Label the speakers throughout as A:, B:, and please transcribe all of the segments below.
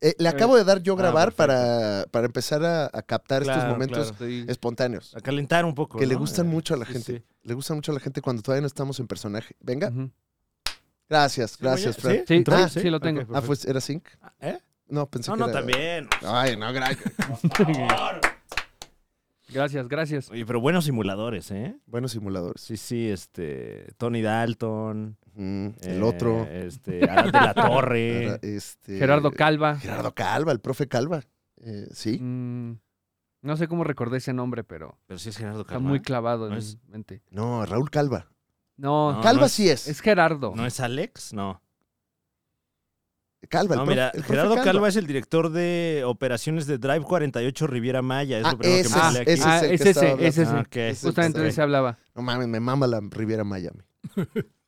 A: Eh, le acabo de dar yo grabar para, para empezar a, a captar estos
B: Ah, Claro,
A: momentos
B: claro, sí.
A: espontáneos.
B: A calentar un poco.
A: Que le
B: ¿no?
A: gustan
B: Eh,
A: mucho a la
B: sí,
A: gente.
B: sí.
A: Le gustan mucho a la gente cuando todavía no estamos en personaje. Venga.
B: Ujú.
A: Gracias,
B: ¿Sí, oye?
A: gracias, Fran.
B: ¿Sí?
C: Sí,
B: ¿Entró?
C: ah, sí, lo tengo.
B: Ok,
A: Ah,
B: perfecto.
A: pues era Zinc.
B: ¿Eh?
A: No, pensé
B: No,
A: que
B: no,
A: era-
B: también.
A: Ay, no, gracias.
C: Gracias, gracias.
B: Oye, pero buenos simuladores, ¿eh?
A: Buenos simuladores.
B: Sí, sí, este. Tony Dalton.
A: Mm, el
B: eh,
A: otro.
B: Este. Arad de la
A: era,
B: Torre.
A: este,
C: Gerardo Calva.
A: Gerardo Calva, el profe Calva. Eh, sí.
C: Mm, no sé cómo recordé ese nombre, pero
B: Pero sí es Gerardo
C: está
B: Calva.
C: muy clavado en
B: ¿No
C: mi
B: es?
C: mente.
A: No, Raúl Calva.
C: No,
B: No,
A: Calva
B: no es-
A: sí es.
C: es Gerardo.
B: ¿No es Alex? No.
A: Calva, el
B: no,
A: profe-
B: mira,
A: el profe
B: Gerardo Calva. es el director de operaciones de Drive 48 Riviera Maya. Es
A: Ah,
B: lo primero
A: ese
B: que me sale
A: es-
B: aquí.
A: ese
C: ah,
A: el
C: es
A: que
C: ese,
A: estaba
C: es ese.
A: hablando.
B: Ah, ok.
A: Ese el que
C: Justamente
A: estaba-
C: de ese hablaba.
A: No mames, me mama la Riviera Miami.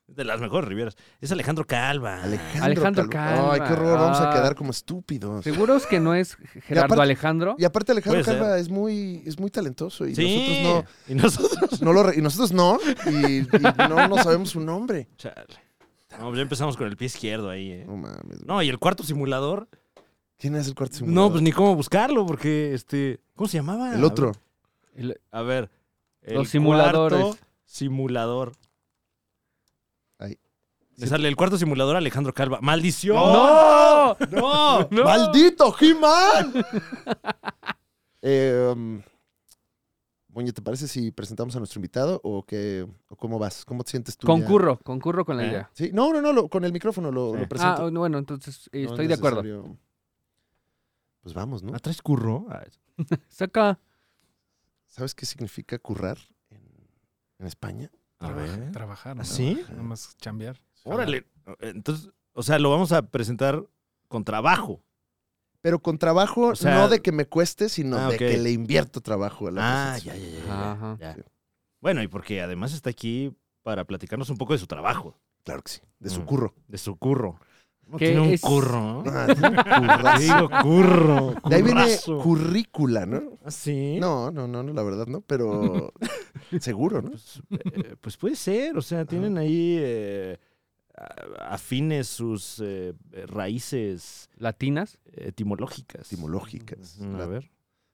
B: De las mejores Rivieras. Es Alejandro Calva.
A: Alejandro,
C: Alejandro
A: Ay,
C: Calva.
A: qué horror, vamos a
C: Ah.
A: quedar como estúpidos.
C: ¿Seguros que no es Gerardo
A: aparte-
C: Alejandro?
A: Y aparte Alejandro
B: Puede ser.
A: Calva es muy, es muy talentoso y
B: sí.
A: nosotros
B: Y nosotros.
A: no, no lo re- y nosotros no, y, y no, no sabemos su nombre.
B: Chale. No, ya empezamos con el pie izquierdo ahí, ¿eh?
A: No mames.
B: No, y el cuarto simulador.
A: ¿Quién es el cuarto
B: No,
A: simulador?
B: pues ni cómo buscarlo, porque este. ¿Cómo se llamaba?
A: el otro.
C: El-
B: A ver. el
C: Los simuladores.
B: cuarto simulador.
A: Ahí.
B: Le sale el cuarto simulador a Alejandro Calva. ¡Maldición!
C: ¡No!
B: ¡No!
C: ¡No!
A: ¡Maldito He-Man! eh, um, Muñe, ¿te parece si presentamos a nuestro invitado o, qué, o cómo vas? ¿Cómo te sientes tú? ya?
C: Concurro, concurro con la
B: Eh,
C: idea.
A: ¿Sí? No, no, no, lo- con el micrófono lo,
B: Sí.
A: lo presento.
C: Ah, bueno, entonces eh,
A: No
C: estoy
A: es
C: de acuerdo.
A: necesario. Pues vamos, ¿no?
B: ¿Ah, traes curro? Ah,
C: Saca.
A: ¿Sabes qué significa currar en, en España?
B: A ver.
D: Trabajar.
B: ¿Ah, sí?
D: Nada más chambear.
B: Órale. Entonces, o sea, lo vamos a presentar con trabajo.
A: Pero con trabajo,
B: O sea-
A: no de que me cueste, sino
B: Ah,
A: de
B: ok.
A: que le invierto trabajo a la
B: Ah, ya,
A: presencia.
B: ya, ya, ya.
C: Ajá.
B: ya.
A: Sí.
B: Bueno, y porque además está aquí para platicarnos un poco de su trabajo,
A: Claro que sí, de su
B: Mm.
A: curro.
B: de su curro. No
C: ¿Qué
B: tiene un
C: es?
B: curro, ¿no?
A: Ah, tiene un currazo.
B: Te digo curro,
A: De ahí viene
B: currazo.
A: currícula, ¿no?
B: ¿Ah, sí?
A: No, no, no, no, la verdad no, pero seguro, ¿no?
B: Pues, eh, pues puede ser, o sea, tienen ahí eh, a- afines sus eh, raíces
C: Latinas.
B: etimológicas.
A: Etimológicas.
B: Ujú,
A: La-
B: mm, A ver,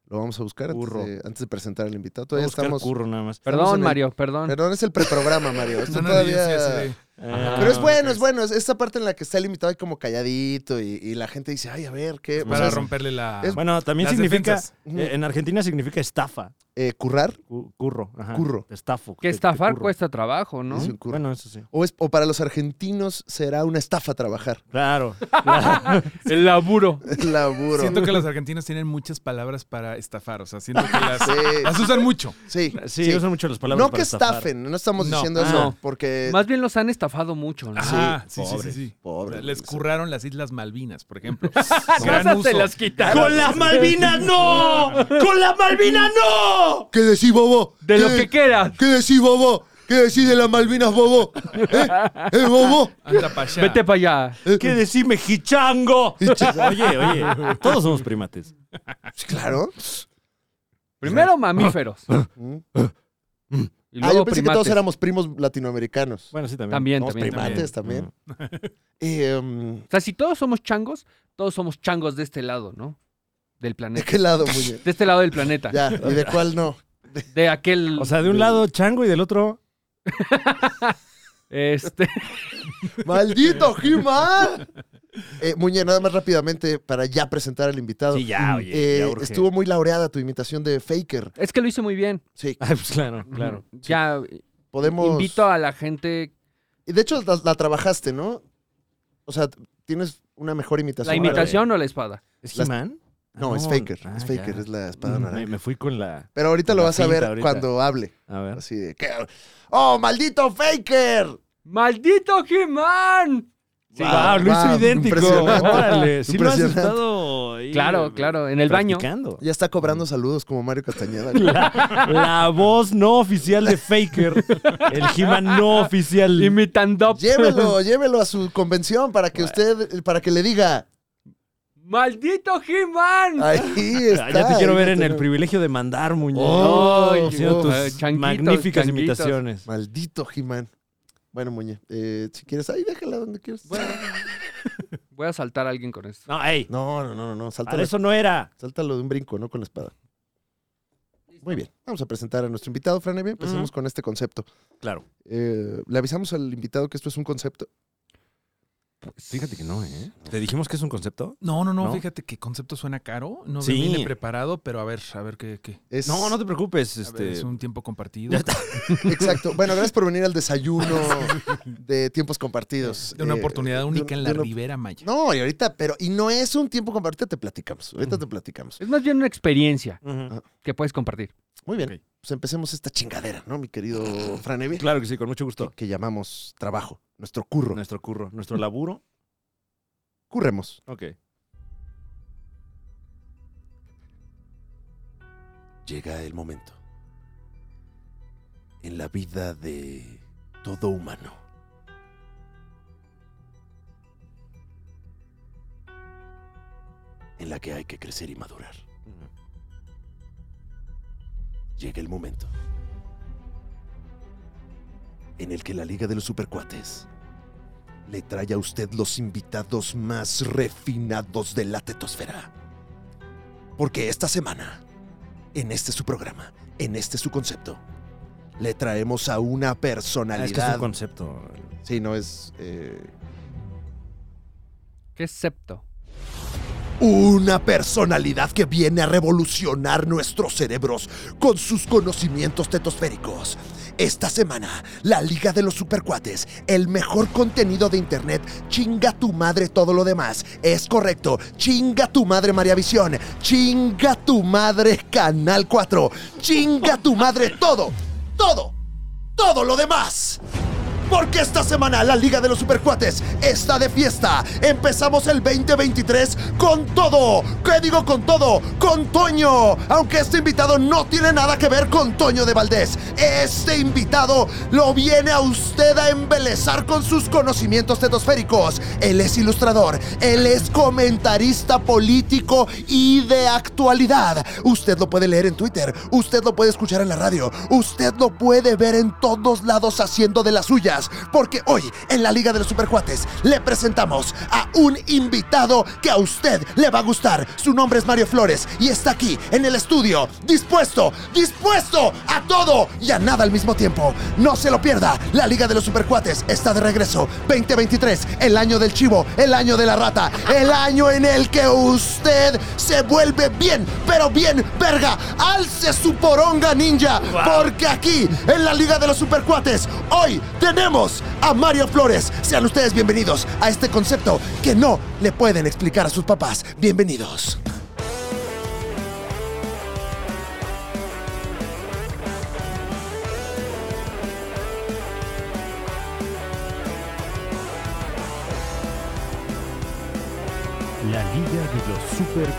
A: Lo vamos a buscar antes
B: Curro.
A: de, antes de presentar al invitado.
B: voy a
A: Todavía
B: buscar
A: estamos.
B: curro nada más.
A: Estamos en
C: Perdón,
A: el-
C: Mario, perdón.
A: Perdón, es el preprograma, Mario. Esto
D: No, no,
A: todavía.
D: yo sí, así de-
B: Ah,
A: Pero es
D: Ah,
A: bueno,
D: ok.
A: es bueno. Es esta parte en la que está el invitado ahí como calladito y, y la gente dice, ay, a ver, ¿qué? O sea,
D: Para
A: es,
D: romperle la.
A: es-
B: Bueno, también
D: las
B: significa,
D: defensas.
A: Ujú.
B: eh, en Argentina significa estafa,
A: eh, currar
B: cu- curro. Ajá.
A: Curro.
B: Te Estafo.
C: Que
B: te- te
C: estafar Pues,
B: curro.
C: cuesta trabajo, ¿no?
A: es un curro.
B: Bueno, eso sí.
A: O, es, o para los argentinos será una estafa trabajar.
B: Claro. claro.
C: El laburo.
A: El laburo.
D: Siento que los argentinos tienen muchas palabras para estafar. O sea, siento que las,
A: Sí,
D: las usan mucho.
A: sí,
B: Sí,
A: sí.
B: usan mucho las palabras
A: No
B: para
A: que
B: estafar.
A: estafen, no estamos
D: No,
A: diciendo
C: ah,
A: eso,
C: no.
A: porque...
C: Más bien los han estafado mucho,
A: Ah,
C: ¿no?
D: Ajá, sí, sí, sí,
B: pobres,
D: sí.
A: Pobre.
D: Les curraron las Islas Malvinas, por ejemplo.
C: Esas
D: Gran
C: se
D: uso.
C: las quitaron.
B: ¡Con las Malvinas no! ¡Con las Malvinas no!
A: ¿Qué decís, Bobo?
C: De lo
A: ¿Qué-
C: que queda.
A: ¿Qué decís, Bobo? ¿Qué decís de las Malvinas, Bobo? ¿Eh? ¿Eh, Bobo?
D: Anda para allá.
C: Vete para allá.
B: ¿Qué decime, jichango? Oye, oye, todos somos primates.
A: Sí, Claro.
C: Primero mamíferos.
A: Mm.
C: Y
A: Ah,
C: luego
A: yo pensé que
C: primates.
A: todos éramos primos latinoamericanos.
B: Bueno, sí, también.
C: También,
A: Somos
C: también.
D: primate.
A: primates también. Eh, um,
C: O sea, si todos somos changos, todos somos changos de este lado, ¿no? Del
A: ¿De
C: planeta.
A: qué lado, Muñe?
C: De este lado del planeta.
A: Ya, ¿y de cuál no?
C: De aquel.
B: Mm. O sea, de un lado chango y del otro.
C: este.
A: ¡Maldito He-Man! Eh, Muñe, nada más rápidamente para ya presentar al invitado.
B: Sí, ya, oye.
A: Eh,
B: ya urge.
A: estuvo muy laureada tu imitación de Faker.
C: Es que lo hice muy bien.
A: Sí,
B: Ay, pues claro, claro.
C: Ya
A: podemos...
C: invito a la gente.
A: Y de hecho la, la trabajaste, ¿no? O sea, tienes una mejor imitación.
C: ¿La imitación o la espada?
B: ¿Es
A: Las-
B: He-Man? Ah,
A: No, es Faker.
B: Ah,
A: es Faker,
B: ya. Mm,
A: es la espada naranja.
B: Me, me fui con la.
A: Pero ahorita lo
B: La
A: vas a ver
B: finta ahorita.
A: cuando hable.
B: A ver.
A: Así de... que, ¡Oh, maldito Faker!
C: ¡Maldito He-Man! Sí,
B: wow,
A: va,
B: ah, lo hizo
A: va,
B: idéntico.
A: impresionante.
B: Órale, sí lo has
A: Impresionante.
B: estado ahí,
C: Claro,
B: eh,
C: claro, en el baño.
B: practicando.
A: Ya está cobrando saludos como Mario Castañeda.
B: La, la voz no oficial de Faker. El he no oficial.
C: Imitando.
A: Llévelo, llévelo a su convención para que usted, para que le diga.
C: ¡Maldito He-Man!
A: Ahí
B: Ah,
A: está.
B: ya te quiero
A: ahí
B: ver
A: lo
B: en el
A: tenemos".
B: privilegio de mandar, Muñoz.
A: Oh,
C: Ay,
B: haciendo
A: oh,
B: tus
C: eh, changuitos,
B: magníficas
C: changuitos.
B: imitaciones.
A: Maldito He-Man. Bueno, Muñe, eh, si quieres, ahí déjala donde quieres.
C: Bueno. Voy a saltar a alguien con esto.
B: No, ey,
A: No, no, no, no, no.
B: para
A: Sáltalo,
B: eso no era.
A: sáltalo de un brinco, no con la espada. Muy bien. Vamos a presentar a nuestro invitado, Fran Evia. Empecemos con este concepto.
B: Claro.
A: Eh, Le avisamos al invitado que esto es un concepto.
B: Fíjate que no, ¿eh? ¿Te dijimos que es un concepto?
D: No, no, no,
B: ¿No?
D: fíjate que concepto suena caro. No
B: Sí.
D: vine preparado, pero a ver, a ver qué. qué.
A: Es-
B: No, no te preocupes.
D: A ver,
B: Este...
D: es un tiempo compartido.
B: Ya está.
A: Exacto. Bueno, gracias por venir al desayuno de tiempos compartidos.
D: De una
A: Eh,
D: oportunidad
A: de un-
D: única en
A: de
D: la
A: una-
D: Ribera Maya.
A: No, y ahorita, pero, y no es un tiempo compartido, ahorita te platicamos. Ahorita te platicamos.
C: Es más bien una experiencia
B: Ujú.
C: que puedes compartir.
A: Muy bien.
D: Ok.
A: Pues empecemos esta chingadera, ¿no, mi querido Fran Evia?
B: Claro que sí, con
A: Que,
B: mucho gusto.
A: que llamamos trabajo, nuestro curro.
B: Nuestro curro, nuestro laburo.
A: Curremos.
B: Ok.
A: Llega el momento. En la vida de todo humano. En la que hay que crecer y madurar. Llega el momento. En el que la Liga de los Supercuates le trae a usted los invitados más refinados de la tetosfera. Porque esta semana en este su programa, en este su concepto, le traemos a una
B: Ah, es que es
A: personalidad.
B: un concepto.
A: sí, no es eh,
C: ¿Qué es septo?
A: una personalidad que viene a revolucionar nuestros cerebros con sus conocimientos tetosféricos. Esta semana, la Liga de los Supercuates, el mejor contenido de internet, chinga tu madre todo lo demás. Es correcto, chinga tu madre María Visión, chinga tu madre Canal 4, chinga tu madre todo, todo, todo lo demás. Porque esta semana la Liga de los Supercuates está de fiesta. Empezamos el 2023 con todo. ¿Qué digo con todo? Con Toño. Aunque este invitado no tiene nada que ver con Toño de Valdés. Este invitado lo viene a usted a embelezar con sus conocimientos tetosféricos. Él es ilustrador, él es comentarista político y de actualidad. Usted lo puede leer en Twitter, usted lo puede escuchar en la radio, usted lo puede ver en todos lados haciendo de las suyas, porque hoy en la Liga de los Supercuates le presentamos a un invitado que a usted le va a gustar. Su nombre es Mario Flores y está aquí en el estudio, dispuesto, dispuesto a todo y a nada al mismo tiempo. No se lo pierda, la Liga de los Supercuates está de regreso 2023, el año del chivo, el año de la rata, el año en el que usted se vuelve bien, pero bien, verga, alce su poronga ninja, porque aquí en la Liga de los Supercuates hoy tenemos a Mario Flores. Sean ustedes bienvenidos a este concepto que no le pueden explicar a sus papás. Bienvenidos.
B: La Liga de los Super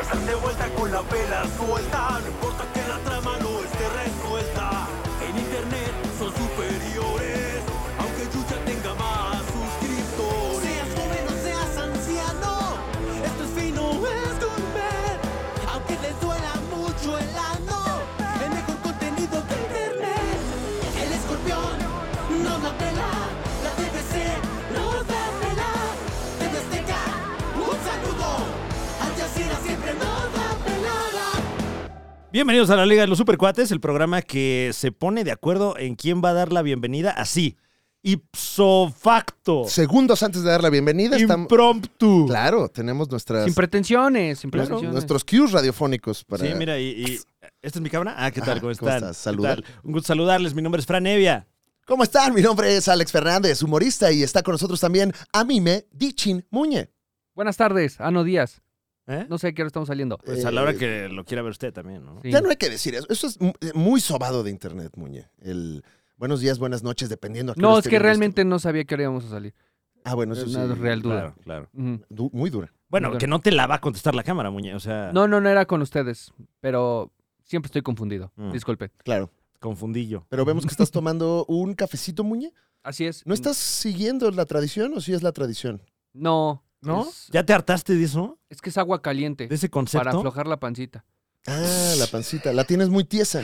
E: Están de vuelta con la vela suelta, no importa que la trama no esté resuelta. En internet son superiores, aunque Yuya tenga más suscriptores. Seas joven o seas anciano, esto es fino, es gourmet. Aunque les duela mucho el ano, el mejor contenido de internet. El escorpión nos la pela, la TVC nos la pela. TV Azteca, un saludo. Al Jazeera siempre nos la pelada.
B: Bienvenidos a la Liga de los Supercuates, el programa que se pone de acuerdo en quién va a dar la bienvenida así. Ipso facto.
A: Segundos antes de dar la bienvenida,
B: Impromptu.
A: Claro, tenemos nuestras,
C: Sin pretensiones, sin
A: nuestros-
C: pretensiones.
A: nuestros cues radiofónicos para.
B: Sí, mira, y, y- ¿Esta es mi cámara? Ah, ¿qué tal?
A: Ajá,
B: ¿Cómo
A: ¿cómo
B: están?
A: estás?
B: ¿Qué
A: Saluda.
B: tal? Un gusto saludarles. Mi nombre es Fran Evia.
A: ¿Cómo están? Mi nombre es Alex Fernández, humorista, y está con nosotros también Amime Dichin Muñe.
C: Buenas tardes, Ano Díaz.
B: ¿Eh?
C: No sé a qué hora estamos saliendo.
B: Pues a la
A: eh,
B: hora que lo quiera ver usted también, ¿no?
C: Sí.
A: Ya no hay que decir eso. Eso es mu- eh, muy sobado de internet, Muñe. El buenos días, buenas noches, dependiendo a qué
C: No,
A: hora
C: es
A: esté
C: que
A: viendo
C: realmente no sabía que hora íbamos a salir.
A: esto. Ah, bueno,
C: Es
A: eso
C: una
A: sí.
C: real duda.
B: Claro, claro.
C: Ujú.
A: Du- muy dura.
B: Bueno,
C: Claro.
B: que no te la va a contestar la cámara, muñe. O sea,
C: No, no, no era con ustedes, pero siempre estoy confundido.
B: Mm.
C: Disculpen.
A: Claro.
B: confundillo.
A: Pero vemos que estás tomando un cafecito, Muñe.
C: Así es.
A: ¿No estás siguiendo la tradición o sí es la tradición?
C: No.
B: ¿No?
C: Es,
B: ¿Ya te hartaste de eso?
C: es que es agua caliente
B: ¿De ese
C: para
B: concepto?
C: aflojar la pancita.
A: Ah, la pancita. La tienes muy tiesa.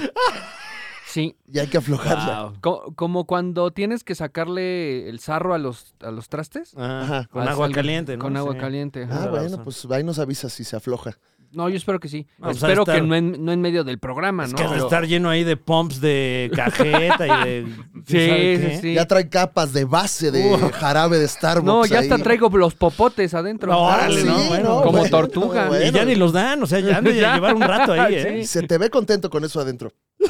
C: Sí.
A: Y hay que aflojarla.
B: Wow.
C: Co- como cuando tienes que sacarle el sarro a los, a los trastes.
B: Ajá, Ah, con
C: Haz
B: agua
C: algo-
B: caliente, ¿no?
C: Con agua
B: Sí.
C: caliente. ajá.
B: Ah,
A: Ah,
B: razón.
A: bueno, pues ahí nos avisa si se afloja.
C: No, yo espero que sí.
B: No, pues,
C: espero
B: ha de
C: que
B: estar-
C: no en, no en medio del programa,
B: Es
C: ¿no?
B: que has de
C: Pero-
B: estar lleno ahí de pumps de cajeta y de. ¿sabe
C: Sí,
B: qué?
C: sí, sí.
A: Ya trae capas de base de
B: Uh.
A: jarabe de Starbucks.
C: No, ya
A: ahí.
C: hasta traigo los popotes adentro.
B: No,
A: Ah,
B: Órale, ¿no?
A: sí,
B: Bueno,
C: como
A: bueno,
C: tortuga. Y
B: Y ya ni los dan, o sea, ya han de
C: Ya.
B: llevar un rato ahí, ¿eh?
A: Y
C: Sí.
A: se te ve contento con eso adentro.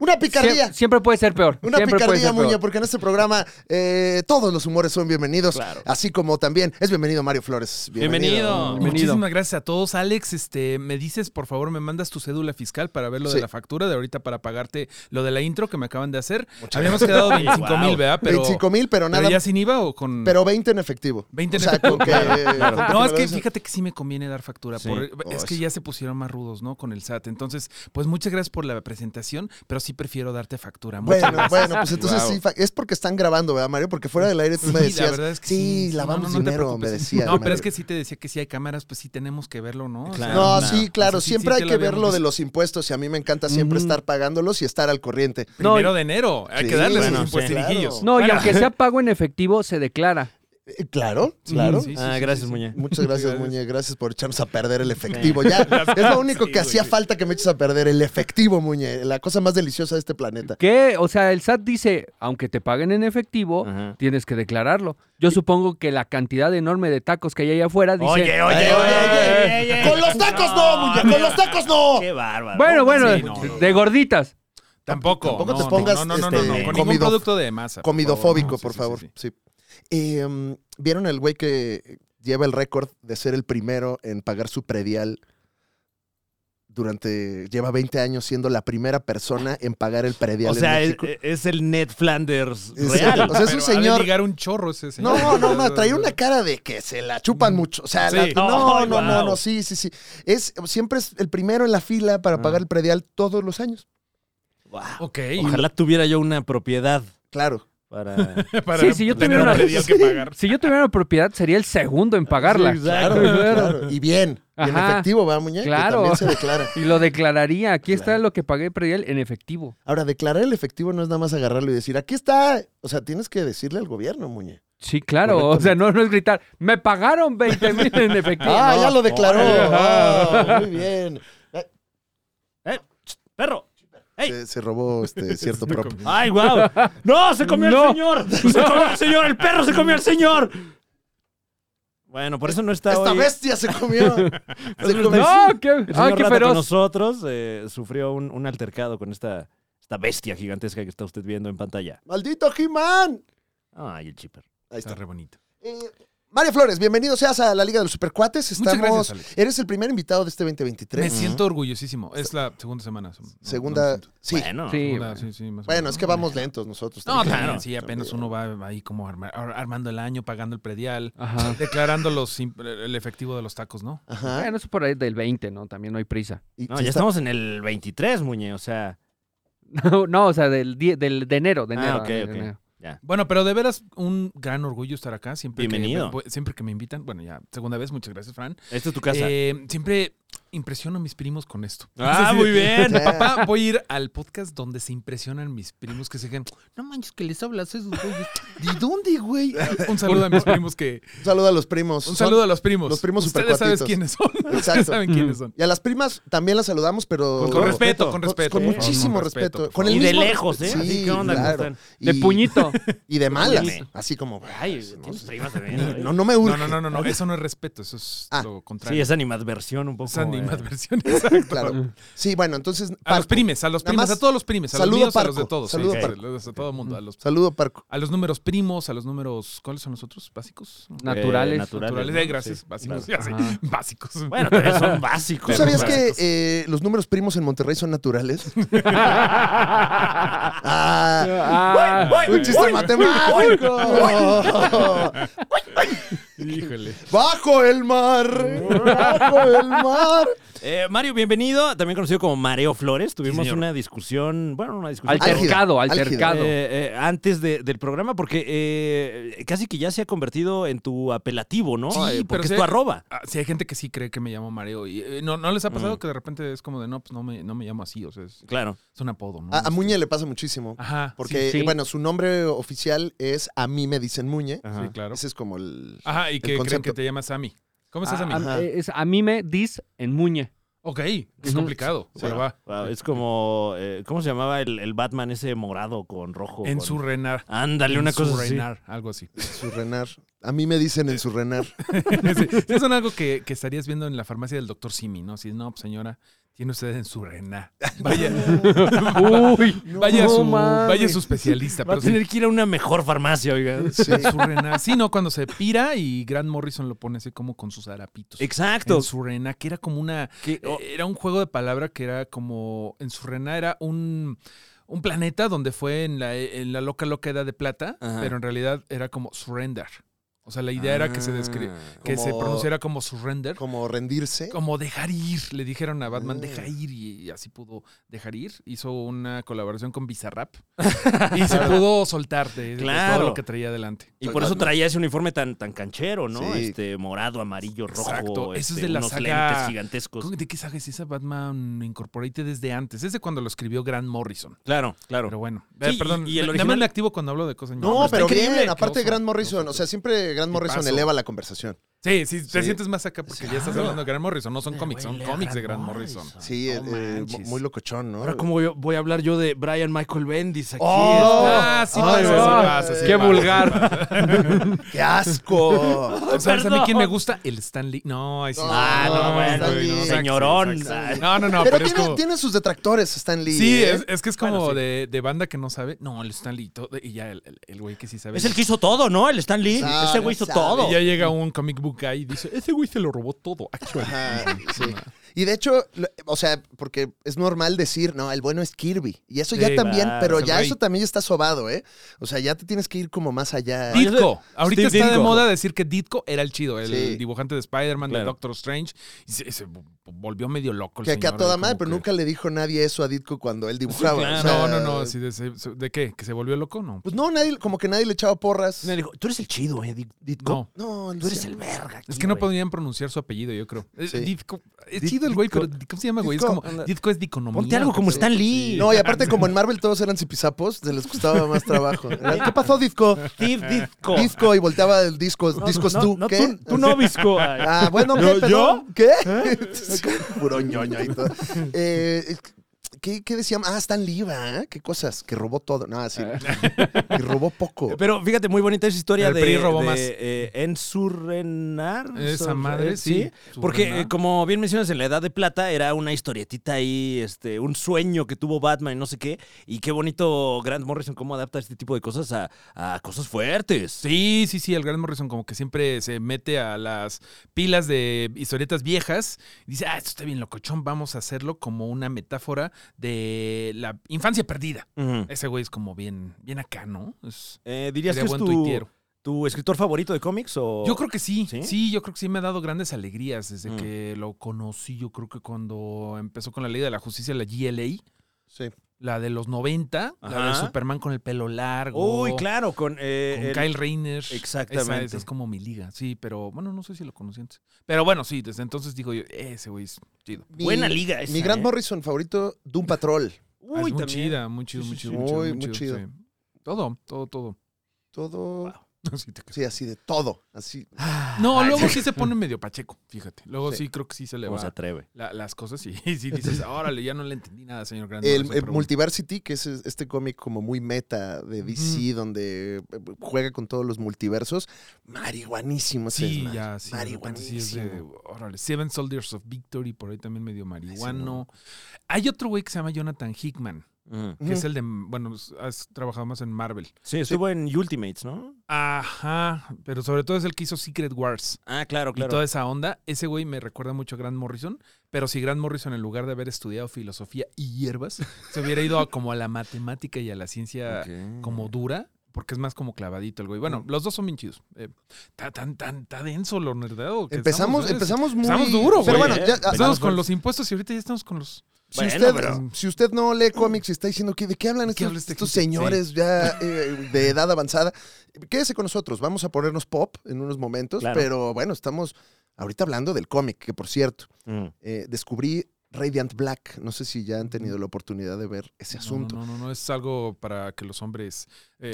A: Una
C: Sie-
A: picardía.
C: siempre puede ser peor.
A: Una
C: siempre puede
A: picardía,
C: ser
A: Muña,
C: peor.
A: porque en este programa eh, todos los humores son bienvenidos.
B: Claro.
A: Así como también es bienvenido Mario Flores. Mm,
B: Bienvenido.
C: Bienvenido.
D: Muchísimas gracias a todos. Alex, este, me dices, por favor, me mandas tu cédula fiscal para ver lo
A: Sí.
D: de la factura de ahorita para pagarte lo de la intro que me acaban de hacer.
B: Muchas
D: Habíamos quedado 25 mil,
B: Wow.
D: ¿verdad? Pero,
A: 25 mil, pero
D: ¿pero
A: nada.
D: ya
A: Pero,
D: sin IVA o con...?
A: 20 en efectivo.
D: 20
A: O
D: en
A: sea,
D: efectivo,
A: con que-
D: claro.
A: con que
D: No,
A: me
D: es
A: lo
D: que
A: des-
D: fíjate que sí me conviene dar factura.
B: Sí.
D: por- es
A: Oh,
D: que
A: sí.
D: ya se pusieron más rudos, ¿no? Con el SAT. Entonces, pues muchas gracias por la presentación, pero sí prefiero darte factura. Muchas
A: Bueno,
D: gracias.
A: bueno, pues entonces
D: Wow.
A: sí, fa- es porque están grabando, ¿verdad, Mario? Porque fuera del aire tú me
D: Sí,
A: decías,
D: la verdad es que
A: sí,
D: sí.
A: lavamos
D: No, no, no te
A: dinero, me
D: preocupes.
A: decías.
D: No, pero
A: Mario.
D: es que sí te decía que si hay cámaras, pues sí tenemos que verlo, ¿no? O sea,
B: Claro.
A: No,
B: No.
A: sí, claro,
D: Eso sí,
A: siempre
D: sí
A: hay
D: te
A: que
D: lo
A: ver lo
D: habíamos
A: de los impuestos y a mí me encanta siempre
C: Ujú.
A: estar pagándolos y estar al corriente.
C: No,
D: Primero de enero, hay
A: Sí,
D: que darles
B: bueno,
D: sus
B: sí.
D: impuestijillos.
A: Claro.
C: No, y
D: Bueno.
C: aunque sea pago en efectivo, se declara.
A: Eh, Claro, claro.
D: Sí, sí,
B: Ah,
D: sí,
B: gracias,
D: sí, sí.
B: Muña.
A: Muchas gracias,
D: Gracias.
A: Muñe. Gracias por echarnos a perder el efectivo. Ya, es lo único
D: Sí,
A: que hacía
D: güey.
A: falta que me eches a perder, el efectivo, Muñe. La cosa más deliciosa de este planeta.
C: ¿Qué? O sea, el SAT dice, aunque te paguen en efectivo,
B: Ajá.
C: tienes que declararlo. Yo supongo que la cantidad enorme de tacos que hay allá afuera dice...
B: Oye, oye, oye,
A: Ay,
B: oye,
A: oye,
B: oye,
D: Eh,
A: Con los tacos no, Muñe, con los tacos no.
B: Qué bárbaro.
C: bueno, bueno,
D: Sí, no, no.
C: de gorditas.
D: Tampoco.
A: Tampoco te
D: no,
A: pongas,
D: No, no, no, no, no,
A: este,
D: Con
A: comido-
D: ningún producto de masa. por
A: Comidofóbico, por
D: favor.
A: favor.
D: No, sí, sí, sí, sí.
A: Sí. Eh, ¿Vieron el güey que lleva el récord de ser el primero en pagar su predial? Durante, lleva 20 años siendo la primera persona en pagar el predial
B: O sea,
A: en
B: es,
A: México.
B: es el Ned Flanders
A: Es-
B: real.
A: o sea, es un
D: Pero ha de
A: señor
D: ligar un chorro ese señor.
A: No, no, no, traía una cara de que se la chupan mucho. O sea, la-
B: Sí.
A: no, no,
B: Ay,
A: no, no,
B: guau.
A: sí, sí, sí. Es, siempre es el primero en la fila para
B: Ah.
A: pagar el predial todos los años.
B: Wow.
D: Ok.
B: Ojalá tuviera yo una propiedad
A: Claro.
B: para.
D: Para
C: Sí, sí, yo
D: tener
C: tuviera
D: un
C: una-
D: predial que pagar.
C: Si yo tuviera una propiedad, sería el segundo en pagarla.
B: Sí,
A: Claro,
B: exacto.
A: claro. Y bien. Y en
C: Ajá.
A: efectivo, va, muñeca.
C: Claro.
A: También se declara.
C: Y lo declararía. Aquí está lo que pagué predial en efectivo.
A: Ahora, declarar el efectivo no es nada más agarrarlo y decir, aquí está. O sea, tienes que decirle al gobierno, muñe.
C: Sí, claro. O sea, no, no es gritar, me pagaron 20 mil en efectivo.
A: Ah,
C: No.
A: ya lo declaró.
C: Órale.
A: Ah, muy bien.
B: ¡Eh! ch, ¡Perro! ¡Ey!
A: Se, se robó este cierto propio.
B: ¡Ay, wow! ¡No! ¡Se comió
C: No.
B: el señor! ¡Se comió al señor! ¡El perro se comió al señor! Bueno, por eso no está
A: Esta
B: hoy.
A: bestia se comió. Se comió.
C: No, qué,
B: El
C: ah,
B: señor
C: qué
B: Rata con
C: feroz.
B: nosotros eh, sufrió un, un altercado con esta, esta bestia gigantesca que está usted viendo en pantalla.
A: ¡Maldito He-Man!
B: ¡Ay, el chipper!
A: Ahí está.
D: Está re bonito.
A: Eh, Mario Flores, bienvenido seas a la Liga de los Supercuates.
D: Muchas
A: Estamos,
D: gracias, Alex.
A: eres el primer invitado de este
D: Me
A: 2023.
D: siento orgullosísimo. Es la segunda semana. No,
A: Mm. Segunda,
D: no,
A: sí. Bueno,
B: Bueno.
C: Sí.
D: segunda, sí, sí, más o menos.
A: es que vamos lentos nosotros.
D: No,
A: también.
D: claro. Sí, apenas uno va ahí como arma- ar- armando el año, pagando el predial,
C: Ajá.
D: declarando los imp- el efectivo de los tacos, ¿no?
A: Ajá.
C: Bueno, eso por ahí del 20, ¿no? También no hay prisa.
A: Y
B: No,
A: sí
B: ya
A: está-
B: estamos en el 23, Muñe. O sea,
C: No, no, o sea, del, die- del de enero, de
B: Ah,
C: enero.
B: ok,
C: de
B: ok.
C: enero.
B: ya.
D: Bueno, pero de veras un gran orgullo estar acá. Siempre
B: Bienvenido.
D: Que, siempre que me invitan, bueno, ya segunda vez, muchas gracias, Fran.
B: Esta es tu casa.
D: Eh, siempre impresiono a mis primos con esto.
B: ¡Ah, muy bien!
A: Sí.
D: Papá, voy a ir al podcast donde se impresionan mis primos que se digan, no manches que les hablas a esos güeyes. ¿De dónde, güey? Un saludo a mis primos que.
A: Un saludo a los primos.
D: Un
A: Son-
D: saludo a los primos.
A: los primos
D: Ustedes saben
A: supercuatitos.
D: quiénes son.
A: Exacto.
D: Ustedes saben quiénes son.
A: Y a las primas también las saludamos, pero.
D: Con, con respeto, con
A: Con,
D: respeto.
A: con
D: por favor,
A: muchísimo
D: con
A: respeto.
D: por
A: Con
D: favor.
A: el
B: y de
A: mismo-
B: lejos, ¿eh?
A: Sí,
B: Así, ¿qué onda?
A: claro.
B: ¿Cómo están?
C: De
A: Y-
C: puñito.
A: Y de malas.
B: Dime.
A: Así como.
B: Ay,
A: no,
B: tienes primas de
A: no,
B: veras, ¿eh?
A: no, no me urge.
D: No, no, no, no, no, eso no es respeto, eso es
A: Ah.
D: lo contrario.
B: Sí, es animadversión un poco.
D: Esa ni
B: eh.
D: más versión, exacto.
A: Claro. Sí, bueno, entonces.
D: A los
A: Parco.
D: primes, a los
A: Nada
D: primes,
A: más
D: a todos los primes, a los
A: saludo
D: míos, a los
A: parco,
D: de todos.
A: saludo
D: sí,
A: parco.
D: a todo el mundo, a los,
A: Saludo, Parco.
D: a los números primos, a los números, ¿cuáles son los otros? ¿Básicos?
B: Eh,
C: Naturales.
D: Naturales,
B: ¿no?
D: eh, gracias,
B: Sí,
D: básicos,
B: claro.
D: ya sé,
C: Ajá.
D: básicos.
B: Bueno, también son básicos.
A: ¿Tú
D: Pero
A: sabías
D: para
A: que
D: estos-
A: eh, los números primos en Monterrey son naturales? ah,
C: Ah,
A: un chiste matemático.
D: Híjole.
A: Bajo el mar, bajo el mar.
B: Eh, Mario, bienvenido, también conocido como Mareo Flores. Tuvimos
D: señor.
B: una discusión, bueno, una
C: pues
B: discusión.
C: Altercado,
A: Álgido,
C: altercado.
B: Eh, eh, antes de- del programa, porque eh, casi que ya se ha convertido en tu apelativo, ¿no?
D: Sí,
B: Eh, porque
D: pero
B: es
D: sí.
B: tu arroba.
D: Ah, sí, hay gente que sí cree que me llamo Mareo. Y, eh, no, ¿No les ha
B: Mm.
D: pasado que de repente es como de, no, pues no me, no me llamo así? O sea, es,
B: Claro.
D: es un apodo, ¿no?
A: A, a Muñe le pasa muchísimo.
D: Ajá.
A: Porque,
C: sí, sí.
A: bueno, su nombre oficial es A mí me dicen Muñe.
B: Ajá.
D: Sí, claro.
A: Ese es como el.
D: Ajá, y que creen
A: concepto.
D: que te llamas Sammy. ¿Cómo estás, Sammy?
C: a,
A: Ajá.
C: a- Eh, es- a mí me dis en muñe.
D: Ok, es
C: Ujú.
D: complicado, pero
B: Wow,
D: va.
B: wow, es como, eh, ¿cómo se llamaba el, el Batman ese morado con rojo?
D: En
B: con-
D: su renar.
B: Ándale, una
D: En su
B: cosa así.
D: renar, algo así.
A: Su renar. A mí me dicen en su renar.
D: Sí, Son algo que, que estarías viendo en la farmacia del doctor Simi, ¿no? Si no, pues, señora, tiene usted en su renar. Vaya,
C: Uy,
D: vaya,
C: no
D: su,
C: mames.
D: vaya su especialista.
B: Va a
D: Pero sí,
B: tener que ir a una mejor farmacia, oiga.
A: Sí.
D: en su renar. Sí, no, cuando se pira y Grant Morrison lo pone así como con sus harapitos.
B: Exacto.
D: En su renar, que era como una... eh,
B: Que- oh,
D: Era un juego de palabra que era como. En su rena era un. Un planeta donde fue en la, eh, en la loca, loca edad de plata,
B: Ajá.
D: pero en realidad era como surrender. O sea, la idea era
B: Ah,
D: que se descri- que se
A: Como-
D: pronunciara como surrender, como,
A: Como rendirse.
D: dejar ir. Le dijeron a Batman,
A: Ah.
D: deja ir, y, y así pudo dejar ir. Hizo una colaboración con Bizarrap y se pudo soltar de, de
B: Claro.
D: todo lo que traía adelante.
B: Y por eso traía ese uniforme tan, tan canchero, ¿no?
A: Sí.
B: Este morado, amarillo, rojo.
D: Exacto, eso es
B: este,
D: de la
B: unos
D: saga-
B: lentes gigantescos.
D: ¿De qué sabes esa Batman Incorporated desde antes? Es de cuando lo escribió Grant Morrison.
B: Claro, claro.
D: Pero bueno,
B: Sí,
D: Eh, perdón.
B: y- y el
D: me-
B: original-
D: Dame el activo cuando hablo de cosas.
B: No,
A: No,
D: ñoñas.
A: pero
B: está increíble.
A: bien. Aparte,
D: Qué oso,
A: Grant
D: qué
A: Morrison.
D: oso.
A: O sea, siempre Grant Morrison
D: Tipazo.
A: eleva la conversación.
D: Sí, sí, te
A: Sí.
D: sientes más acá porque ya estás
B: Claro.
D: hablando de Grant Morrison. No son cómics, son
B: Huele a
D: cómics de
B: Grant
D: Grant Morrison.
A: Sí,
D: Ah, No
A: eh, eh,
D: manches.
A: muy locochón, ¿no?
B: Ahora, ¿cómo voy, voy a hablar yo de Brian Michael Bendis aquí?
A: ¡Oh!
D: Ah, sí
A: Ay,
D: pasa, sí
A: ay,
D: pasa, sí
C: qué
D: pasa.
C: vulgar.
A: ¡Qué asco!
D: ¿Sabes a mí
B: Perdón.
D: quién me gusta? El Stan Lee. No, ahí sí.
B: Ah, no,
A: No,
B: bueno,
A: Stan Lee.
D: güey, no, exacto,
B: señorón.
D: exacto.
B: Ah,
D: No, no, no,
A: pero
D: pero,
A: tiene,
D: es como...
A: tiene sus detractores, Stan Lee.
D: Sí,
A: ¿eh?
D: es, es que es como
B: Bueno, sí.
D: de, de banda que no sabe. No, el Stan Lee y todo- y ya el- el el güey que sí sabe.
B: Es el que hizo todo, ¿no? El Stan Lee.
A: Sabe,
B: Ese güey hizo
A: sabe.
B: todo.
D: Y ya llega un comic book guy y dice, ese güey se lo robó todo, actually.
A: Ajá, sí. Y de hecho, lo- o sea, porque es normal decir, no, el bueno es Kirby. Y eso ya
D: Sí,
A: también,
B: claro,
A: pero
D: es el
A: ya
D: rey.
A: eso también ya está sobado, ¿eh? O sea, ya te tienes que ir como más allá.
B: Di-
D: Ditko. Ahorita
B: Steve
D: está de
B: Ditko.
D: moda decir que Ditko era el chido, el
A: Sí.
D: dibujante de Spider-Man, de
B: Claro.
D: Doctor Strange. Y se, se volvió medio loco. el
A: Que acá
D: señor, ¿eh?
A: toda
D: como
A: madre, pero
D: que-
A: nunca le dijo nadie eso a Ditko cuando él dibujaba.
B: claro.
A: o sea,
D: No, no, no. así de, se- se- ¿De qué? ¿Que se volvió loco? No.
A: Pues no, nadie, como que nadie le echaba porras.
B: Me dijo, tú eres el chido, eh, Dit- Ditko.
D: No.
A: No,
B: Tú eres
A: sí.
B: el verga.
D: Es
B: aquí,
D: que no
B: güey.
D: podían pronunciar su apellido, yo creo. Es,
A: Sí.
D: Ditko- es
A: Dit-
D: chido el güey,
A: Ditko.
D: pero ¿cómo se llama, güey? Es
A: Ditko,
D: como, Ditko es diconomía.
B: Ponte algo como Stan Lee.
A: No, y aparte, como en Marvel todos eran cipizapos, se les costaba más trabajo. Era, ¿Qué pasó, Disco?
B: Steve Ditko.
A: Disco, y volteaba el disco. ¿Discos
B: Eh. no,
A: tú?
B: no,
A: ¿Qué?
B: Tú, tú no, Visco. Ay.
A: Ah, bueno, ¿qué?
B: ¿Yo-
A: perdón? ¿Qué?
D: ¿Eh?
A: Puro ñoño y todo. Eh, ¿qué, ¿Qué decíamos? Ah, Stan Lee, ¿verdad? ¿Qué cosas? Que robó todo. No, sí.
D: Ah.
A: Y robó poco.
B: Ah, Pero fíjate, muy bonita esa historia
D: El
B: de,
D: PRI robó
B: de,
D: más.
B: eh, Ensurrenar.
D: Esa
B: Sor-
D: madre,
B: eh,
D: sí.
B: Porque,
D: Surrenar.
B: eh, como bien mencionas, en la Edad de Plata era una historietita ahí, este, un sueño que tuvo Batman y no sé qué. Y qué bonito Grant Morrison cómo adapta este tipo de cosas a, a cosas fuertes.
D: Sí, sí, sí, el Grant Morrison como que siempre se mete a las pilas de historietas viejas y dice, ah, esto está bien locochón, vamos a hacerlo como una metáfora de la infancia perdida.
B: Ujú.
D: Ese güey es como bien, bien acá, ¿no? Es,
B: Eh, ¿Dirías
D: sería
B: que es
D: buen
B: tu,
D: tuitero.
B: tu escritor favorito de cómics? O...
D: Yo creo que sí,
B: ¿Sí?
D: sí, yo creo que sí me ha dado grandes alegrías desde
B: Mm.
D: que lo conocí. Yo creo que cuando empezó con la Ley de la Justicia, la GLA,
A: Sí.
D: la de los 90, la
B: Ajá.
D: de Superman con el pelo largo.
B: Uy, claro, con, eh,
D: Con
B: el-
D: Kyle Rayner.
B: Exactamente.
D: Esa, esa es como mi liga. Sí, pero bueno, no sé si lo conocí antes. Pero bueno, sí, desde entonces digo yo, ese güey es chido.
A: Mi-
B: Buena liga esa,
A: Mi Grant
B: ¿eh?
A: Morrison favorito, Doom Patrol.
D: Ah,
B: Uy,
D: es muy
B: también.
D: chida, muy chido,
B: Sí,
D: muy
B: sí,
D: chido.
A: sí.
D: muy chido,
A: Muy,
D: muy
A: muy
D: chido,
A: chido.
D: sí. Todo, todo, todo.
A: Todo.
D: Sí, te creo.
A: Sí, así de todo. Así.
D: Ah, No, luego sí se pone medio pacheco, fíjate. Luego
A: Sí.
D: sí, creo que sí se le
B: ¿Cómo
D: va
B: se atreve?
D: la- las cosas y, y sí dices, órale, ya no le entendí nada, señor Grant.
A: El,
D: Morrison,
A: el
D: pero bueno.
A: Multiversity, que es este cómic como muy meta de DC, donde eh, juega con todos los multiversos. Marihuanísimo ese
D: Sí,
A: desmadre.
D: ya, sí. de repente sí es de-
A: Marihuanísimo.
D: órale, Seven Soldiers of Victory, por ahí también medio marihuano. Hay otro güey que se llama Jonathan Hickman,
B: Ujú.
D: que es el de, bueno, has trabajado más en Marvel.
B: Sí, estuvo en Ultimates, ¿no?
D: Ajá, pero sobre todo es el que hizo Secret Wars
B: Ah, claro,
D: y toda esa onda. Ese güey me recuerda mucho a Grant Morrison, pero si Grant Morrison en lugar de haber estudiado filosofía y hierbas, se hubiera ido a como a la matemática y a la ciencia como dura, Porque es más como clavadito el güey. Bueno, los dos son bien chidos. Eh, Está tan, tan, está denso lo nerdado. que
A: Empezamos,
D: estamos, ¿eh?
A: empezamos muy...
D: Estamos duro,
A: Pero
D: güey,
A: bueno,
D: ¿eh?
A: ya-
D: Empezamos con los impuestos y ahorita ya estamos con los.
A: Si,
B: Bueno,
A: usted,
B: pero-
A: si usted no lee cómics y está diciendo que de qué hablan
D: ¿De qué
A: estos,
D: habla esta
A: estos
D: gente?
A: señores ya eh, de edad avanzada, quédese con nosotros. Vamos a ponernos pop en unos momentos,
B: Claro.
A: pero bueno, estamos ahorita hablando del cómic, que por cierto,
B: Mm.
A: eh, descubrí Radiant Black. No sé si ya han tenido la oportunidad de ver ese
D: Mm. No,
A: Este asunto.
D: No, no, no, es algo para que los hombres eh,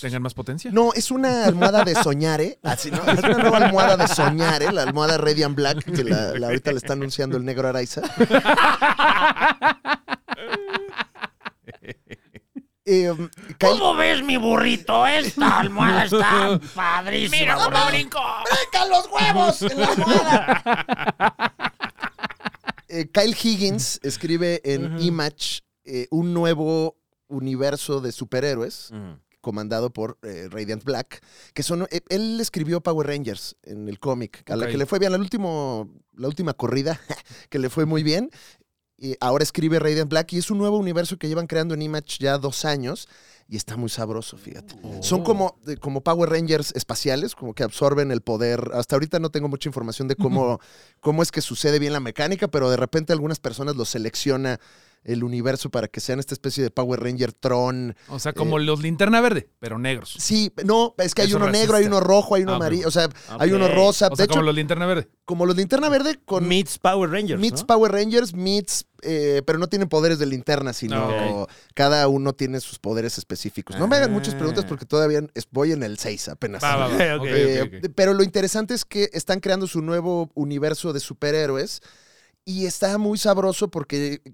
D: tengan más potencia.
A: No, es una almohada de soñare. Así, ¿no? Es una nueva almohada de soñare, la almohada Radiant Black, que la, la ahorita le está anunciando el negro Araiza. Eh, Kyle-
E: ¿Cómo ves mi burrito? Esta almohada está padrísima. Mira cómo brinco.
A: ¡Brincan los huevos en la almohada! Eh, Kyle Higgins escribe en Image eh, un nuevo universo de superhéroes
B: Mm.
A: comandado por eh, Radiant Black, que son... eh, él escribió Power Rangers en el cómic, a la
D: Ok.
A: que le fue bien, la, último, la última corrida, que le fue muy bien. Y ahora escribe Radiant Black y es un nuevo universo que llevan creando en Image ya dos años y está muy sabroso, fíjate. Son como, de- como Power Rangers espaciales, como que absorben el poder. Hasta ahorita no tengo mucha información de cómo, cómo es que sucede bien la mecánica, pero de repente algunas personas los selecciona el universo para que sean esta especie de Power Ranger Tron.
D: O sea, como los linterna verde, pero negros.
A: eh, Sí, no, es que hay
D: Eso
A: uno
D: racista.
A: negro, hay uno rojo, hay uno
D: Ah,
A: amarillo,
D: bueno.
A: o sea, hay
B: Ok.
A: uno rosa.
D: O
A: de
D: sea,
A: hecho,
D: como los linterna verde.
A: como los linterna verde con Meets,
B: Meets Power Rangers. ¿no?
A: Power Rangers, Meets, eh, pero no tienen poderes de linterna, sino
D: Ok.
A: cada uno tiene sus poderes específicos. No me hagan muchas preguntas
B: Ah.
A: porque todavía es- voy en el 6 apenas.
D: Va, va,
B: Ok,
D: va.
B: ok,
D: Ok,
A: Eh,
D: ok, ok.
A: Pero lo interesante es que están creando su nuevo universo de superhéroes y está muy sabroso porque eh,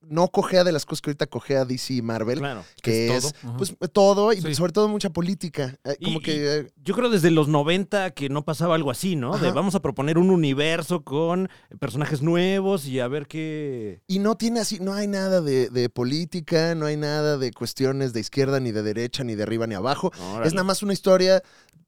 A: no cojea de las cosas que ahorita cojea DC y Marvel,
B: Claro.
A: que
D: es
A: es,
D: todo, ajá.
A: pues, todo y
D: Sí.
A: sobre todo mucha política. Eh,
B: Y-
A: Como
B: y-
A: que... eh,
B: Yo creo desde los 90 que no pasaba algo así, ¿no? De
A: Ajá.
B: vamos a proponer un universo con personajes nuevos y a ver qué.
A: Y no tiene así, no hay nada de, de política, no hay nada de cuestiones de izquierda, ni de derecha, ni de arriba, ni abajo.
B: Órale.
A: Es nada más una historia,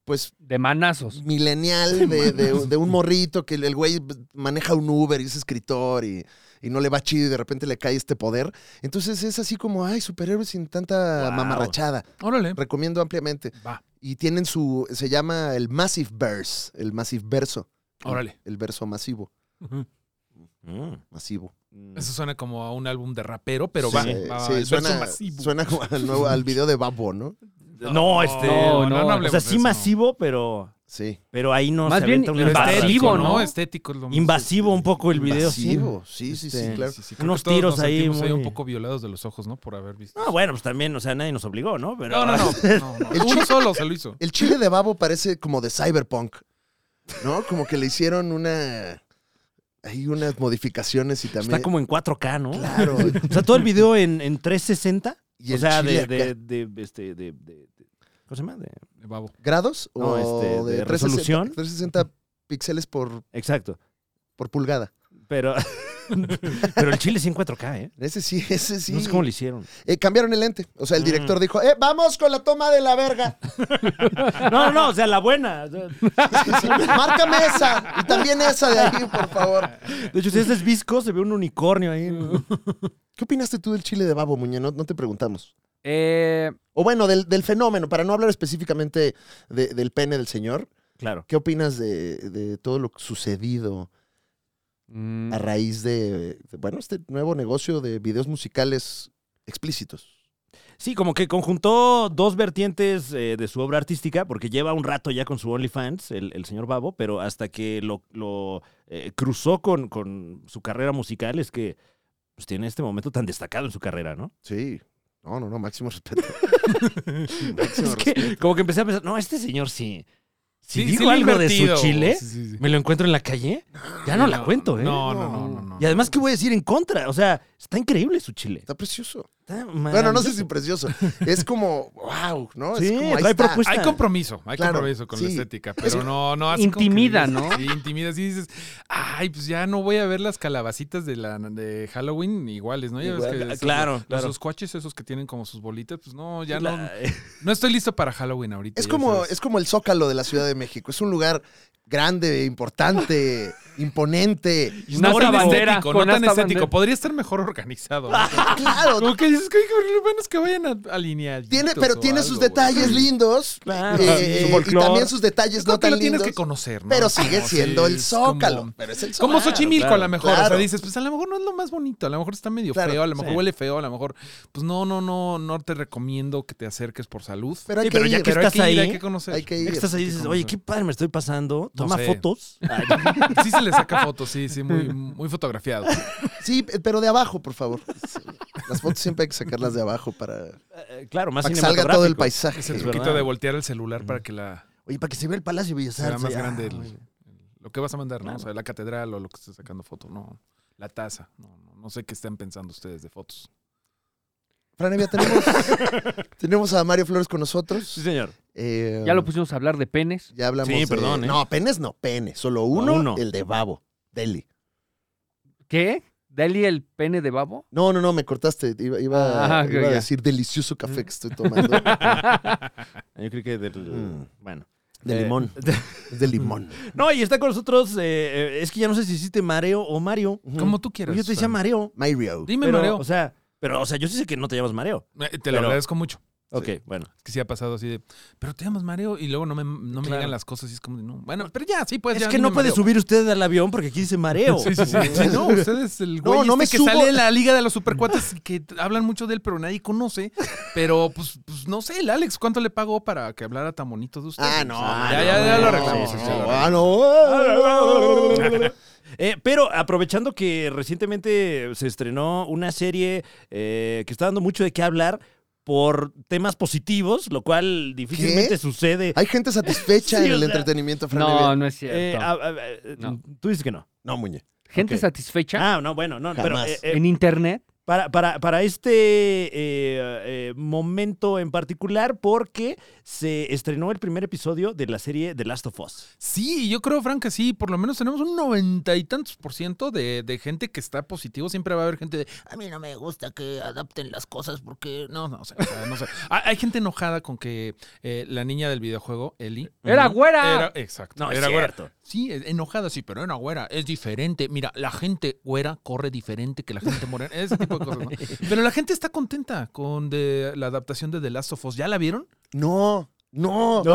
A: pues,
C: De manazos.
A: milenial de, de- de un morrito que el el güey maneja un Uber y es escritor y, y no le va chido y de repente le cae este poder. Entonces es así como, ay, superhéroes sin tanta
B: Wow.
A: mamarrachada.
D: Órale.
A: Recomiendo ampliamente.
D: Va,
A: Y tienen su, se llama el Massive Verse, el Massive Verso.
D: órale.
A: El verso masivo,
D: Ujú.
B: Mm.
A: masivo.
D: Eso suena como a un álbum de rapero, pero
A: Sí,
D: va.
A: eh,
D: va,
A: sí,
D: el verso
A: suena,
D: masivo.
A: suena como al, nuevo, al video de Babo, ¿no?
B: No, este.
C: No, no,
B: o
D: hablemos
B: sea,
D: de
B: sí
D: eso.
B: masivo, pero.
A: Sí.
B: Pero ahí no
C: Más
B: se
C: bien
B: avienta un
D: Pero
C: invasivo,
D: estético, ¿no?
C: ¿no?
D: Estético es lo más- este,
B: Invasivo un poco el video, sí.
A: Invasivo, sí, sí, sí,
B: Este,
A: claro.
D: Sí, sí, creo
B: Unos
D: que todos
B: tiros
D: nos
B: ahí
D: sentimos
B: muy-
D: un poco violados de los ojos, ¿no? Por haber visto.
B: No, bueno, pues también, o sea, nadie nos obligó, ¿no? Pero,
D: No, no, no. no, no.
A: El
D: Uno
A: chiste-
D: solo se lo hizo.
A: El chile de babo parece como de cyberpunk, ¿no? Como que le hicieron una... Hay unas modificaciones y también...
B: Está como en 4K, ¿no?
A: Claro.
B: O sea, todo el video en, en 360.
A: Y
B: o
A: el
B: sea,
A: chile
B: de, de,
A: acá.
B: de, este, de, de- de- ¿Cómo se llama? De-
D: Babo.
A: ¿Grados?
B: No,
A: o
B: este,
A: 360
B: de resolución.
A: 360 píxeles por,
B: exacto.
A: por pulgada.
B: Pero, pero el chile es en 4K, ¿eh?
A: Ese sí, ese sí.
B: No sé cómo Ah. lo hicieron.
A: Eh, cambiaron el lente. O sea, el director dijo, ¡eh, vamos con la toma de la verga!
B: No, no, o sea, la buena. De
A: Sí, sí. ¡Márcame esa! Y también esa de ahí, por favor.
B: hecho, si ese es visco, se ve un unicornio ahí.
A: ¿Qué opinaste tú del chile de babo, Muñe? No- no te preguntamos.
C: Eh,
A: O bueno, del, del fenómeno, para no hablar específicamente de- del pene del señor,
B: Claro.
A: ¿qué opinas de, de todo lo sucedido
C: mm,
A: a raíz de, de, bueno, este nuevo negocio de videos musicales explícitos?
B: Sí, como que conjuntó dos vertientes eh, de su obra artística, porque lleva un rato ya con su OnlyFans, el, el señor Babo, pero hasta que lo, lo, eh, cruzó con, con su carrera musical es que pues, tiene este momento tan destacado en su carrera, ¿no?
A: Sí. No, no, no, máximo respeto. máximo
B: Es que como que empecé a pensar, no, este señor sí. Si
D: Sí, sí
B: digo
D: lo he
B: algo de su
D: invertido.
B: chile,
D: Sí, sí, sí.
B: me lo encuentro en la calle, ya no, la cuento, ¿eh?
D: No, no, no, no. no.
B: Y además, ¿qué voy a decir en contra? O sea, está increíble su chile.
A: Está precioso.
B: Está
A: Bueno, no
B: maravilloso.
A: sé si precioso. Es como, wow, ¿no?
B: Sí,
A: es como, ahí
B: trae
A: está.
B: propuesta.
D: Hay compromiso, hay
A: Claro,
D: compromiso con
A: sí.
D: la estética, pero no, no así como que
C: Intimida,
D: dices-
C: ¿no?
D: Sí, intimida, sí dices, Ay, pues ya no voy a ver las calabacitas de la de Halloween iguales, ¿no? Ya ves
B: Igual,
D: que
B: ah,
D: esos-
B: claro,
D: los,
B: claro.
D: Los coaches esos que tienen como sus bolitas, pues no, ya no.
B: La-
D: No estoy listo para Halloween ahorita.
A: Es
D: ya
A: como,
D: sabes.
A: es como el Zócalo de la Ciudad de México. Es un lugar grande, importante, imponente.
D: no
C: Una
D: tan
C: bandera,
D: estético, no
C: con
D: tan
C: hasta
D: estético.
C: bandera.
D: Podría estar mejor organizado. ¿no?
A: Claro,
D: Como que dices que lo menos que vayan a alinear.
A: tiene, pero tiene sus detalles lindos.
B: Claro,
A: eh,
B: sí. Su
A: y
B: folclor.
A: también sus detalles
D: No
A: no
D: te
A: tan
D: lo tienes
A: lindos.
D: que conocer, ¿no?
A: pero sigue
D: Como
A: siendo
D: si
A: el
D: es
A: Zócalo.
D: como-
A: pero es el
D: Como
A: Zócalo.
D: Xochimilco,
B: claro,
D: a lo mejor. O
A: claro.
D: sea, dices, pues a lo mejor no es lo más bonito, a lo mejor está medio
A: Claro,
D: feo, a lo mejor
B: sí.
D: huele feo, a lo mejor. Pues no, no, no, no te recomiendo que te acerques por salud.
A: Pero hay
B: Sí,
A: que
B: pero ya
A: ir,
B: que
D: Pero hay
B: estás
D: que ir, hay
B: ahí,
D: que conocer.
A: hay que
B: ya
A: ir.
B: que estás ahí, dices, oye, qué padre me estoy pasando. Toma
D: sé.
B: fotos. Ay,
D: Sí se le saca fotos, sí, sí, muy, muy fotografiado.
A: Sí, pero de abajo, por favor. Sí. Las fotos siempre hay que sacarlas de abajo para,
B: eh, claro, más
A: para que salga todo el
B: cinematográfico.
A: paisaje.
D: Ese
B: Es
D: truquito
B: verdad.
D: de voltear el celular para que la
B: Oye, para que se vea el Palacio de Bellas
D: sea
B: Artes.
D: más
B: Ah,
D: grande el-
B: oye.
D: lo que vas a mandar, ¿no? O sea, la catedral o lo que estés sacando foto, no. La taza, no, no, no sé qué están pensando ustedes de fotos.
A: Franevia, tenemos, tenemos a Mario Flores con
B: Sí,
A: nosotros.
B: señor.
A: Eh,
C: Ya lo pusimos a hablar de penes.
A: ya hablamos.
B: Sí,
A: de-
B: perdón, ¿eh?
A: No, penes no, pene. Solo uno,
B: uno.
A: el de Babo. Deli.
C: ¿Qué? ¿Deli el pene de babo?
A: No, no, no, me cortaste. Iba, iba-
C: Ah,
A: iba a
C: ya.
A: decir delicioso
D: Mm.
A: café que estoy tomando.
B: Yo creo que del.
A: Mm.
B: Bueno.
A: De
B: Eh,
A: limón. Es de limón.
B: No, y está con nosotros. eh, eh, es que ya no sé si hiciste Mareo o Mario.
D: Como tú quieras.
B: Yo te decía
D: Fran.
B: Mareo.
A: Mario.
D: Dime,
B: pero,
D: Mareo.
B: O sea, pero, o sea, yo sí sé que no te llamas Mareo.
D: Eh, te lo
B: pero-
D: agradezco mucho.
B: Ok, bueno.
D: Es que sí ha pasado así de, pero te llamas Mareo y luego no me, no me
B: Claro.
D: llegan las cosas y es como de, no. Bueno, pero ya, sí, pues
B: es
D: ya,
B: que
D: dime
B: no puede
D: Mareo.
B: subir usted al avión porque aquí dice Mareo.
D: Sí, sí, sí. Sí, No, ustedes, el güey
A: no
D: este
A: me
D: que
A: subo.
D: sale en la Liga de los Supercuates y que t- hablan mucho de él, pero nadie conoce. Pero, pues, pues, no sé, el Alex, ¿cuánto le pagó para que hablara tan bonito de usted? Pues,
A: Ah, no.
D: Ya,
A: ah,
D: ya,
A: no,
D: ya lo
A: no,
D: arreglamos.
A: no,
D: sí, ya lo
A: Ah,
D: arreglamos.
A: no.
B: Eh, pero aprovechando que recientemente se estrenó una serie eh, que está dando mucho de qué hablar por temas positivos, lo cual difícilmente
A: ¿Qué?
B: sucede.
A: Hay gente satisfecha
B: Sí,
A: en
B: o
A: el
B: sea,
A: entretenimiento, Fran
C: No,
A: Evia.
C: no es cierto.
B: Eh, a- a- a-
C: No.
B: Tú dices que no.
A: No, Muñe.
C: Gente
B: ok.
C: satisfecha
B: Ah, no, bueno, no, pero
A: Jamás.
B: eh, eh,
C: en internet.
B: para, para, para este eh, eh, momento en particular, porque se estrenó el primer episodio de la serie The Last of Us.
D: Sí, yo creo, Frank, que sí, por lo menos tenemos un noventa y tantos por ciento de, de gente que está positivo. Siempre va a haber gente de,
F: A mí no me gusta que adapten las cosas porque
D: no, no sé, o sea, no sé. Ah, Hay gente enojada con que eh, la niña del videojuego, Ellie,
C: ¡Era güera!
D: era, exacto,
B: No, es
D: era güera.
B: cierto.
D: Sí, e- enojada, sí, pero era güera. Es diferente. Mira, la gente güera corre diferente que la gente morena. Ese tipo de cosas, ¿no? Pero la gente está contenta con de- la adaptación de The Last of Us. ¿Ya la vieron?
A: No, no,
B: Ay.
A: no.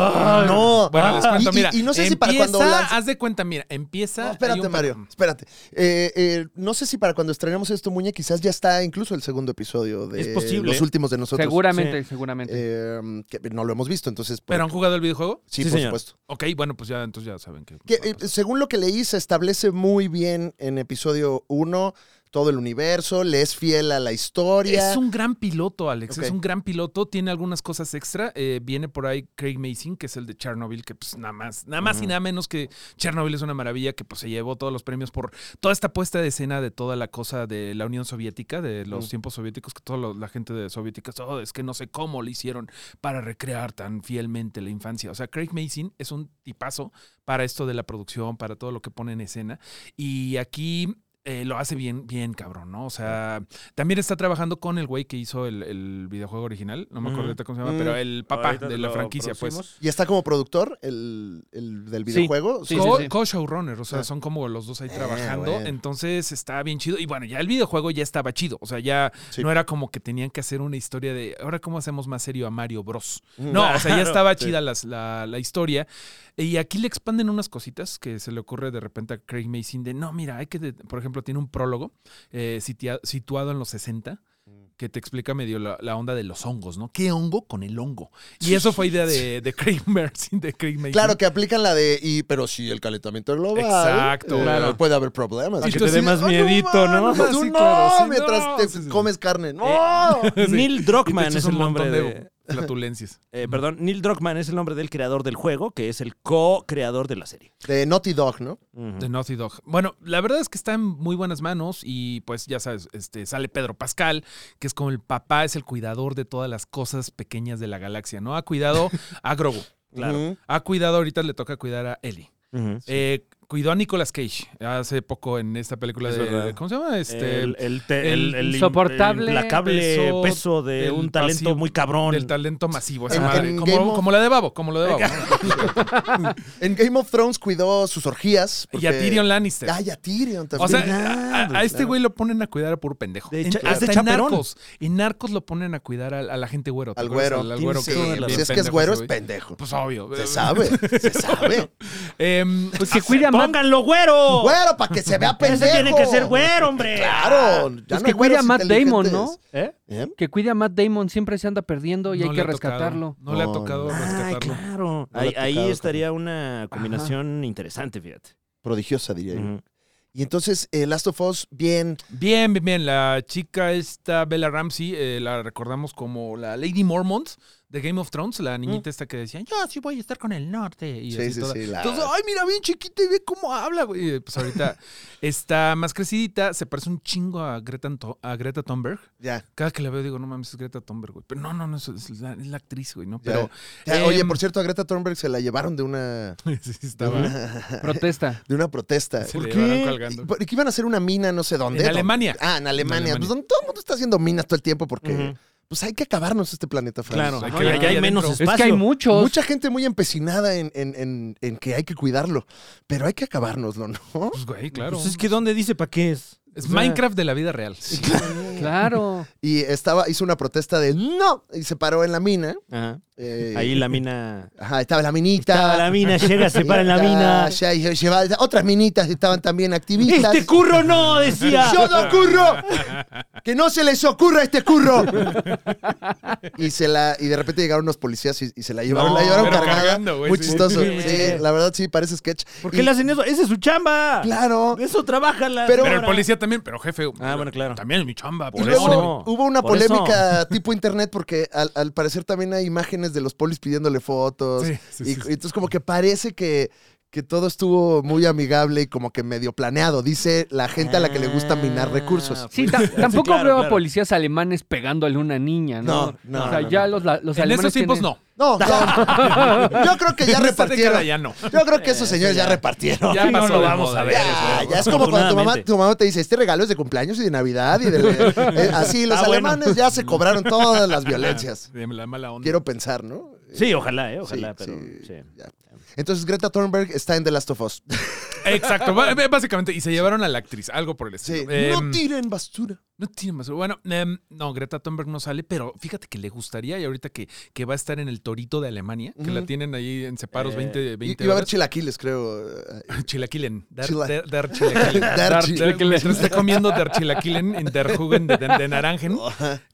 D: Ah, Bueno, les cuento,
A: Y- y-
D: mira.
A: Y, no sé si para
D: empieza-
A: cuando... lanz-
D: Haz de cuenta, mira, empieza...
A: No,
D: hay
A: espérate,
D: un-
A: Mario, espérate. Eh, eh, no sé si para cuando estrenemos esto, Muñe, quizás ya está incluso el segundo episodio de
B: Es posible.
A: los últimos de nosotros.
C: seguramente, seguramente.
A: Eh, que no lo hemos visto, entonces... pues,
D: ¿Pero han jugado el videojuego?
A: sí,
B: Sí,
A: por
B: señor.
A: supuesto.
D: Ok, bueno, pues ya, entonces ya saben que...
A: Que, eh, según lo que leí, se establece muy bien en episodio 1 todo el universo, le es fiel a la historia.
D: Es un gran piloto, Alex. Es
A: Ok.
D: un gran piloto. Tiene algunas cosas extra. Eh, viene por ahí Craig Mason, que es el de Chernobyl, que pues nada más, nada más y nada menos que Chernobyl es una maravilla que pues se llevó todos los premios por toda esta puesta de escena de toda la cosa de la Unión Soviética, de
A: Mm.
D: los tiempos soviéticos, que toda lo- la gente de soviética, "Oh, es que no sé cómo le hicieron para recrear tan fielmente la infancia. O sea, Craig Mason es un tipazo para esto de la producción, para todo lo que pone en escena. Y aquí eh, lo hace bien, bien cabrón, ¿no? O sea, también está trabajando con el güey que hizo el, el videojuego original. No me acuerdo
B: Ujú.
D: ahorita cómo se llama,
A: Mm.
D: pero el papá
B: Ahorita
D: de la
B: lo
D: franquicia, pues.
B: producimos.
A: Y está como productor el, el del
C: Sí,
A: videojuego.
C: sí,
A: Su-
D: Co-
C: sí, sí.
D: Co-showrunner, o sea,
A: Ah.
D: son como los
B: Eh,
D: dos ahí
A: Ah,
D: trabajando.
A: bueno.
D: Entonces está bien chido. Y bueno, ya el videojuego ya estaba chido. O sea, ya
A: Sí.
D: no era como que tenían que hacer una historia de ahora cómo hacemos más serio a Mario Bros.
A: Mm.
D: No, o sea, ya
B: Claro,
D: estaba
B: sí.
D: chida las- la, la historia. Y aquí le expanden unas cositas que se le ocurre de repente a Craig Mason de, no, mira, hay que, de- por ejemplo, tiene un prólogo eh, sitia- situado en los 60
B: Mm.
D: que te explica medio la, la onda de los hongos, ¿no? ¿Qué hongo con el hongo? Y eso fue idea de, de Craig Mason, de Craig Mason.
A: Claro que aplican la de, y, pero si el calentamiento global.
D: Exacto.
A: eh,
D: Claro.
A: Puede haber problemas.
B: Para
D: Y
B: que
D: tú
B: te dé
D: así de,
B: más
D: "Ah,
B: miedito, ¿no?"
D: mames,
A: Tú,
D: sí,
A: no,
D: claro, sí,
A: mientras
D: no,
A: te
D: sí, Eh. sí.
A: comes carne. No.
B: Neil
D: Y
B: Druckmann
D: te
B: es
D: echas
B: el
D: un montón
B: nombre de...
D: flatulencias.
B: eh, perdón, Neil Druckmann es el nombre del creador del juego, que es el co-creador de la serie.
A: De Naughty Dog, ¿no?
D: De Naughty Dog. Bueno, la verdad es que está en muy buenas manos y pues ya sabes, este sale Pedro Pascal, que es como el papá, es el cuidador de todas las cosas pequeñas de la galaxia, ¿no? Ha cuidado a Grogu,
B: Claro.
A: Ujú.
D: ha cuidado, ahorita le toca cuidar a Ellie.
B: Ujú.
D: Eh, Cuidó a Nicolas Cage hace poco en esta película
B: Es
D: de.
B: verdad.
D: ¿Cómo se llama? Este.
B: el, el te- el-
D: el
B: el-
C: insoportable
B: el implacable
D: peso
B: peso, de
D: del
B: un talento
D: pasivo-
B: muy cabrón.
D: del talento masivo, esa
A: En-
D: madre.
A: Ah, en Game
D: Como,
A: of-
D: como la de Babo, como la de Babo.
A: En Game of Thrones cuidó sus orgías.
D: Y a
A: porque-
D: Tyrion Lannister.
A: Ay, a Tyrion también.
D: O sea,
A: Ah,
D: a, a- a
A: pues,
D: este
A: claro.
D: güey lo ponen a cuidar a puro pendejo.
B: De
D: En-
B: cha- es de
D: hasta en
B: chaperón.
D: narcos. En narcos lo ponen a cuidar a, a la gente güero. ¿te
A: Al
D: acuerdas?
A: güero.
D: Al, al güero
A: Sí,
D: que-
A: pues,
D: bien
A: si es que es
D: pendejo
A: güero,
D: ese
A: es
D: güey.
A: pendejo.
D: Pues obvio.
A: Se sabe, se sabe.
D: Em,
C: Pues que cuida a Matt,
B: ¡Pónganlo, güero!
A: Güero, para que se vea pendejo.
B: Ese tiene que ser güero, hombre.
A: Claro. ya
C: pues
A: no
C: que
A: hay
C: cuida a
A: güeros
C: Matt Damon, ¿no?
A: inteligentes.
B: ¿Eh?
A: ¿Eh?
C: Que cuida a Matt Damon, siempre se anda perdiendo y
D: no
C: hay
D: le
C: que
D: ha tocado,
C: rescatarlo.
D: No le ha
A: No,
D: tocado
B: Ah,
D: rescatarlo.
B: claro.
A: No
B: ahí
A: le ha
B: ahí
A: tocado,
B: estaría una combinación interesante, fíjate.
A: Prodigiosa, diría yo.
B: Ujú.
A: Y entonces, eh, Last of Us, bien.
D: Bien, bien, bien. La chica esta, Bella Ramsey, eh, la recordamos como la Lady Mormont de Game of Thrones,
B: Mm.
D: la niñita esta que decía, yo sí voy a estar con el norte. Y
A: Sí,
D: así
A: sí,
D: toda.
A: sí, la-
D: Entonces, ay, mira, bien chiquita y ve cómo habla, güey. Eh, Pues ahorita está más crecidita, se parece un chingo a Greta, Anto- a Greta Thunberg.
A: Ya.
D: Cada que la veo digo, no mames, es Greta Thunberg, güey. Pero no, no, no, es, es la, es la actriz, güey, ¿no?
A: Ya.
D: Pero...
A: Ya, oye,
D: em,
A: por cierto, a Greta Thunberg se la llevaron de una,
D: sí, sí,
A: de
D: estaba...
A: una,
C: Protesta.
A: de una protesta.
D: Se
A: ¿Por
D: le
A: qué?
D: llevaron colgando.
A: ¿Y por- y que iban a hacer una mina no sé dónde.
D: En
A: ¿Dó-
D: Alemania.
A: Ah, en Alemania.
D: En Alemania.
A: Pues, donde todo el mundo está haciendo minas todo el tiempo porque
B: Ujú.
A: pues hay que acabarnos este planeta, Fran.
B: Claro.
D: hay
B: No,
D: que
B: ya,
D: ver
B: ya
D: ahí
B: hay menos
D: adentro.
B: espacio.
C: Es que hay muchos.
A: Mucha gente muy empecinada en, en- en- en que hay que cuidarlo, pero hay que acabárnoslo, ¿no?
D: Pues, güey, claro.
B: Pues es que ¿dónde dice para qué es?
D: es
B: O sea,
D: Minecraft de la vida real.
C: Claro.
A: Y estaba, hizo una protesta de no, y se paró en la mina.
B: ajá.
A: eh,
B: Ahí la mina.
A: Ajá, estaba la minita.
B: Estaba la mina, llega, se para en la mina.
A: Ya, ya, y llevaba- otras minitas estaban también activistas.
B: ¡Este curro no! Decía.
A: ¡Yo no curro! ¡Que no se les ocurra a este curro! Y, se la, y de repente llegaron unos policías y, y se la llevaron,
B: No,
A: la llevaron
D: pero
A: cargada.
D: cargando, güey,
A: Muy
D: sí.
A: chistoso.
B: Sí.
A: Sí, la verdad sí, parece sketch.
B: ¿Por
A: Y-
B: qué le hacen eso? ¡Esa es su chamba!
A: Claro.
B: De eso trabaja la.
A: Pero-
D: Pero el
B: señora.
D: policía también, pero jefe.
B: Ah, bueno, claro.
D: También es mi chamba.
A: Y
B: Por
A: luego
B: eso.
A: hubo una
B: Por eso.
A: polémica tipo internet porque al, al parecer también hay imágenes de los polis pidiéndole fotos.
D: Sí, sí,
A: y,
D: sí, sí.
A: y entonces como que parece que, que todo estuvo muy amigable y como que medio planeado, dice la gente a la que le gusta minar
B: Ah,
A: recursos.
C: Sí, ta-
B: pues,
C: tampoco
B: claro,
C: veo a
B: claro.
C: policías alemanes pegándole a una niña, ¿no?
A: No, no,
C: O sea,
A: no,
C: ya los, la- los
D: en
C: alemanes.
D: esos tiempos
C: tienen-
D: no.
A: No, no. Yo creo que ya
D: En esta década
A: repartieron.
D: ya no.
A: Yo creo que esos señores ya repartieron.
D: Ya
B: Sí, no
D: pasó
B: lo
D: de
B: vamos
D: moda,
B: a ver.
D: ya,
A: Ya,
B: eso,
A: ya es como cuando tu mamá,
B: afortunadamente.
A: tu mamá te dice, este regalo es de cumpleaños y de Navidad y de... eh, así, los
B: Ah, bueno.
A: alemanes ya se cobraron todas las violencias.
D: De la mala onda.
A: Quiero pensar, ¿no?
B: Sí, ojalá, eh, ojalá,
A: Sí,
B: pero.
A: sí,
B: sí.
A: ya. Entonces Greta Thunberg está en The Last of Us.
D: Exacto, ba- b- básicamente. Y se llevaron a la actriz, algo por el estilo. Em,
A: no tiren basura.
D: no tiene más. Bueno, em, no, Greta Thunberg no sale, pero fíjate que le gustaría. Y ahorita que, que va a estar en el Torito de Alemania, que la
A: Ujú.
D: tienen ahí en separos
B: Eh,
D: 20, 20
A: Y- Iba a haber
D: horas.
A: chilaquiles, creo. eh,
D: Chilaquilen. Dar,
A: Chila-
D: dar, dar chilaquilen.
A: Dar
D: Dar-
A: chi-
D: dar- mientras esté comiendo dar chilaquilen en dar jugen de, de, de naranjen.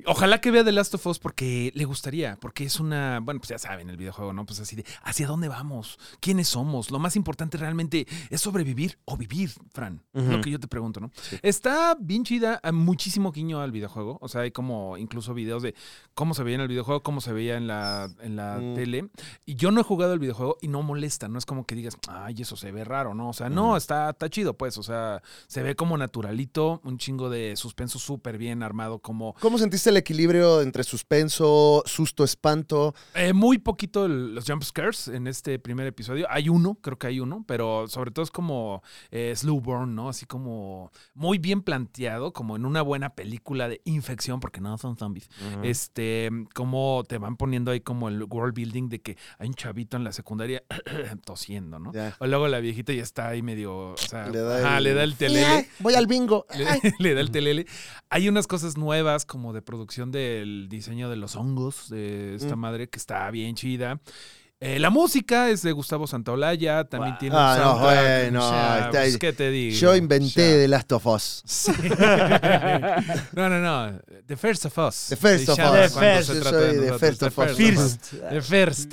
D: Ojalá que vea The Last of Us porque le gustaría, porque es una, bueno, pues ya saben el videojuego, ¿no? Pues así de, ¿hacia dónde vamos? ¿Quiénes somos? Lo más importante realmente es sobrevivir o vivir, Fran. Lo que yo te pregunto, ¿no? Está bien chida, hay muchísimo guiño al videojuego, o sea, hay como incluso videos de cómo se veía en el videojuego, cómo se veía en la, en la
A: Mm.
D: tele. Y yo no he jugado el videojuego y no molesta, no es como que digas, ay, eso se ve raro, ¿no? O sea, no, está, está chido, pues, o sea, se ve como naturalito, un chingo de suspenso súper bien armado, como
A: ¿Cómo sentiste el equilibrio entre suspenso, susto, espanto?
D: Eh, muy poquito el- los jump scares en este primer episodio. Hay uno, creo que hay uno, pero sobre todo es como eh, slow burn, ¿no? Así como muy bien planteado, como en una buena película de infección, porque no son zombies. Este, como te van poniendo ahí como el world building de que hay un chavito en la secundaria tosiendo, ¿no?
A: Ya.
D: O luego la viejita ya está ahí medio, o sea,
A: Le da
D: ajá,
A: el-
D: le da el telele
A: Ay, Voy al bingo. Ay.
D: le, le da el telele. Hay unas cosas nuevas como de producción del diseño de los hongos de esta
A: Mm.
D: madre que está bien chida. Eh, la música es de Gustavo Santaolalla, también
B: Guau.
D: tiene
A: Ah, no,
D: soundtrack,
A: bueno,
D: o sea,
A: está
D: pues,
A: ahí.
D: ¿qué te digo?
A: Yo inventé
D: O sea,
A: The Last of Us.
D: sí. no, no, no. The First of Us.
A: The First
D: Se
A: of
D: llama
B: Us.
D: cuando
B: The
D: se
A: First.
D: trata
A: Yo
D: de
A: soy The
D: nosotros.
A: First of Us.
D: The First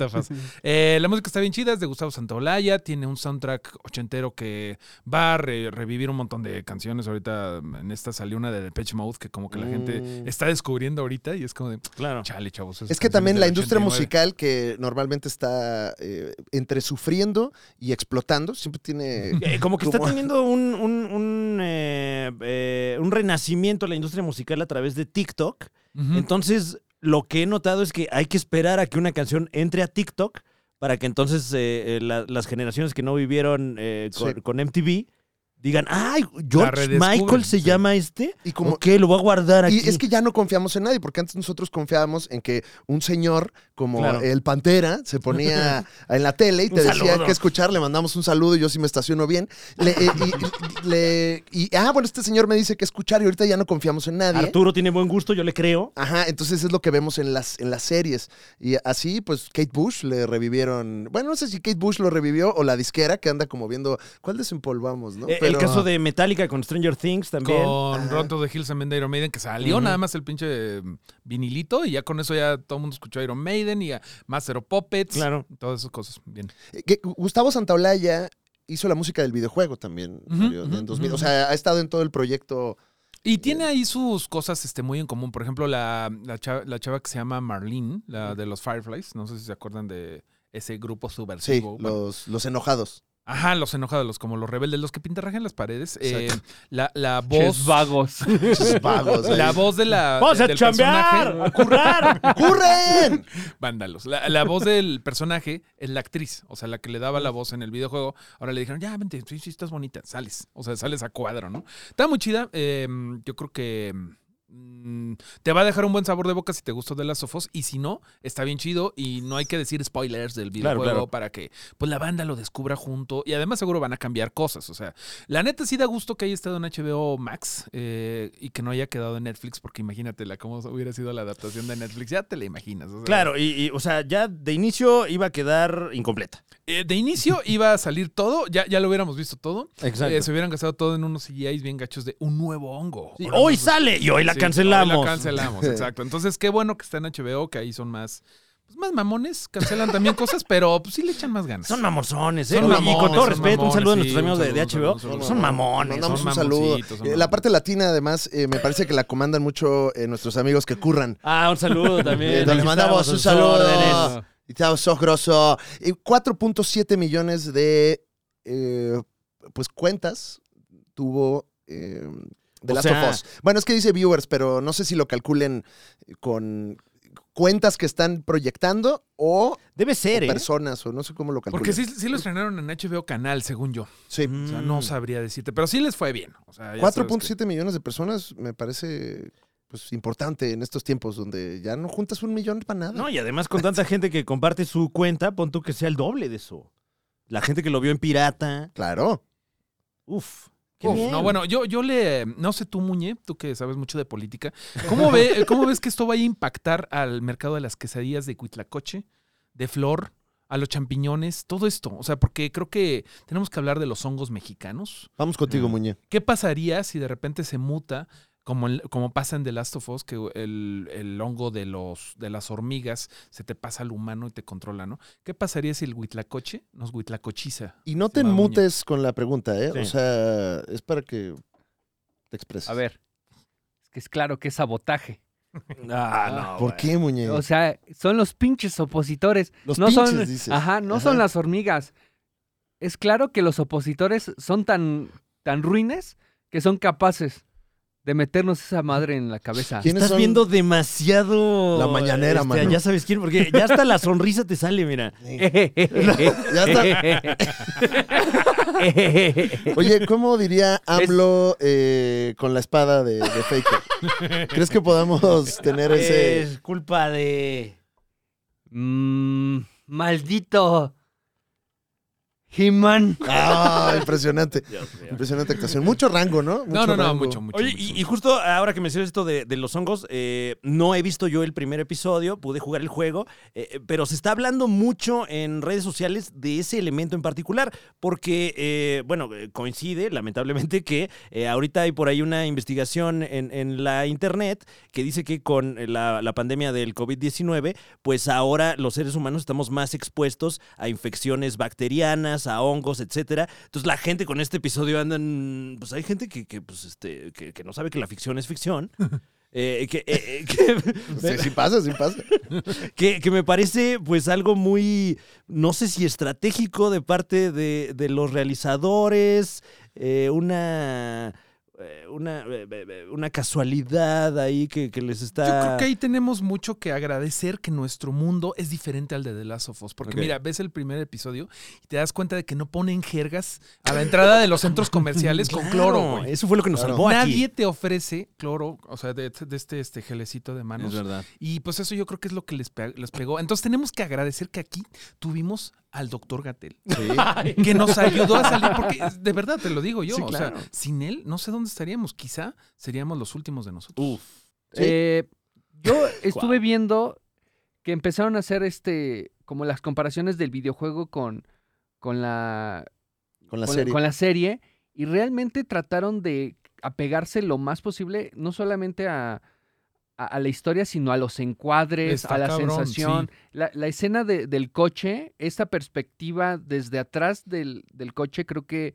D: of Us. Eh, la música está bien chida, es de Gustavo Santaolalla, tiene un soundtrack ochentero que va a re- revivir un montón de canciones. Ahorita mm, en esta salió una de Depeche Mode que como que la gente
A: Mm.
D: está descubriendo ahorita y es como de,
B: Claro.
D: chale, chavos. esas
A: Es que también
D: canciones
A: la
D: del
A: industria
D: 89.
A: musical que normalmente está eh, entre sufriendo y explotando, siempre tiene...
B: Eh, como que está
A: Como-
B: teniendo un, un, un, eh, eh, un renacimiento la industria musical a través de TikTok.
D: Ujú.
B: Entonces, lo que he notado es que hay que esperar a que una canción entre a TikTok para que entonces eh, eh, la- las generaciones que no vivieron eh, con,
A: Sí.
B: con MTV digan, ay, George
D: redescubren,
B: Michael se
D: sí.
B: llama este.
A: Y como-
B: ok, lo voy a guardar aquí.
A: Y es que ya no confiamos en nadie, porque antes nosotros confiábamos en que un señor como
B: Claro.
A: el Pantera se ponía en la tele y te
B: Un
A: decía
B: saludo.
A: qué escuchar, le mandamos un saludo y yo sí me estaciono bien. Le- eh, y, le- y, ah, bueno, este señor me dice qué escuchar y ahorita ya no confiamos en nadie.
B: Arturo tiene buen gusto, yo le creo.
A: Ajá, entonces es lo que vemos en las, en las series. Y así, pues, Kate Bush le revivieron. Bueno, no sé si Kate Bush lo revivió o la disquera que anda como viendo cuál desempolvamos, ¿no?
B: Eh, El
A: Pero-
B: caso de Metallica con Stranger Things también.
D: Con
A: Ajá.
D: Roto de Hills también de Iron Maiden, que salió nada más el pinche eh, vinilito y ya con eso ya todo el mundo escuchó Iron Maiden y a Master of Puppets.
B: Claro.
D: Todas esas cosas. Bien.
A: que Gustavo Santaolalla hizo la música del videojuego también,
D: Ujú,
A: Mario, en
D: ujú,
A: 2000.
D: ujú.
A: O sea, ha estado en todo el proyecto.
D: Y tiene ahí sus cosas este, muy en común. Por ejemplo, la, la, chava, la chava que se llama Marlene, la de los Fireflies. No sé si se acuerdan de ese grupo
A: Sí,
D: subversivo. Bueno,
A: los, los enojados.
D: Ajá, los enojados, los como los rebeldes, los que pintarrajean las paredes. Eh,
A: Exacto.
D: la, la voz.
C: Ches vagos.
A: Esos vagos. ahí.
D: La voz de la.
B: ¡Vamos a
D: de- Ah, del
B: chambear!
D: personaje-
B: ¡A currar!
A: ¡Curren!
D: Vándalos. La, la voz del personaje es la actriz, o sea, la que le daba la voz en el videojuego. Ahora le dijeron, ya, vente, sí, sí, estás bonita, sales. O sea, sales a cuadro, ¿no? Está muy chida. eh, yo creo que mm, te va a dejar un buen sabor de boca si te gustó de las Sofos. Y si no, está bien chido y no hay que decir spoilers del
B: Claro,
D: videojuego
B: claro.
D: para que pues, la banda lo descubra junto. Y además seguro van a cambiar cosas. O sea, la neta sí da gusto que haya estado en HBO Max eh, y que no haya quedado en Netflix, porque imagínate la cómo hubiera sido la adaptación de Netflix. Ya te la imaginas. o sea.
B: claro, y, y, o sea, ya de inicio iba a quedar incompleta.
D: Eh, de inicio iba a salir todo, ya, ya lo hubiéramos visto todo.
B: Exacto.
D: Eh, se hubieran gastado todo en unos CGIs bien gachos de un nuevo hongo.
B: Sí,
D: Ahora
B: hoy
D: nos-
B: sale y hoy la
D: Sí,
B: cancelamos.
D: hoy la cancelamos, exacto. Entonces, qué bueno que está en HBO, que ahí son más, pues, más mamones, cancelan también cosas, pero pues, sí le echan más ganas.
B: Son mamonzones, ¿eh?
D: Son
B: Oye, y con
D: mamones,
B: todo
D: son
B: respeto, un saludo a
D: mamones,
B: nuestros amigos
D: sí,
B: de, de
D: un saludo,
B: HBO.
D: un saludo,
B: son
D: un saludo.
B: mamones.
A: Mandamos
B: son-
A: un
D: son
A: saludo.
D: mamoncitos, son
A: Eh, La
D: mamoncitos.
A: parte latina, además, eh, me parece que la comandan mucho eh, nuestros amigos que curran.
B: Ah, un saludo
A: Eh,
B: también.
A: les
B: Aquí
A: mandamos
B: estamos a
A: un
B: sus
A: saludo.
B: órdenes.
A: Y chao, sos grosso. Y 4.7 millones de eh, pues cuentas tuvo eh, The
B: O
A: Last
B: sea-
A: of Us. Bueno, es que dice viewers, pero no sé si lo calculen con cuentas que están proyectando o,
B: Debe ser,
A: o
B: ¿eh?
A: personas, o no sé cómo lo calculen.
D: Porque sí, sí lo estrenaron en HBO Canal, según yo.
A: Sí.
B: mm,
D: O sea, no sabría decirte, pero sí les fue bien. O sea, ya sabes que-
A: 4.7 millones de personas me parece pues importante en estos tiempos donde ya no juntas un millón para nada.
B: No, y además con tanta gente que comparte su cuenta, pon tú que sea el doble de eso. La gente que lo vio en pirata.
A: Claro.
B: Uf. qué
D: Uf,
B: bien.
D: no, bueno, yo, yo le. No sé tú, Muñe, tú que sabes mucho de política. ¿Cómo, ve, ¿Cómo ves que esto vaya a impactar al mercado de las quesadillas de Cuitlacoche, de Flor, a los champiñones, todo esto? O sea, porque creo que tenemos que hablar de los hongos mexicanos.
A: Vamos contigo,
D: Mm.
A: Muñe.
D: ¿Qué pasaría si de repente se muta, como, en- como pasa en The Last of Us, que el, el hongo de, los, de las hormigas se te pasa al humano y te controla, ¿no? ¿Qué pasaría si el Huitlacoche nos huitlacochiza?
A: Y no te
D: estimado Muñe?
A: mutes con la pregunta, ¿eh?
B: Sí.
A: O sea, es para que te expreses.
C: A ver. Es que es claro que es sabotaje.
B: Ah, no.
A: ¿Por
B: bueno.
A: qué, Muñe?
C: O sea, son los pinches opositores.
A: Eh, Los
C: no
A: pinches,
C: son,
A: dices.
C: Ajá, no
A: Ajá.
C: son las hormigas. Es claro que los opositores son tan, tan ruines que son capaces de meternos esa madre en la cabeza.
A: ¿Quiénes
B: Estás
A: son?
B: viendo demasiado.
A: La
B: este,
A: mañanera, mano.
B: Ya sabes quién, porque ya hasta la sonrisa te sale, mira.
A: Eh, ya está. Oye, ¿cómo diría AMLO eh, con la espada de, de Faker? ¿Crees que podamos tener ese...?
B: Es culpa de.
C: Mm, maldito. He-Man.
A: Ah, impresionante.
B: Dios mío.
A: Impresionante actuación. Mucho rango, ¿no?
D: No, no, no,
A: rango.
D: mucho, mucho.
B: Oye,
D: mucho,
B: y,
D: mucho.
B: y justo ahora que mencionas esto de, de los hongos, eh, no he visto yo el primer episodio, pude jugar el juego, eh, pero se está hablando mucho en redes sociales de ese elemento en particular, porque, eh, bueno, eh, coincide, lamentablemente, que eh, ahorita hay por ahí una investigación en, en la internet que dice que con eh, la, la pandemia del COVID-19, pues ahora los seres humanos estamos más expuestos a infecciones bacterianas, a hongos, etcétera. Entonces la gente con este episodio andan, pues hay gente que, que, pues, este, que, que no sabe que la ficción es ficción. Eh, que, eh, eh, que-
A: Sí, sí pasa, sí pasa.
B: que, que me parece pues algo muy, no sé si estratégico de parte de, de los realizadores, eh, una... eh, una, eh, eh, una casualidad ahí que, que les está...
D: Yo creo que ahí tenemos mucho que agradecer que nuestro mundo es diferente al de The Last of Us. Porque
B: Ok.
D: mira, ves el primer episodio y te das cuenta de que no ponen jergas a la entrada de los centros comerciales con cloro, güey.
B: Eso fue lo que nos
A: Claro.
B: salvó
D: Nadie
B: aquí.
D: te ofrece cloro, o sea, de, de este, este gelecito de manos.
B: Es verdad.
D: Y pues eso yo creo que es lo que les, pe- les pegó. Entonces tenemos que agradecer que aquí tuvimos al doctor Gatel, que nos ayudó a salir, porque es- de verdad te lo digo yo,
B: Sí,
D: o
B: claro.
D: sea, sin él no sé dónde estaríamos, quizá seríamos los últimos de nosotros.
B: Uf.
A: Sí.
C: Eh, yo estuve viendo que empezaron a hacer este como las comparaciones del videojuego con, con la
A: Con la
C: con, la-
A: serie.
C: con la serie y realmente trataron de apegarse lo más posible, no solamente a, a- a la historia, sino a los encuadres,
D: Está
C: a la
D: cabrón,
C: sensación. La, la escena de- del coche, esta perspectiva desde atrás del, del coche, creo que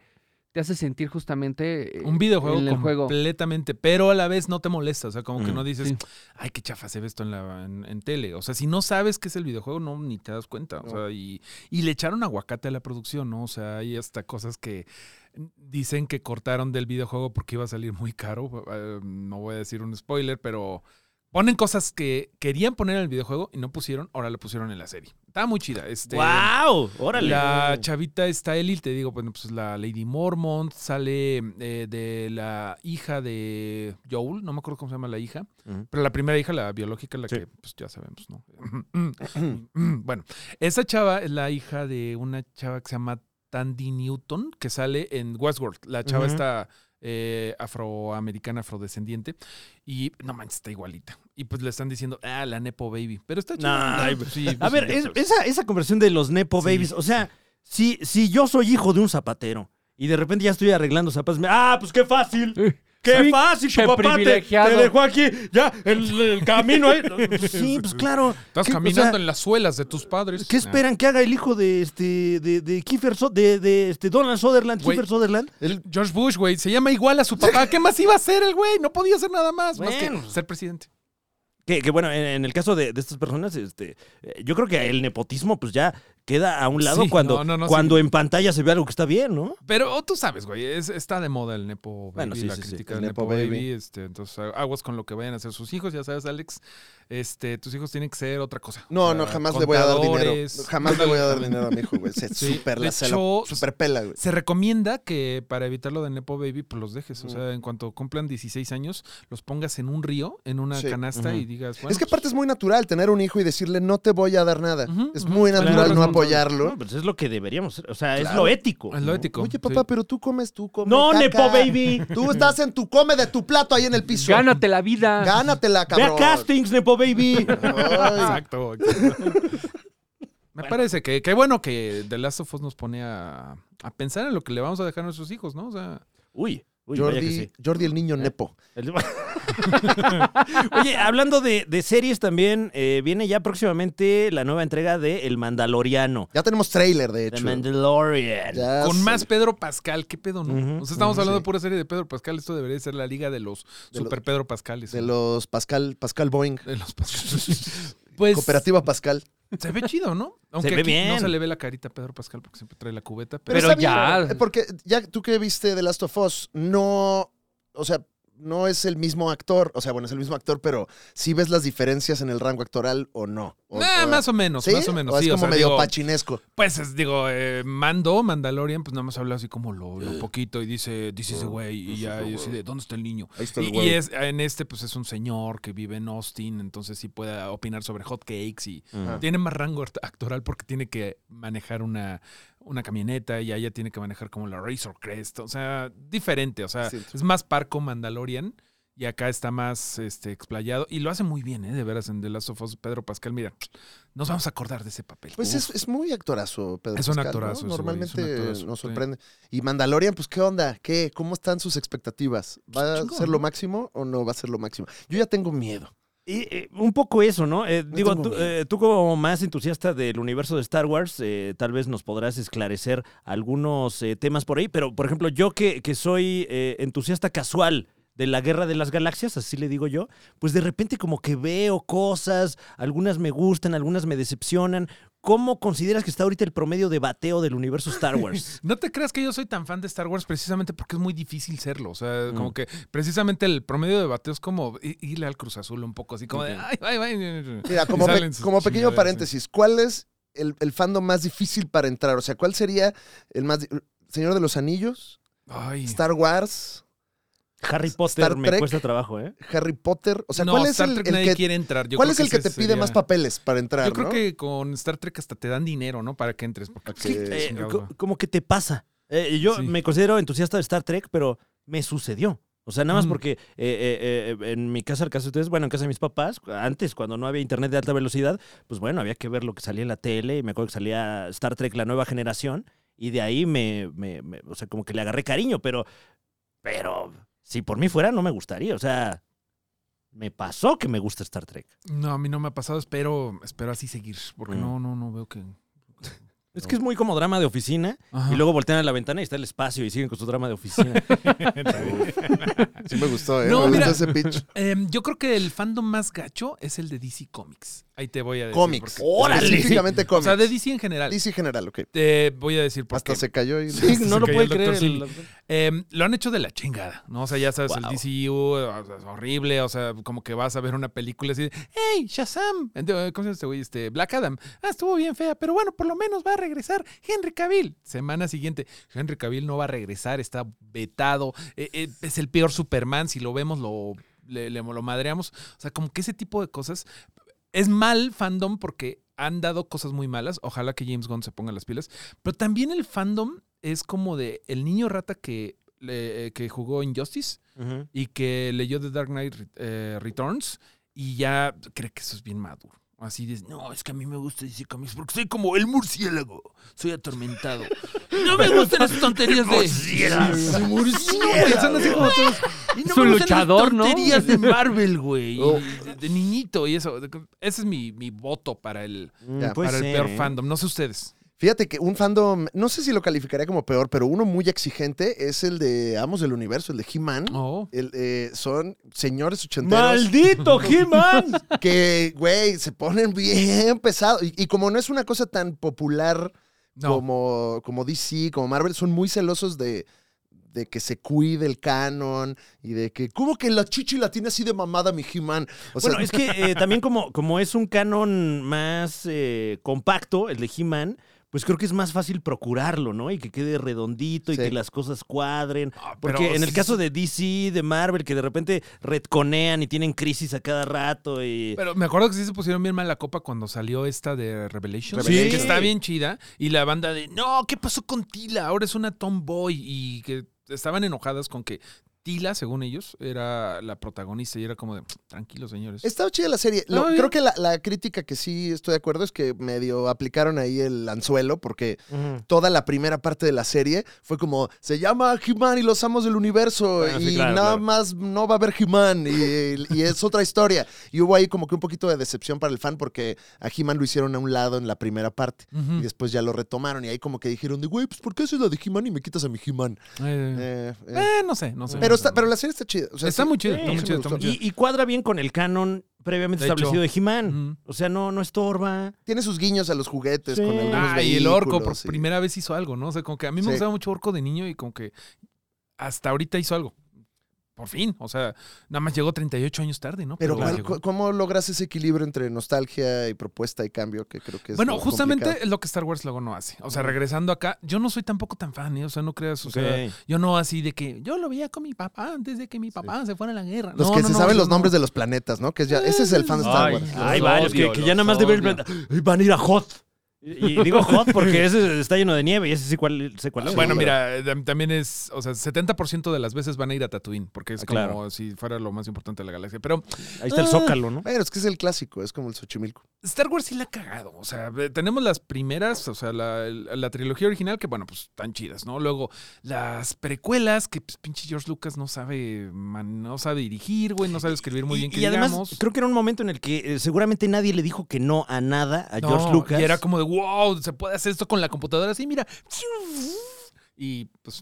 C: te hace sentir justamente eh,
D: Un videojuego
C: en el juego.
D: completamente, pero a la vez no te molesta, o sea, como que
B: Ujú.
D: no dices,
C: Sí.
D: ay, qué chafa se ve esto en, la, en, en tele. O sea, si no sabes qué es el videojuego, no, ni te das cuenta. O
A: No.
D: sea, y, y le echaron aguacate a la producción, ¿no? O sea, hay hasta cosas que dicen que cortaron del videojuego porque iba a salir muy caro. Eh, no voy a decir un spoiler, pero ponen cosas que querían poner en el videojuego y no pusieron, ahora lo pusieron en la serie. Está muy chida. Este,
B: ¡Wow! ¡Órale!
D: la chavita está Elil, te digo, bueno, pues la Lady Mormont sale eh, de la hija de Joel, no me acuerdo cómo se llama la hija,
B: Ujú.
D: pero la primera hija, la biológica, la
B: Sí.
D: que pues ya sabemos, ¿no? bueno, esa chava es la hija de una chava que se llama Tandy Newton, que sale en Westworld. La chava
B: Ujú.
D: está eh, afroamericana, afrodescendiente, y no manches, está igualita. Y pues le están diciendo, ah, la Nepo Baby, pero está chida.
B: Nah,
D: ¿no? Sí,
B: A
D: pues,
B: ver,
D: ya
B: es-
D: sabes.
B: esa, esa conversión de los Nepo
D: Sí.
B: Babies, o sea, si, si yo soy hijo de un zapatero y de repente ya estoy arreglando zapatos, me- ¡ah, pues qué fácil! ¡Qué
C: Sí,
B: fácil!
C: qué
B: Tu papá te,
C: privilegiado.
B: te dejó aquí, ya, el, el camino ahí. Sí, pues claro.
D: Estás
B: ¿Qué- o
D: caminando
B: sea,
D: en las suelas de tus padres.
B: ¿Qué esperan que haga el hijo de este de, de Kiefer So- de, de este Donald Sutherland,
D: Güey.
B: Kiefer Sutherland?
D: El George Bush, güey, se llama igual a su papá. ¿Qué más iba a hacer el güey? No podía hacer nada más, más
B: Bueno.
D: que ser presidente.
B: Que, que bueno, en, en el caso de, de estas personas, este, eh, yo creo que el nepotismo pues ya queda a un lado
D: Sí,
B: cuando,
D: no, no, no,
B: cuando en pantalla se ve algo que está bien, ¿no?
D: Pero tú sabes, güey, es- está de moda el Nepo Baby,
B: Bueno, sí,
D: la
B: sí, sí,
D: crítica
A: el
D: del
A: Nepo
D: Nepo Baby.
A: Baby.
D: Este, entonces, aguas con lo que vayan a hacer sus hijos. Ya sabes, Alex, este, tus hijos tienen que ser otra cosa. O
A: No,
D: sea,
A: no, jamás le voy a dar dinero.
D: contadores.
A: Jamás le voy a dar dinero a mi hijo, güey. Se
D: Sí,
A: super
D: de
A: la se la
D: hecho,
A: super pela, güey.
D: Se recomienda que para evitar lo del Nepo Baby, pues los dejes. O
A: Mm.
D: sea, en cuanto cumplan 16 años, los pongas en un río, en una
A: Sí.
D: canasta
B: Ujú.
D: y digas, bueno,
A: Es que
D: pues,
A: aparte es muy natural tener un hijo y decirle no te voy a dar nada.
D: Ujú,
A: Es
D: ujú.
A: muy
D: Claro,
A: natural no
D: responsable.
B: No,
A: apoyarlo.
B: pues es lo que deberíamos ser, o sea, es
A: Claro.
B: lo ético.
D: pues, es lo ético.
A: Oye,
D: sí.
A: papá, pero tú comes, tú comes.
B: No,
A: caca.
B: Nepo Baby.
A: Tú estás en tu come de tu plato ahí en el piso.
C: Gánate la vida.
A: Gánatela,
B: Ve a
A: cabrón.
B: castings, Nepo Baby.
A: Ay,
D: Exacto. exacto. Me parece que, que bueno que The Last of Us nos pone a, a pensar en lo que le vamos a dejar a nuestros hijos, ¿no? O sea,
B: Uy, uy, vaya que
A: Jordi,
B: sí.
A: Jordi el niño Nepo.
B: El- Oye, hablando de, de series también, eh, viene ya próximamente la nueva entrega de El Mandaloriano.
A: Ya tenemos trailer, de
B: The
A: hecho.
B: Mandalorian.
A: Ya
D: con
A: se-
D: más Pedro Pascal, ¿qué pedo, no?
B: Ujú,
D: o sea, estamos
A: Ah, ujú,
D: hablando
A: sí.
D: de pura serie de Pedro Pascal, esto debería ser la liga de los
A: De
D: super Pedro Pascales.
A: De los Pascal, Pascal Boeing.
D: De los Pascales. Pues
A: Cooperativa Pascal.
D: se ve chido, ¿no? Aunque
B: ve
D: aquí no
B: bien.
D: se le ve la carita a Pedro Pascal porque siempre trae la cubeta, pero,
C: Pero
A: está bien,
C: ya.
A: eh, Porque ya tú que viste The Last of Us, no. O sea, no es el mismo actor. O sea, bueno, es el mismo actor, pero si ves las diferencias en el rango actoral o no. O-
D: Ah,
A: o-
D: más o menos,
A: ¿sí?
D: más o menos.
A: O es
D: sí, o
A: como
D: sea,
A: medio
D: digo,
A: pachinesco.
D: Pues es, digo, eh, Mando, Mandalorian, pues nada más habla así como lo, lo poquito y Eh. Ah, dice, this is the way, y ya, y así de, ¿dónde está el niño? Y, y es, en este, pues es un señor que vive en Austin, entonces sí puede opinar sobre hot cakes y
B: Ajá.
D: tiene más rango act- actoral porque tiene que manejar una, una camioneta y allá tiene que manejar como la Razor Crest, o sea, diferente, o sea,
A: Distinto.
D: es más parco Mandalorian. Y acá está más este, explayado. Y lo hace muy bien, ¿eh? De veras, en The Last of Us, Pedro Pascal. Mira, nos vamos a acordar de ese papel.
A: Pues es, es muy actorazo, Pedro.
D: Es un
A: Pascal, ¿no?
D: actorazo ese güey, es un
A: Normalmente
D: actorazo,
A: nos
D: sí.
A: sorprende. Y Mandalorian, pues, ¿qué onda? ¿Qué? ¿Cómo están sus expectativas? ¿Va
D: Pues, Chingón,
A: a ser lo
D: ¿no?
A: máximo o no va a ser lo máximo? Yo ya tengo miedo.
B: Y, eh, un poco eso, ¿no? Eh, digo,
A: tengo
B: tú,
A: miedo.
B: eh, tú como más entusiasta del universo de Star Wars, eh, tal vez nos podrás esclarecer algunos eh, temas por ahí, pero por ejemplo, yo que, que soy eh, entusiasta casual de la Guerra de las Galaxias, así le digo yo, pues de repente como que veo cosas, algunas me gustan, algunas me decepcionan. ¿Cómo consideras que está ahorita el promedio de bateo del universo Star Wars?
D: No te creas que yo soy tan fan de Star Wars precisamente porque es muy difícil serlo. O sea,
A: Mm.
D: como que precisamente el promedio de bateo es como i- irle al Cruz Azul un poco, así como de.
B: Ok.
D: Ay, ay, ay.
A: Mira,
D: Y
A: como, pe-
D: salen sus
A: como pequeño
D: chingaderas,
A: paréntesis, ¿cuál es el, el fandom más difícil para entrar? O sea, ¿cuál sería el más... di- Señor de los Anillos,
D: sí. Ay.
A: Star Wars,
B: Harry Potter
A: Star
B: me
A: Trek.
B: cuesta trabajo, ¿eh?
A: Harry Potter. O sea,
D: no,
A: ¿cuál es
D: Star
A: el,
D: Trek
A: el
D: nadie
A: que,
D: quiere entrar. Yo
A: ¿cuál
D: creo
A: es el que, te
D: ese
A: pide
D: sería-
A: más papeles para entrar?
D: Yo creo
A: ¿no?
D: que con Star Trek hasta te dan dinero, ¿no? Para que entres. Porque
A: Sí.
B: Eh,
D: chingado.
B: co- como que te pasa. Eh, yo
D: Sí.
B: me considero entusiasta de Star Trek, pero me sucedió. O sea, nada más
D: Mm.
B: porque eh, eh, eh, en mi casa, el caso de ustedes, bueno, en casa de mis papás, antes, cuando no había internet de alta velocidad, pues bueno, había que ver lo que salía en la tele. Y me acuerdo que salía Star Trek, la nueva generación. Y de ahí me, me- me- o sea, como que le agarré cariño, pero, pero si por mí fuera, no me gustaría. O sea, me pasó que me gusta Star Trek.
D: No, a mí no me ha pasado. Espero, espero así seguir. Porque
B: Mm.
D: no, no, no veo que.
B: Es que es muy como drama de oficina.
D: Ajá.
B: Y luego voltean a la ventana y está el espacio y siguen con su drama de oficina.
A: Sí me gustó, ¿eh?
D: No,
A: Me
D: mira.
A: gustó ese pitch.
D: Em, yo creo que el fandom más gacho es el de DC Comics. Ahí te voy a decir.
A: Cómics.
D: por qué.
A: Específicamente
D: O
A: cómics.
D: sea, de DC en general.
A: DC general, ok.
D: Te voy a decir por
A: Hasta
D: qué.
A: se cayó y...
B: Sí, no
D: Se
B: lo
D: cayó
B: puede
D: el Dr.
B: creer. el-
D: Em, lo han hecho de la chingada, ¿no? O sea, ya sabes,
B: Wow.
D: el DCU eh, o sea, es horrible, o sea, como que vas a ver una película así de, ¡Hey, Shazam! Ent- eh, ¿Cómo se llama este güey? Este, Black Adam. Ah, estuvo bien fea, pero bueno, por lo menos va a regresar Henry Cavill. Semana siguiente, Henry Cavill no va a regresar, está vetado, eh, eh, es el peor Superman, si lo vemos lo, le- le- lo madreamos. O sea, como que ese tipo de cosas es mal fandom porque han dado cosas muy malas. Ojalá que James Gunn se ponga las pilas. Pero también el fandom es como de el niño rata que, le- eh, que jugó Injustice
B: Ujú.
D: y que leyó The Dark Knight eh, Returns y ya cree que eso es bien maduro. Así de, no, es que a mí me gusta DC Comics porque soy como el murciélago. Soy atormentado. No me gustan esas tonterías de... Sí, murciélago. Son así como todos,
C: Es un
D: "Y me gustan las
C: luchador, ¿no?
D: tonterías de Marvel, güey. y
A: Oh.
D: De, de niñito y eso. Ese es mi, mi voto para el,
A: Ya,
B: Mm, puede
D: para el
B: ser,
D: peor
B: ¿eh?
D: fandom. No sé ustedes.
A: Fíjate que un fandom, no sé si lo calificaría como peor, pero uno muy exigente es el de Amos del Universo, el de He-Man.
D: Oh.
A: El, eh, son señores ochenteros
B: ¡Maldito He-Man!
A: que, güey, se ponen bien pesados. Y, y como no es una cosa tan popular
D: No.
A: como, como DC, como Marvel, son muy celosos de, de que se cuide el canon y de que, ¿cómo que la chichi la tiene así de mamada mi He-Man?
D: pues
A: O sea,
B: bueno, es que eh, también como, como es un canon más eh, compacto, el de He-Man, pues creo que es más fácil procurarlo, ¿no? Y que quede redondito y
A: Sí.
B: que las cosas cuadren.
D: Ah, pero
B: Porque en el
D: sí-
B: caso de DC, de Marvel, que de repente retconean y tienen crisis a cada rato y...
D: Pero me acuerdo que sí se pusieron bien mal la copa cuando salió esta de Revelations.
A: Sí.
D: Que está bien chida. Y la banda de, no, ¿qué pasó con Tila? Ahora es una tomboy. Y que estaban enojadas con que Tila, según ellos, era la protagonista. Y era como de, tranquilos, señores.
A: Estaba chida la serie. Lo-
D: Ah, bien.
A: creo que la, la crítica que sí estoy de acuerdo es que medio aplicaron ahí el anzuelo porque
B: Ujú.
A: toda la primera parte de la serie fue como se llama He-Man y los amos del universo
B: Ah, sí,
A: y
B: claro,
A: nada
B: claro.
A: más no va a haber He-Man y, y es otra historia. Y hubo ahí como que un poquito de decepción para el fan porque a He-Man lo hicieron a un lado en la primera parte.
D: Ujú.
A: Y después ya lo retomaron y ahí como que dijeron de, güey, pues ¿por qué haces la de He-Man y me quitas a mi He-Man?
D: Eh,
A: Eh, eh.
D: eh, no sé, no sé.
A: pero, está, pero la serie está chida. O sea,
D: Está
A: sí-
D: muy chida,
A: sí,
D: está muy
A: sí me
D: chida, está
A: gustó.
D: muy chida.
B: Y, y cuadra bien con el canon previamente
D: De hecho. mm.
B: establecido de He-Man.
D: Ujú.
B: O sea, no, no estorba.
A: Tiene sus guiños a los juguetes
B: Sí.
A: con algunos
D: Ah, y el orco por
A: vehículos, sí.
D: primera vez hizo algo, ¿no? O sea, como que a mí me
A: Sí.
D: gustaba mucho orco de niño y como que hasta ahorita hizo algo. Por fin, o sea, nada más llegó 38 años tarde, ¿no?
A: Pero ¿cuál-
D: llegó.
A: cu- ¿cómo logras ese equilibrio entre nostalgia y propuesta y cambio? Que creo que es
D: bueno,
A: lo
D: justamente
A: complicado.
D: es lo que Star Wars luego no hace. O sea, regresando acá, yo no soy tampoco tan fan, ¿eh? O sea, no creas, o sea,
B: Ok.
D: yo no así de que yo lo veía con mi papá antes de que mi papá se fuera a la guerra.
A: Los
D: No,
A: que
D: no,
A: se
D: no,
A: saben
D: yo
A: los
D: no.
A: nombres de los planetas, ¿no? Que es ya, ese es el fan de Star
C: Ay,
A: Wars.
B: Hay
C: Los
B: varios que,
C: odio,
B: que ya
C: los
B: nada más de ver el
C: odio.
B: planeta. "Ay, Van a ir a Hot. Y, y digo Hot porque ese está lleno de nieve y ese sí cuál, sé cuál es.
D: Bueno, mira, eh, tam- también es, o sea, 70% de las veces van a ir a Tatooine, porque es
B: Ah,
D: como
B: claro.
D: si fuera lo más importante de la galaxia. Pero
B: Ahí está el
D: Ah.
B: Zócalo, ¿no?
A: Bueno, es que es el clásico, es como el Xochimilco.
D: Star Wars sí la ha cagado. O sea, ve- tenemos las primeras, o sea, la, la trilogía original, que bueno, pues están chidas, ¿no? Luego las precuelas, que pues, pinche George Lucas no sabe, man- no sabe dirigir, güey, no sabe escribir muy bien, que
B: y además,
D: digamos.
B: creo que era un momento en el que eh, seguramente nadie le dijo que no a nada a
D: No,
B: George Lucas.
D: Y era como de, wow, se puede hacer esto con la computadora así, mira. Y pues,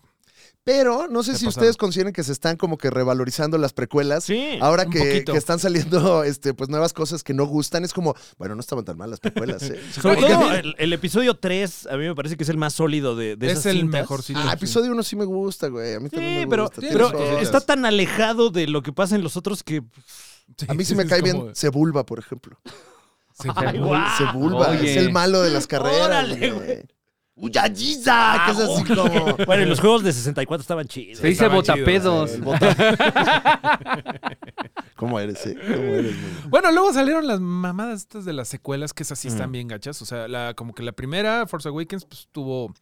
A: Pero no sé
D: Se
A: si
D: pasaron.
A: ustedes consideren que se están como que revalorizando las precuelas.
B: Sí.
A: Ahora
D: un
A: que,
D: poquito.
A: que están saliendo este, pues nuevas cosas que no gustan, es como, bueno, no estaban tan mal las precuelas. ¿eh?
B: Sobre
D: Oigan,
B: todo el, el episodio 3, a mí me parece que es el más sólido de, de
D: es
B: esas
D: el
B: cintas. pues,
D: mejorcito.
A: Ah, episodio 1 sí me gusta, güey. A mí también
B: Sí,
A: me
B: pero,
A: gusta. Tiene
B: pero
A: sus
B: eh,
A: cosas.
B: está tan alejado de lo que pasa en los otros que
A: A mí sí me
D: es
A: cae
D: como-
A: bien Sebulba, por ejemplo.
D: se-
B: Ay,
A: Sebul-
B: guau.
A: Sebulba,
C: Oye.
A: es el malo de las carreras.
B: Órale, Ah,
A: güey. ¡Uyayiza! Que es así como...
B: Bueno, y los juegos de 64 estaban chidos.
C: Se dice
D: estaban
C: botapedos.
A: El bota- ¿Cómo eres, eh? ¿Cómo eres, güey?
D: Bueno, luego salieron las mamadas estas de las secuelas, que esas sí están bien gachas. O sea, la, como que la primera, Force Awakens, pues estuvo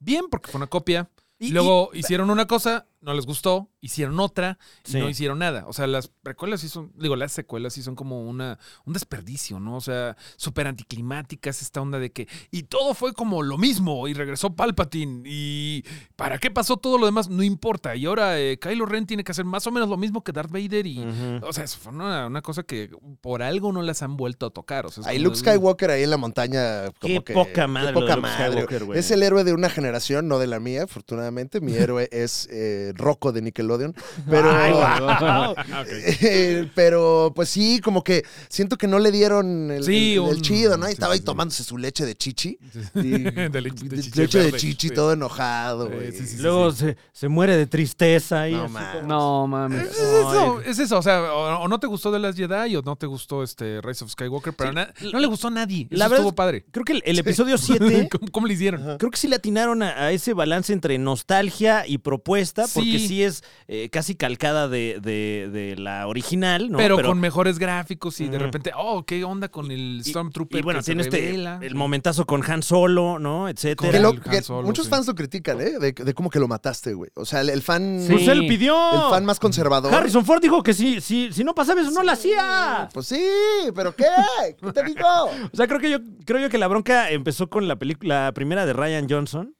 D: bien porque fue una copia. Y, luego hicieron una cosa, no les gustó, hicieron otra y
B: Sí.
D: no hicieron nada. O sea, las precuelas sí son, digo, las secuelas sí son como una, un desperdicio, ¿no? O sea, súper anticlimáticas, esta onda de que. Y todo fue como lo mismo, y regresó Palpatine, y ¿para qué pasó todo lo demás? No importa. Y ahora eh, Kylo Ren tiene que hacer más o menos lo mismo que Darth Vader y.
B: Ujú.
D: O sea, eso fue una, una cosa que por algo no las han vuelto a tocar. O sea, es
A: Ahí
D: como
A: Luke
D: de-
A: Skywalker ahí en la montaña. Como
B: Qué
A: que-
B: poca madre
A: Qué
B: lo de
A: poca
B: Luke
A: madre.
B: Skywalker, güey.
A: es el héroe de una generación, no de la mía, afortunadamente. Mi héroe es eh, Rocco de Nickelodeon. Pero, Eh, pero pues sí, como que siento que no le dieron el,
D: Sí,
A: el- el
D: un-
A: chido, ¿no? Y
D: sí,
A: estaba ahí
D: sí, sí.
A: tomándose su leche de chichi.
D: De leche de chichi
A: leche de
D: verde,
A: chichi,
D: sí.
A: todo enojado,
D: Sí,
A: güey.
D: sí, sí, sí.
B: Luego se, se muere de tristeza y
A: No,
B: así
A: man.
B: como-
C: No mames.
B: Eh,
D: Es eso, es eso, o sea, o, o no te gustó de las Jedi o no te gustó este Rise of Skywalker, pero na- no le gustó a nadie. Eso
B: La verdad
D: estuvo
B: es-
D: padre.
B: Creo que el, el episodio 7
D: ¿Cómo, cómo le hicieron?
B: Creo que sí le atinaron a, a ese balance entre nostalgia y propuesta, porque
D: Sí.
B: sí es eh, casi calcada de, de- de la original, ¿no?
D: pero, con mejores gráficos y de
B: Ujú.
D: repente, oh, qué onda con el
B: y-
D: Stormtrooper.
B: y bueno,
D: que se
B: tiene este
D: revela?
B: el momentazo con Han Solo, ¿no?
A: Que
B: Etcétera.
D: Con
A: lo-
D: el Han
A: que
D: Solo,
A: muchos
D: sí.
A: fans lo critican, ¿eh? De, de cómo que lo mataste, güey. O sea, el, el fan.
B: Pues
C: Sí.
B: él pidió.
A: El fan más conservador.
B: Harrison Ford dijo que si, si, si no pasaba eso, no la hacía.
A: Pues sí, pero ¿qué? ¿Qué te digo?
B: O sea, creo que yo, creo yo que la bronca empezó con la película la primera de Ryan Johnson.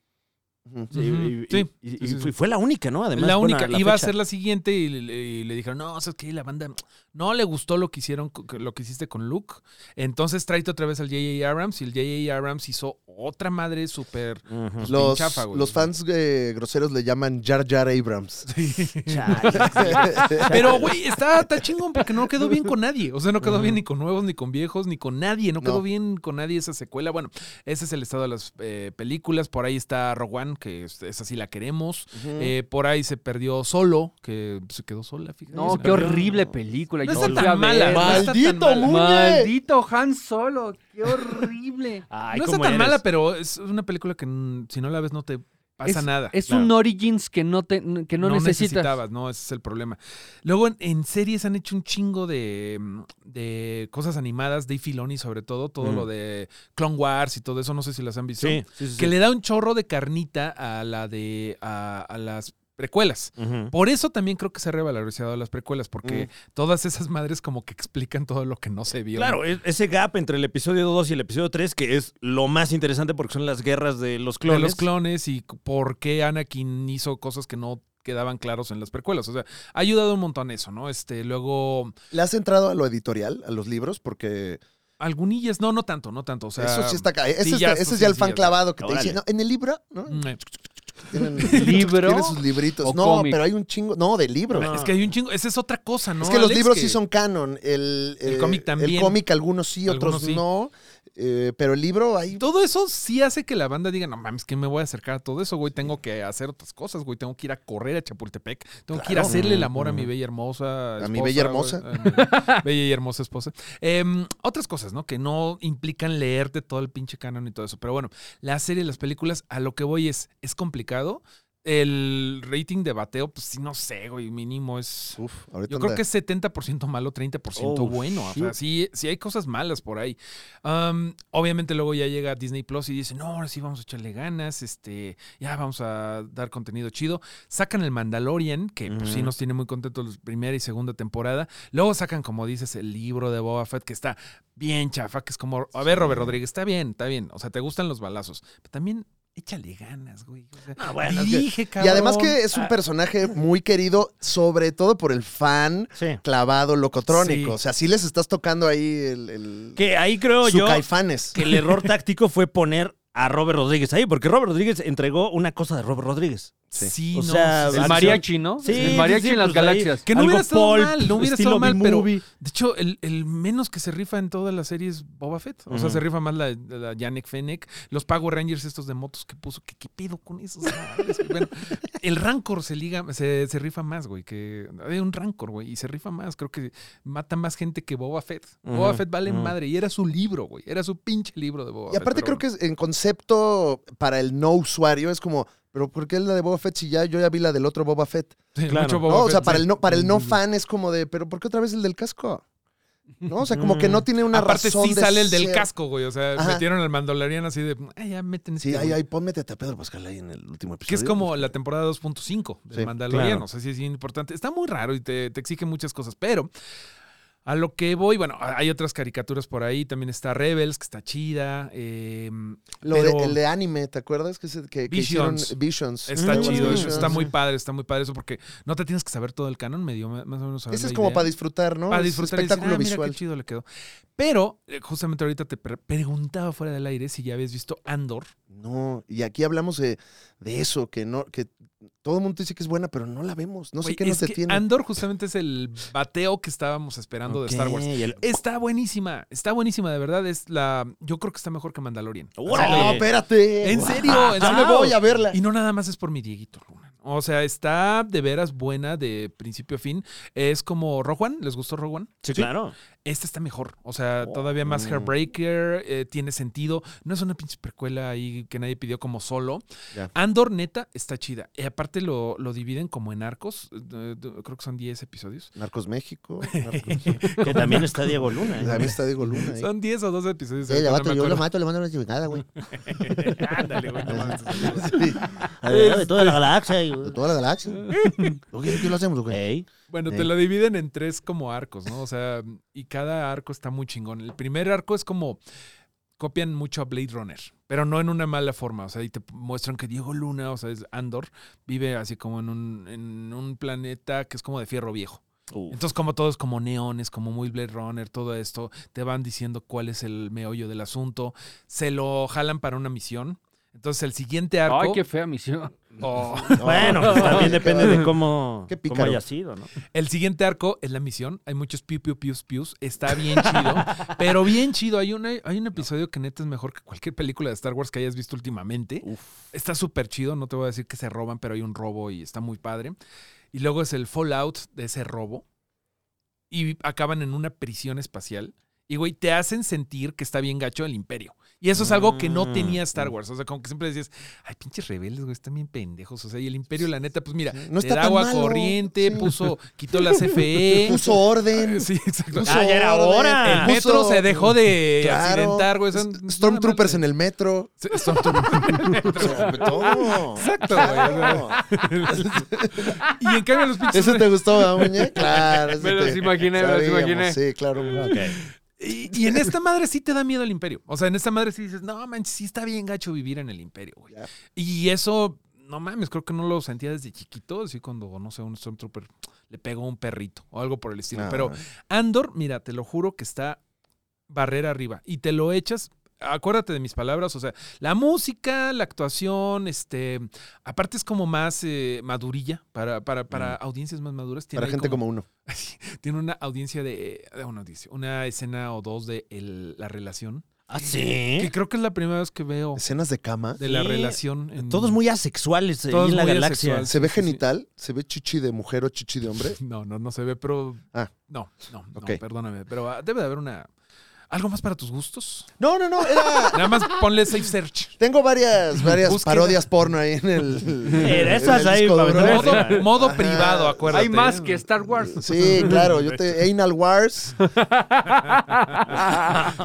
A: Ujú.
B: Y- y- y-
D: Sí,
B: y-
D: sí,
B: y
D: sí,
B: fue-
D: sí.
B: fue la única, ¿no? Además,
D: la
B: bueno,
D: única,
B: a la
D: iba
B: fecha.
D: a ser la siguiente y le, y le dijeron, no, sabes que la banda no le gustó lo que hicieron, co- lo que hiciste con Luke. Entonces tráete otra vez al J.A. Abrams y el J.A. Abrams hizo otra madre súper...
B: Ujú.
D: pues,
A: Los,
D: bien chafa, güey.
A: los fans eh, groseros le llaman Jar Jar Abrams.
B: Chale.
D: Pero, güey, está, está chingón porque no quedó bien con nadie. O sea, no quedó bien ni con nuevos, ni con viejos, ni con nadie. No quedó
A: No.
D: bien con nadie esa secuela. Bueno, ese es el estado de las eh, películas. Por ahí está Rogue One, que es- esa sí la queremos. Eh, por ahí se perdió Solo, que se quedó sola,
B: eh,
D: fíjate.
C: No,
D: Se
C: qué
D: perdió.
C: horrible película.
D: No
C: Yo
D: está
C: la fui a
D: tan mala.
C: ver.
D: no está tan
A: ¡Maldito
D: mala.
A: mundo!
C: Maldito Han Solo, qué horrible.
B: Ay,
D: no está
B: ¿cómo
D: tan
B: eres?
D: mala, pero es una película que mm, si no la ves no te pasa
C: es,
D: nada.
C: Es
B: Claro.
C: un Origins que no, te, que no, necesitas.
D: necesitabas, no, ese es el problema. Luego en, en series han hecho un chingo de, mm, de cosas animadas, Dave Filoni sobre todo, todo
B: Mm.
D: lo de Clone Wars y todo eso, no sé si las han visto.
B: Sí, sí, sí,
D: Que
B: sí.
D: le da un chorro de carnita a la de a, a las precuelas.
B: Ujú. Mm.
D: Por eso también creo que se ha revalorizado las precuelas, porque todas esas madres como que explican todo lo que no se vio.
B: Claro, e- ese gap entre el episodio 2 y el episodio 3, que es lo más interesante porque son las guerras de los
D: de
B: clones.
D: los clones y c- por qué Anakin hizo cosas que no quedaban claros en las precuelas. O sea, ha ayudado un montón eso, ¿no? Este, luego,
A: ¿Le has entrado a lo editorial, a los libros? Porque
D: algunillas, no, no tanto, no tanto. O sea,
A: eso sí está ca- Ese,
D: sí,
A: es,
D: ya,
A: ese
D: eso
A: es ya
D: sí,
A: el
D: sí,
A: fan
D: ya.
A: clavado que
B: Órale.
A: te dice, no, en el libro, ¿no?
D: mm,
A: Tienen,
C: ¿Libro?
A: tienen sus libritos.
C: ¿O
A: no,
C: cómic?
A: pero hay un chingo. No, de libros.
D: Es que hay un chingo, esa es otra cosa, ¿no?
A: es que los
D: Alex?
A: libros
D: Que-
A: sí son canon. El,
D: El
A: eh,
D: cómic también.
A: El cómic, algunos sí, otros
D: Algunos sí.
A: no. eh, pero el libro hay.
D: Todo eso sí hace que la banda diga, no mames, que me voy a acercar a todo eso, güey. Tengo que hacer otras cosas, güey. Tengo que ir a correr a Chapultepec. Tengo que ir a
A: Claro.
D: hacerle el amor a mi bella hermosa.
A: A mi bella hermosa.
D: güey, a mi bella y hermosa esposa. Em, otras cosas, ¿no? Que no implican leerte todo el pinche canon y todo eso. Pero bueno, la serie, las películas, a lo que voy es, es complicado. El rating de bateo, pues sí, no sé, güey. Mínimo es.
A: Uf, ahorita
D: Yo creo
A: anda-
D: que es 70% malo, 30%
B: Oh,
D: bueno. O sea,
B: shoot.
D: sí, sí hay cosas malas por ahí. Am, obviamente luego ya llega Disney Plus y dice, no, ahora sí vamos a echarle ganas, este, ya vamos a dar contenido chido. Sacan el Mandalorian, que pues, sí
B: Ujú.
D: nos tiene muy contentos la primera y segunda temporada. Luego sacan, como dices, el libro de Boba Fett, que está bien chafa, que es como, a ver, Robert Rodríguez, está bien, está bien. O sea, te gustan los balazos, pero también échale ganas, güey. O sea,
B: Ah, bueno, es que-
D: dirige,
A: Y además
D: cabrón.
A: que es un
D: Ah,
A: personaje muy querido, sobre todo por el fan
B: Sí.
A: clavado locotrónico.
D: Sí.
A: O sea, sí les estás tocando ahí el. el
B: Que ahí creo
A: su
B: yo
A: caifanes.
B: que el error táctico fue poner a Robert Rodríguez ahí, porque Robert Rodríguez entregó una cosa de Robert Rodríguez.
D: Sí,
B: O
D: no,
B: sea,
D: sí,
C: El
B: Acción.
C: mariachi, ¿no?
B: Sí,
C: el mariachi
B: sí, sí,
C: en las
B: pues, ahí-
C: galaxias.
D: Que no
B: Algo
D: hubiera estado
B: pulp,
D: mal, no hubiera
B: estilo
D: estado mal, pero
B: B-movie.
D: de hecho, el, el menos que se rifa en todas las series Boba Fett. O sea,
B: Ujú.
D: se rifa más la, la Yannick Fennec, los Power Rangers estos de motos que puso. ¿Qué, qué pedo con esos? madres? Bueno, el Rancor se liga, se, se rifa más, güey. Que hay un Rancor, güey, y se rifa más. Creo que mata más gente que Boba Fett. Boba
B: Ujú,
D: Fett vale
B: ujú.
D: madre. Y era su libro, güey. Era su pinche libro de Boba
A: Y aparte
D: Fett,
A: creo
D: pero
A: que es- en concepto para el no usuario es como, pero ¿por qué es la de Boba Fett si ya yo ya vi la del otro Boba Fett?
D: bueno. Sí,
B: claro.
D: mucho
A: No,
D: Boba
A: o sea,
D: Fett,
A: para
D: sí.
A: el no, para el no
D: Sí, sí, sí.
A: fan es como de, pero ¿por qué otra vez el del casco? No, o sea, como que
B: Mm.
A: no tiene una
D: Aparte
A: razón
D: sí
A: de
D: sale el del
A: ser.
D: casco, güey. O sea,
A: Ajá.
D: metieron al mandaloriano así de, ay, ya meten
A: Sí,
D: este
A: ahí,
D: güey".
A: ahí, pon métete a Pedro Pascal ahí en el último episodio. pues.
D: Que es como la temporada 2.5 del
A: Sí,
D: Mandaloriano.
B: claro.
D: O sea, sí es importante. Está muy raro y te, te exige muchas cosas, pero a lo que voy, bueno, hay otras caricaturas por ahí. También está Rebels, que está chida. eh,
A: Lo de-
D: pero
A: el de anime, ¿te acuerdas? Que, se- que, que hicieron
D: Visions.
A: Visions.
D: está
A: Mm.
D: chido. eso,
A: Visions,
D: está muy
A: sí.
D: padre, está muy padre eso porque no te tienes que saber todo el canon. Me dio ma- más o menos saber
A: Ese
D: la
A: es como
D: idea.
A: para disfrutar, ¿no?
D: Para
A: Es
D: disfrutar y decir,
A: espectáculo
D: "Ah, mira
A: visual.
D: qué chido le quedó. Pero eh, justamente ahorita te pre- preguntaba fuera del aire si ya habías visto Andor.
A: No, y aquí hablamos de, de eso, que no, que todo el mundo dice que es buena, pero no la vemos. No sé
D: Güey,
A: qué nos
D: es que
A: detiene.
D: Andor justamente es el bateo que estábamos esperando de Star Wars.
B: Ok, el-
D: Está buenísima, está buenísima, de verdad. Es la. Yo creo que está mejor que Mandalorian.
A: No,
B: ¡Órale!
A: espérate.
D: En
A: Wow.
D: serio, en
A: Ya me
D: serio.
A: voy a verla.
D: Y no nada más es por mi Dieguito Luna. O sea, está de veras buena de principio a fin. Es como Rogue One, ¿les gustó Rogue One?
B: Sí, claro.
D: Esta está mejor. O sea, todavía más Heartbreaker, eh, tiene sentido. No es una pinche precuela ahí que nadie pidió como solo.
B: Ya.
D: Andor, neta, está chida. Y aparte lo, lo dividen como en arcos. eh, eh, Creo que son 10 episodios.
A: Narcos México. Narcos...
B: Que también está Diego Luna. ¿eh?
A: La vista Diego Luna. ahí.
D: Son 10 o 12 episodios.
A: Eh, la
D: ahorita
A: vato,
D: no me
A: yo lo
D: acuerdo.
A: mato, le mando una chingada, güey.
D: Ándale, güey, no mames.
A: Sí,
B: De toda la galaxia. y-
A: de toda la galaxia. Oye, ¿qué lo hacemos, güey?
B: Ey.
D: Bueno,
A: Eh.
D: te lo dividen en tres como arcos, ¿no? O sea, y cada arco está muy chingón. El primer arco es como copian mucho a Blade Runner, pero no en una mala forma. O sea, y te muestran que Diego Luna, o sea, es Andor, vive así como en un, en un planeta que es como de fierro viejo.
B: Uh,
D: Entonces, como todo es como neones, como muy Blade Runner, todo esto, te van diciendo cuál es el meollo del asunto. Se lo jalan para una misión. Entonces, el siguiente arco.
C: Ay, qué fea misión.
D: Oh.
B: Bueno, pues también
A: qué
B: depende
A: bárbaro.
B: de cómo,
A: Qué
B: cómo
A: pícaro.
B: haya sido, ¿no?
D: El siguiente arco es la misión. Hay muchos piu, piu, pius, pius. Está bien chido. pero bien chido. Hay, una, hay un episodio que neta es mejor que cualquier película de Star Wars que hayas visto últimamente. Está súper chido. No te voy a decir que se roban, pero hay un robo y está muy padre. Y luego es el fallout de ese robo. Y acaban en una prisión espacial. Y, güey, te hacen sentir que está bien gacho el imperio. Y eso es algo que no
B: Mm.
D: tenía Star Wars. O sea, como que siempre decías, ay, pinches rebeldes, güey, están bien pendejos. O sea, y el imperio, la neta, pues mira,
A: No
D: te
A: está
D: da
A: tan
D: agua
A: malo.
D: corriente,
A: Sí.
D: puso, E. quitó la CFE.
A: Puso orden.
D: Sí, exacto.
A: puso
B: Ah, ya era
A: orden,
B: hora.
D: El metro
A: puso-
D: se dejó de
A: Claro.
D: accidentar, güey. son-
A: S- Stormtroopers en el metro.
D: Sí, Stormtroopers.
A: O sea, todo.
D: Exacto, güey. o sea, y en cambio los pinches...
A: ¿Eso te gustó, ¿verdad, Muñe? Claro. eso
C: Me los
A: te-
C: imaginé, me los
A: sabíamos,
C: imaginé.
A: Sí, claro. pues,
D: Y, y en esta madre sí te da miedo el imperio. O sea, en esta madre sí dices, no manches, sí está bien gacho vivir en el imperio, güey.
A: Ya.
D: Y eso, no mames, creo que no lo sentía desde chiquito, así cuando, no sé, un Stormtrooper le pegó a un perrito o algo por el estilo.
A: Ah.
D: Pero Andor, mira, te lo juro que está barrera arriba y te lo echas. Acuérdate de mis palabras, o sea, la música, la actuación, este, aparte es como más eh, madurilla para, para, para audiencias más maduras. Tiene
A: Mm. Para
D: ahí
A: gente como uno.
D: tiene una audiencia de, eh, una audiencia, una escena o dos de el- la relación.
B: ¿Ah, sí?
A: ¿Eh?
D: Que creo que es la primera vez que veo
A: Escenas de cama.
D: Oh. de la
B: Sí.
D: relación. en-
B: Todos muy asexuales eh,
D: Mm. Todos
B: en la
D: muy
B: galaxia.
D: asexuales.
A: ¿Se ve
D: sí, sí.
A: genital? ¿Se ve chichi de mujer o chichi de hombre?
D: No, no, no se ve, pero.
A: Ah.
D: No, no, no,
A: Ok.
D: perdóname. Pero ah, debe de haber una. ¿Algo más para tus gustos?
A: No, no, no. Era...
D: Nada más ponle safe search.
A: Tengo varias, varias
D: Búsqueda.
A: parodias porno ahí en el. en
B: Era esas
A: el
B: ahí,
A: disco
B: para
A: duro.
B: meter-
D: Modo, modo
A: Ajá.
D: privado, acuérdate.
C: Hay más
D: ¿eh?
C: que Star Wars.
A: Sí, claro, yo te. Anal Wars.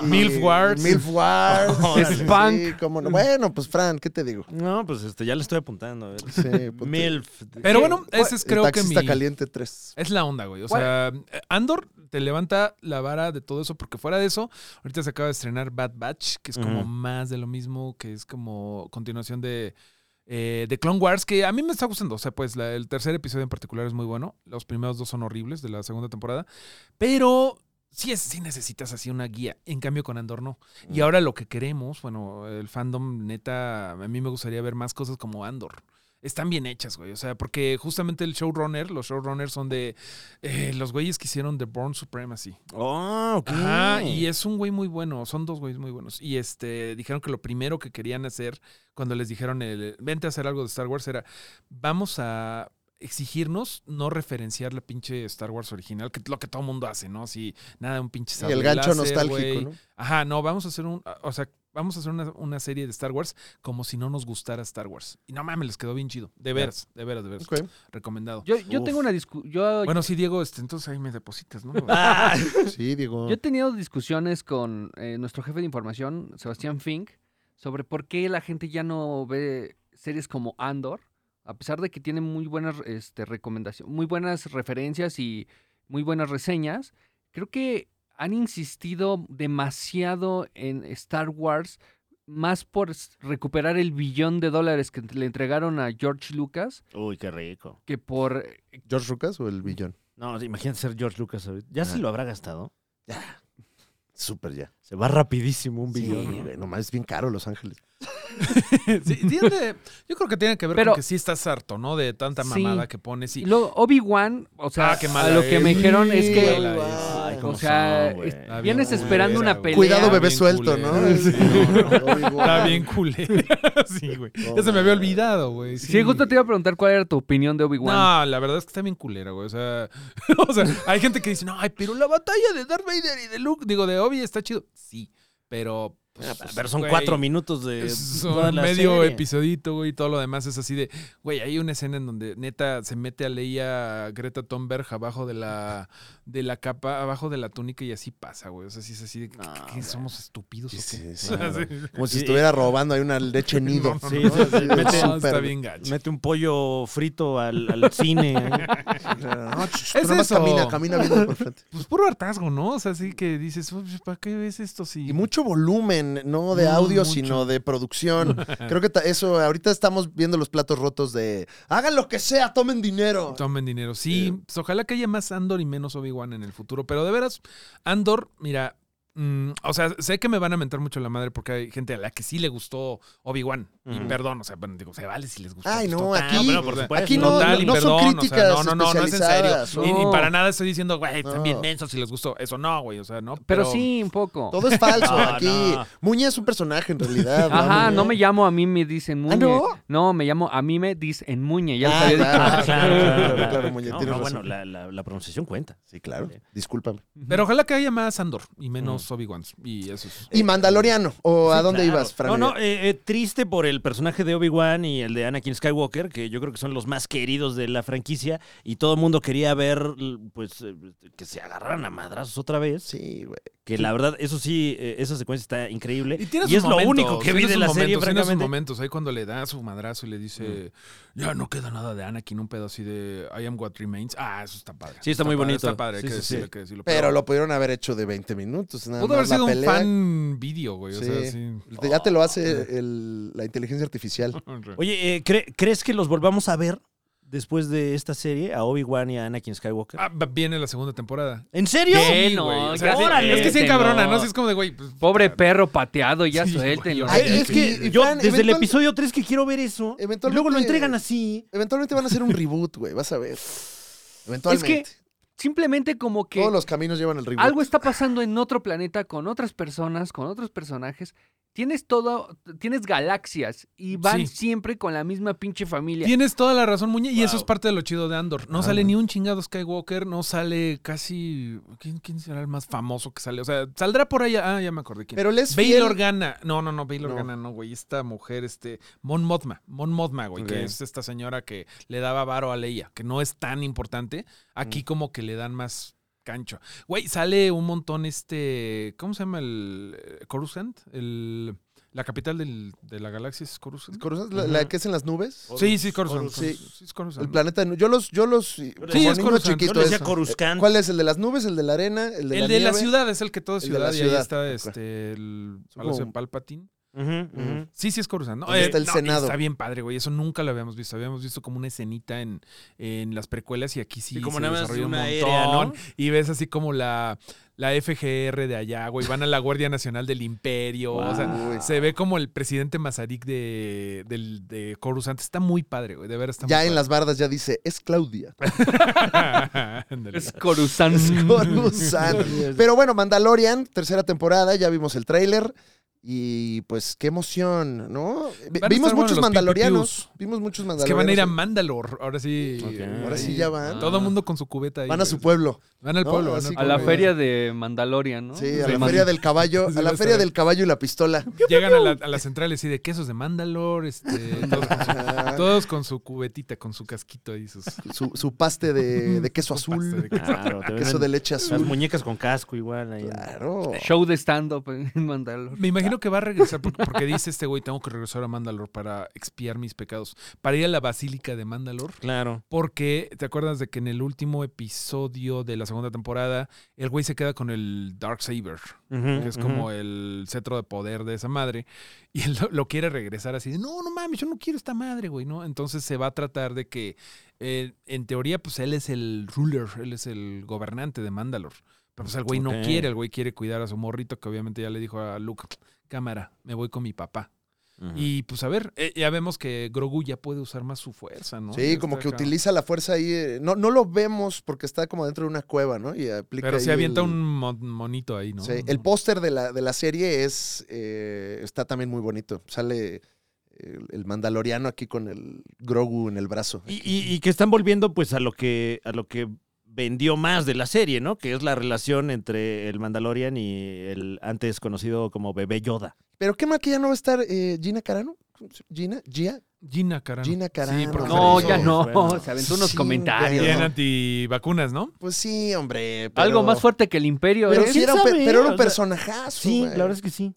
A: y-
D: Milf Wars.
A: Milf Wars.
B: Órale.
A: sí,
C: Spank.
A: cómo no. Bueno, pues, Fran, ¿qué te digo?
B: No, pues este, ya le estoy apuntando. a ver.
A: Sí, ponte-
B: Milf.
D: Pero bueno, ese es
A: El
D: creo que mi.
A: taxista caliente 3.
D: Es la onda, güey. O sea, eh, Andor te levanta la vara de todo eso, porque fuera de eso, ahorita se acaba de estrenar Bad Batch, que es como
B: Ujú.
D: más de lo mismo, que es como continuación de, eh, de Clone Wars, que a mí me está gustando. O sea, pues la- el tercer episodio en particular es muy bueno. Los primeros dos son horribles de la segunda temporada, pero sí, es, sí necesitas así una guía. En cambio, con Andor no. Y ahora lo que queremos, bueno, el fandom neta, a mí me gustaría ver más cosas como Andor. están bien hechas, güey. O sea, porque justamente el showrunner, los showrunners son de eh, los güeyes que hicieron The Born Supremacy.
B: Oh, ok.
D: Ajá, y es un güey muy bueno, son dos güeyes muy buenos. Y este, dijeron que lo primero que querían hacer cuando les dijeron el, vente a hacer algo de Star Wars era, vamos a exigirnos no referenciar la pinche Star Wars original, que es lo que todo mundo hace, ¿no? Si nada, un pinche
A: Y el
D: sable
A: gancho
D: láser,
A: nostálgico,
D: güey.
A: ¿no?
D: Ajá, no, vamos a hacer un, o sea, vamos a hacer una, una serie de Star Wars como si no nos gustara Star Wars. Y no mames, les quedó bien chido. De veras, de veras, de veras.
A: Ok.
D: Recomendado.
C: Yo, yo
B: Uf.
C: tengo una discusión. Yo,
D: Bueno, sí, Diego, este, entonces ahí me depositas, ¿no?
B: Ah,
A: Sí, digo.
C: yo he tenido discusiones con eh, nuestro jefe de información, Sebastián Fink, sobre por qué la gente ya no ve series como Andor, a pesar de que tiene muy buenas este, recomendaciones, muy buenas referencias y muy buenas reseñas. Creo que han insistido demasiado en Star Wars, más por s- recuperar el billón de dólares que le entregaron a George Lucas
B: Uy, qué rico.
C: que por
A: ¿George Lucas o el billón?
B: No, imagínate ser George Lucas ahorita. Ya sí lo habrá gastado.
A: Súper ya.
B: Se va rapidísimo un
A: Sí,
B: billón. ¿no?
A: güey, nomás es bien caro Los Ángeles.
D: Sí, tiene- yo creo que tiene que ver
C: Pero-
D: con que sí estás harto, ¿no? De tanta
C: Sí.
D: mamada que pones
C: Y
D: y...
C: luego Obi-Wan, o sea,
D: Ah, qué
C: a
D: mala
C: lo que
D: es.
C: me dijeron es
A: Sí,
C: que,
A: güey.
B: Ay, cómo
C: o sea,
B: son, güey.
C: es-
D: Está bien
C: vienes
D: culera,
C: esperando una
D: güey.
C: pelea.
A: Cuidado, bebé
D: Bien
A: suelto,
D: culera.
A: ¿no?
D: Sí,
A: No,
D: no,
A: no, digo,
D: Está bien culera. Sí, güey. Ya se me había olvidado, güey.
C: Sí, justo te iba a preguntar cuál era tu opinión de Obi-Wan.
D: No, la verdad es que está bien culera, güey. O sea, o sea, hay gente que dice, no, ay, pero la batalla de Darth Vader y de Luke, digo, de Obi está chido. Sí, pero. pues,
B: Ah, pero son
D: güey,
B: cuatro minutos de
D: Es
B: Eh, pues, toda
D: un
B: la
D: medio
B: serie.
D: episodito, güey, y todo lo demás es así de, güey, hay una escena en donde neta se mete a Leia Greta Thunberg abajo de la de la capa, abajo de la túnica y así pasa, güey. O sea, sí es así de, ¿qué,
B: No,
D: qué
B: güey.
D: somos estúpidos
A: Sí,
D: o
A: sí,
D: qué?
A: sí,
D: O sea,
A: güey.
D: sí.
A: Como si
B: Sí,
A: estuviera robando ahí una leche nido.
D: No,
B: Sí,
D: no,
B: sí, sí,
A: Así de
B: mete-
D: No, está
A: súper-
D: bien gacho.
B: Mete un pollo frito al, al cine.
A: Ah, No, ch-
D: Es
A: nada más
D: eso.
A: camina, camina viendo por frente.
D: Pues puro hartazgo, ¿no? O sea, así que dices, "Uy, ¿para qué ves esto? Si...
A: Y mucho volumen, no de
D: Mm,
A: audio,
D: mucho.
A: sino de producción. Creo que ta- eso, ahorita estamos viendo los platos rotos de hagan lo que sea, tomen dinero.
D: Tomen dinero. Sí, pues, ojalá que haya más Andor y menos Obi-Wan en el futuro. Pero de veras, Andor, mira, mm, o sea, sé que me van a mentar mucho la madre porque hay gente a la que sí le gustó Obi-Wan. Y
B: Ujú.
D: perdón, o sea, bueno, digo, se vale si les gustó.
A: Ay,
D: pues,
A: no,
D: total,
A: aquí-
D: pero, por supuesto,
A: aquí no-
D: total,
A: no-
D: y
A: no son
D: perdón, o sea,
A: críticas
D: no, no, no, no es en serio.
A: especializadas,
D: Ni, ni
C: no.
D: para nada estoy diciendo, güey, están bien
A: No.
D: mensos y les gustó. Eso no, güey, o sea, no.
C: pero, sí, un poco.
A: Todo es falso
B: No,
A: aquí.
B: no.
A: Muñe es un personaje en realidad. ¿no,
C: Ajá,
A: Muñe?
C: no me llamo a mí me dicen Muñe.
A: no?
C: me llamo a mí me dicen Muñe, ya les
A: Ah,
C: había
A: claro,
C: dicho.
A: claro, claro, claro,
B: claro.
A: Muñe,
B: No,
A: tienes
B: no,
A: razón.
B: bueno, la, la- la pronunciación cuenta.
A: Sí, claro. Discúlpame.
D: Pero ojalá que haya más Andor y menos Obi-Wan. Y eso es.
A: Y Mandaloriano, ¿o a dónde
B: Claro.
A: ibas, Fran?
B: No, no, eh, eh, triste por el personaje de Obi-Wan y el de Anakin Skywalker, que yo creo que son los más queridos de la franquicia, y todo el mundo quería ver, l- pues, eh, que se agarraran a madrazos otra vez.
A: Sí, güey.
B: Que la verdad, eso sí, eh, esa secuencia está increíble. Y,
D: tiene sus
B: es lo
D: momentos,
B: único que
D: tiene
B: vi de
D: sus
B: la serie,
D: momentos, tiene sus
B: francamente.
D: momentos, ahí cuando le da su madrazo y le dice,
B: Mm.
D: ya no queda nada de Anakin, un pedo así de I am what remains. Ah, eso está padre.
B: Sí, está muy
D: padre,
B: bonito.
D: Está padre, hay
B: Sí,
D: que
B: sí, sí.
D: decirlo, hay que decirlo.
A: Pero lo pudieron haber hecho de 20 minutos. Nada
D: pudo
A: más
D: haber
A: la
D: sido un
A: pelea.
D: fan video, güey. O sea,
A: Sí.
D: sí.
A: Te- Ya te lo hace el- la inteligencia artificial.
B: Oye, eh, ¿cre- ¿crees que los volvamos a ver después de esta serie, a Obi-Wan y a Anakin Skywalker?
D: Ah, va- viene la segunda temporada.
B: ¿En serio?
D: Sí,
C: no,
D: güey, o
C: ya
D: sea, sí,
B: órale.
D: es que sí,
C: Este,
D: cabrona,
C: no.
D: ¿no? Sí, es como de, güey. pues,
C: Pobre perro pateado, ya
D: Sí, güey.
C: suéltenlo.
D: Ay,
B: Es que yo
A: Fran,
B: desde el
A: eventual-
B: episodio 3 que quiero ver eso, y luego lo
A: eventualmente-
B: entregan así.
A: Eventualmente van a hacer un reboot, güey. Vas a ver. Eventualmente.
C: Simplemente como que
A: Todos los caminos llevan el reboot.
C: algo está pasando en otro planeta con otras personas, con otros personajes. Tienes todo, tienes galaxias y van
D: Sí.
C: siempre con la misma pinche familia.
D: Tienes toda la razón, Muñe, y eso es parte de lo chido de Andor. No sale ni un chingado Skywalker, no sale casi. ¿Quién, quién será el más famoso que sale? O sea, saldrá por ahí. Ah, ya me acordé quién.
A: Pero él es
D: Bail
A: fiel-
D: Organa. No, no, no, Bail
A: No.
D: Organa no, güey. Esta mujer, este. Mon Mothma. Mon Mothma, güey.
A: Ok.
D: Que es esta señora que le daba varo a Leia, que no es tan importante. Aquí,
A: Mm.
D: como que le dan más cancho. Güey, sale un montón este. ¿Cómo se llama el. eh, Coruscant? El. La capital del- de la galaxia es Coruscant.
A: ¿Conoces la, la que es en las nubes?
D: Sí, sí, Coruscant.
A: Coruscant.
D: Sí, es Coruscant.
A: El planeta de nu- Yo los, yo los. Sí,
D: es Coruscant.
B: Yo
D: Yo
B: le
D: le
B: decía
D: eso.
B: Coruscant.
A: eh, ¿Cuál es? ¿El de las nubes? ¿El de la arena? ¿El de,
D: el
A: la,
D: de la
A: nieve?
D: ciudad es el que todo es
A: El de la
D: ciudad, y ahí
A: ciudad.
D: está
A: Ok.
D: este el
A: Supongo-
D: Palacio de Palpatine.
B: Ujú, ujú.
D: Sí, sí es Coruscant, ¿no? Eh,
A: Donde está el
D: no, y
A: Senado.
D: Está bien padre, güey. Eso nunca lo habíamos visto. Habíamos visto como una escenita en, en las precuelas y aquí sí,
B: Sí, como
D: se
B: nada más
D: desarrolla
B: una aérea, ¿no?
D: Y ves así como la, la FGR de allá, güey. Van a la Guardia Nacional del Imperio. O sea,
A: Uy.
D: se ve como el presidente Mazarik de, del- de Coruscant. Está muy padre, güey. De verdad está
A: Ya
D: muy
A: en las bardas ya dice, es Claudia.
D: padre. Ándale.
C: Es Coruscant.
A: Coruscant. Pero bueno, Mandalorian, tercera temporada, ya vimos el tráiler. Y pues qué emoción, ¿no? Vi-
D: Van
A: Vimos
D: a estar buenos
A: muchos
D: los
A: mandalorianos. Vimos muchos
D: Es que van
A: mandalorianos.
D: a ir a Mandalor. Ahora sí.
B: Ok.
A: Ahora sí ya van.
D: Todo el mundo con su cubeta ahí.
A: Van a
D: güey.
A: su pueblo.
D: Van al
A: ¿no?
D: pueblo. van
A: Así
C: A
D: al
C: la
D: pueblo.
C: feria de Mandalorian, ¿no?
A: Sí, a
D: Sí,
A: la
D: man.
A: feria del caballo,
D: Sí,
A: a
D: va
A: la
D: a
A: feria
D: estar.
A: del caballo y la pistola.
D: Llegan a, la- a las centrales y de quesos de Mandalor, este, todos, con su, todos con su cubetita, con su casquito ahí, sus
A: Ah, Su, su paste de, de queso
D: su paste
A: azul,
D: de queso.
B: Claro, te
A: queso
B: venden
A: de leche
B: Las
A: azul.
B: muñecas con casco igual. ahí.
A: Claro.
C: Show de stand-up en Mandalor.
D: Me imagino que va a regresar por- porque, dice este güey, tengo que regresar a Mandalor para expiar mis pecados, para ir a la Basílica de Mandalor.
B: Claro.
D: Porque, ¿te acuerdas de que en el último episodio de la segunda temporada, el güey se queda con el Dark Saber, que es como el cetro de poder de esa madre, y él lo, lo quiere regresar así de, no, no mames, yo no quiero esta madre, güey, ¿no? Entonces se va a tratar de que, eh, en teoría, pues él es el ruler, él es el gobernante de Mandalor. Pero pues el güey
B: Ok.
D: no quiere, el güey quiere cuidar a su morrito, que obviamente ya le dijo a Luke, cámara, me voy con mi papá. Y pues a ver, eh, ya vemos que Grogu ya puede usar más su fuerza, ¿no?
A: Sí,
D: Ya
A: como
D: está
A: que
D: acá.
A: utiliza la fuerza ahí. eh, No, no lo vemos porque está como dentro de una cueva, ¿no? Y aplica
D: Pero se
A: ahí
D: avienta
A: el-
D: un mon- monito ahí, ¿no?
A: Sí, el póster de la, de la serie es eh, está también muy bonito. Sale el, el mandaloriano aquí con el Grogu en el brazo.
B: Y, y- y que están volviendo pues a lo que a lo que vendió más de la serie, ¿no? Que es la relación entre el Mandalorian y el antes conocido como Bebé Yoda.
A: Pero qué mal que ya no va a estar eh, Gina Carano. Gina, Gia,
D: Gina Carano.
A: Gina Carano.
D: Sí, porque
C: No,
D: se
C: ya
D: hizo
C: no.
B: Bueno.
C: se aventó unos
A: Sí,
C: comentarios.
D: Bien
A: güey.
D: antivacunas, ¿no?
A: Pues sí, hombre. pero-
C: Algo más fuerte que el Imperio.
A: Pero,
C: ¿eh?
A: sí era un,
B: ¿Quién
A: pe-
B: sabe,
A: pero era
B: eh?
A: un
B: O sea,
A: personajazo.
B: Sí,
A: güey.
B: la verdad es que sí.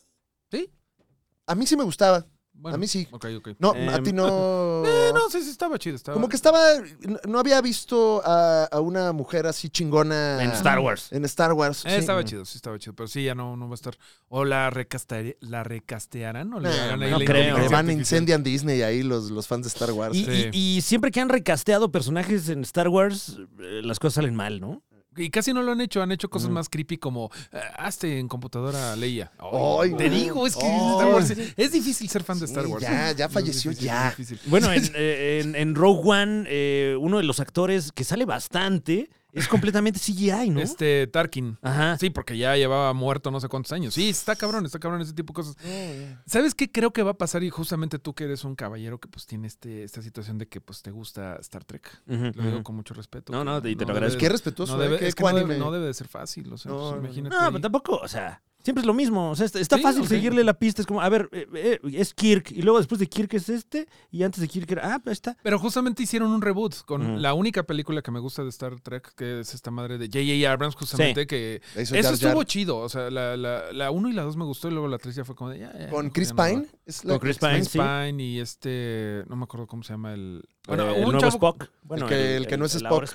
A: A mí sí me gustaba.
D: Bueno,
A: A mí sí.
D: Ok, ok.
A: No,
B: Em,
A: a ti no.
D: Eh, no, sí, sí, estaba chido. Estaba...
A: Como que estaba. no- No había visto a, a una mujer así chingona.
B: En Star Wars.
A: Ah, En Star Wars.
D: Eh,
A: sí.
D: Estaba chido, sí, estaba chido. Pero sí, ya no, no va a estar. O la, recastare- la recastearán o le
A: Nah,
D: darán ahí
B: no
D: la
B: creo.
D: inteligencia
A: Le van a
D: artificial?
A: incendian Disney ahí los, los fans de Star Wars.
B: Y,
D: Sí.
B: y- y siempre que han recasteado personajes en Star Wars, eh, las cosas salen mal, ¿no?
D: Y casi no lo han hecho. Han hecho cosas
B: Mm.
D: más creepy como. eh, hazte en computadora Leia.
A: Ay,
D: te
A: no.
D: digo, es que
A: Ay.
D: Star Wars. Es difícil ser fan de
A: Sí,
D: Star Wars.
A: ya, ya
D: Es
A: falleció,
D: difícil,
A: ya.
D: es difícil.
B: Bueno, en, eh, en- en Rogue One, eh, uno de los actores que sale bastante es completamente CGI, ¿no?
D: Este, Tarkin.
B: Ajá.
D: Sí, porque ya llevaba muerto no sé cuántos años. Sí, está cabrón, está cabrón ese tipo de cosas. ¿Sabes qué creo que va a pasar? Y justamente tú que eres un caballero que pues tiene este, esta situación de que pues te gusta Star Trek.
B: Ujú,
D: Lo digo
B: ujú.
D: con mucho respeto.
B: No,
D: que
B: no, te- te lo
D: debe-
B: agradezco.
A: Qué respetuoso,
D: No
A: ¿eh?
D: debe,
A: Qué
D: es que no debe,
A: ecuánime.
D: no debe de ser fácil. O sea,
A: No,
D: pues,
A: no, no.
D: imagínate.
B: No,
D: ahí.
B: pero tampoco, o sea, siempre es lo mismo. O sea, está, está
D: Sí,
B: fácil
D: ok.
B: seguirle la pista. Es como, a ver, eh, eh, es Kirk. Y luego después de Kirk es este. Y antes de Kirk era, ah, pues está.
D: Pero justamente hicieron un reboot con
B: Ujú.
D: la única película que me gusta de Star Trek, que es esta madre de J.J. Abrams, justamente, que
A: La hizo
D: eso
A: Jar Jar.
D: estuvo chido. O sea, la 1 y la 2 me gustó y luego la 3 ya fue como de... ya, ya,
A: Con
D: mejor
A: Chris
D: ya no va.
A: Pine. es la-
B: Con Chris Pine,
D: Chris
B: sí.
D: Pine y este... No me acuerdo cómo se llama el...
B: Eh,
D: Bueno,
B: el
D: un
B: nuevo
D: chavo
B: Spock. Bueno,
A: que- el que no es
B: ahora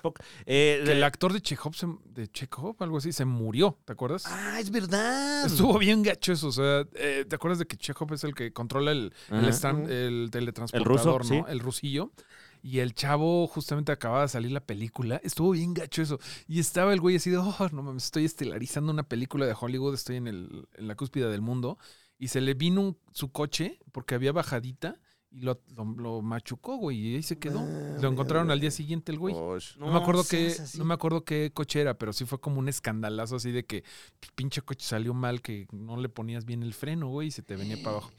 B: Eh,
D: que el
B: eh,
D: actor de Chekhov, se- de Chekhov, algo así, se murió, ¿te acuerdas?
B: Ah, es verdad.
D: Estuvo bien gacho eso, o sea, eh, ¿te acuerdas de que Chekhov es el que controla el, el,
B: Ajá.
D: stand-
A: Ujú.
D: el teletransportador,
B: El ruso,
D: ¿no? El rusillo. Y el chavo justamente acababa de salir la película. Estuvo bien gacho eso. Y estaba el güey así de, oh, no mames, estoy estelarizando una película de Hollywood, estoy en, el, en la cúspide del mundo. Y se le vino un- su coche porque había bajadita y lo, lo, lo machucó, güey. Y ahí se quedó.
A: Madre,
D: Lo encontraron al día siguiente el güey.
A: Osh.
D: No, me acuerdo qué,
B: seas así.
D: no me acuerdo qué coche era, pero sí fue como un escandalazo así de que pues, pinche coche salió mal, que no le ponías bien el freno, güey, y se te venía para abajo.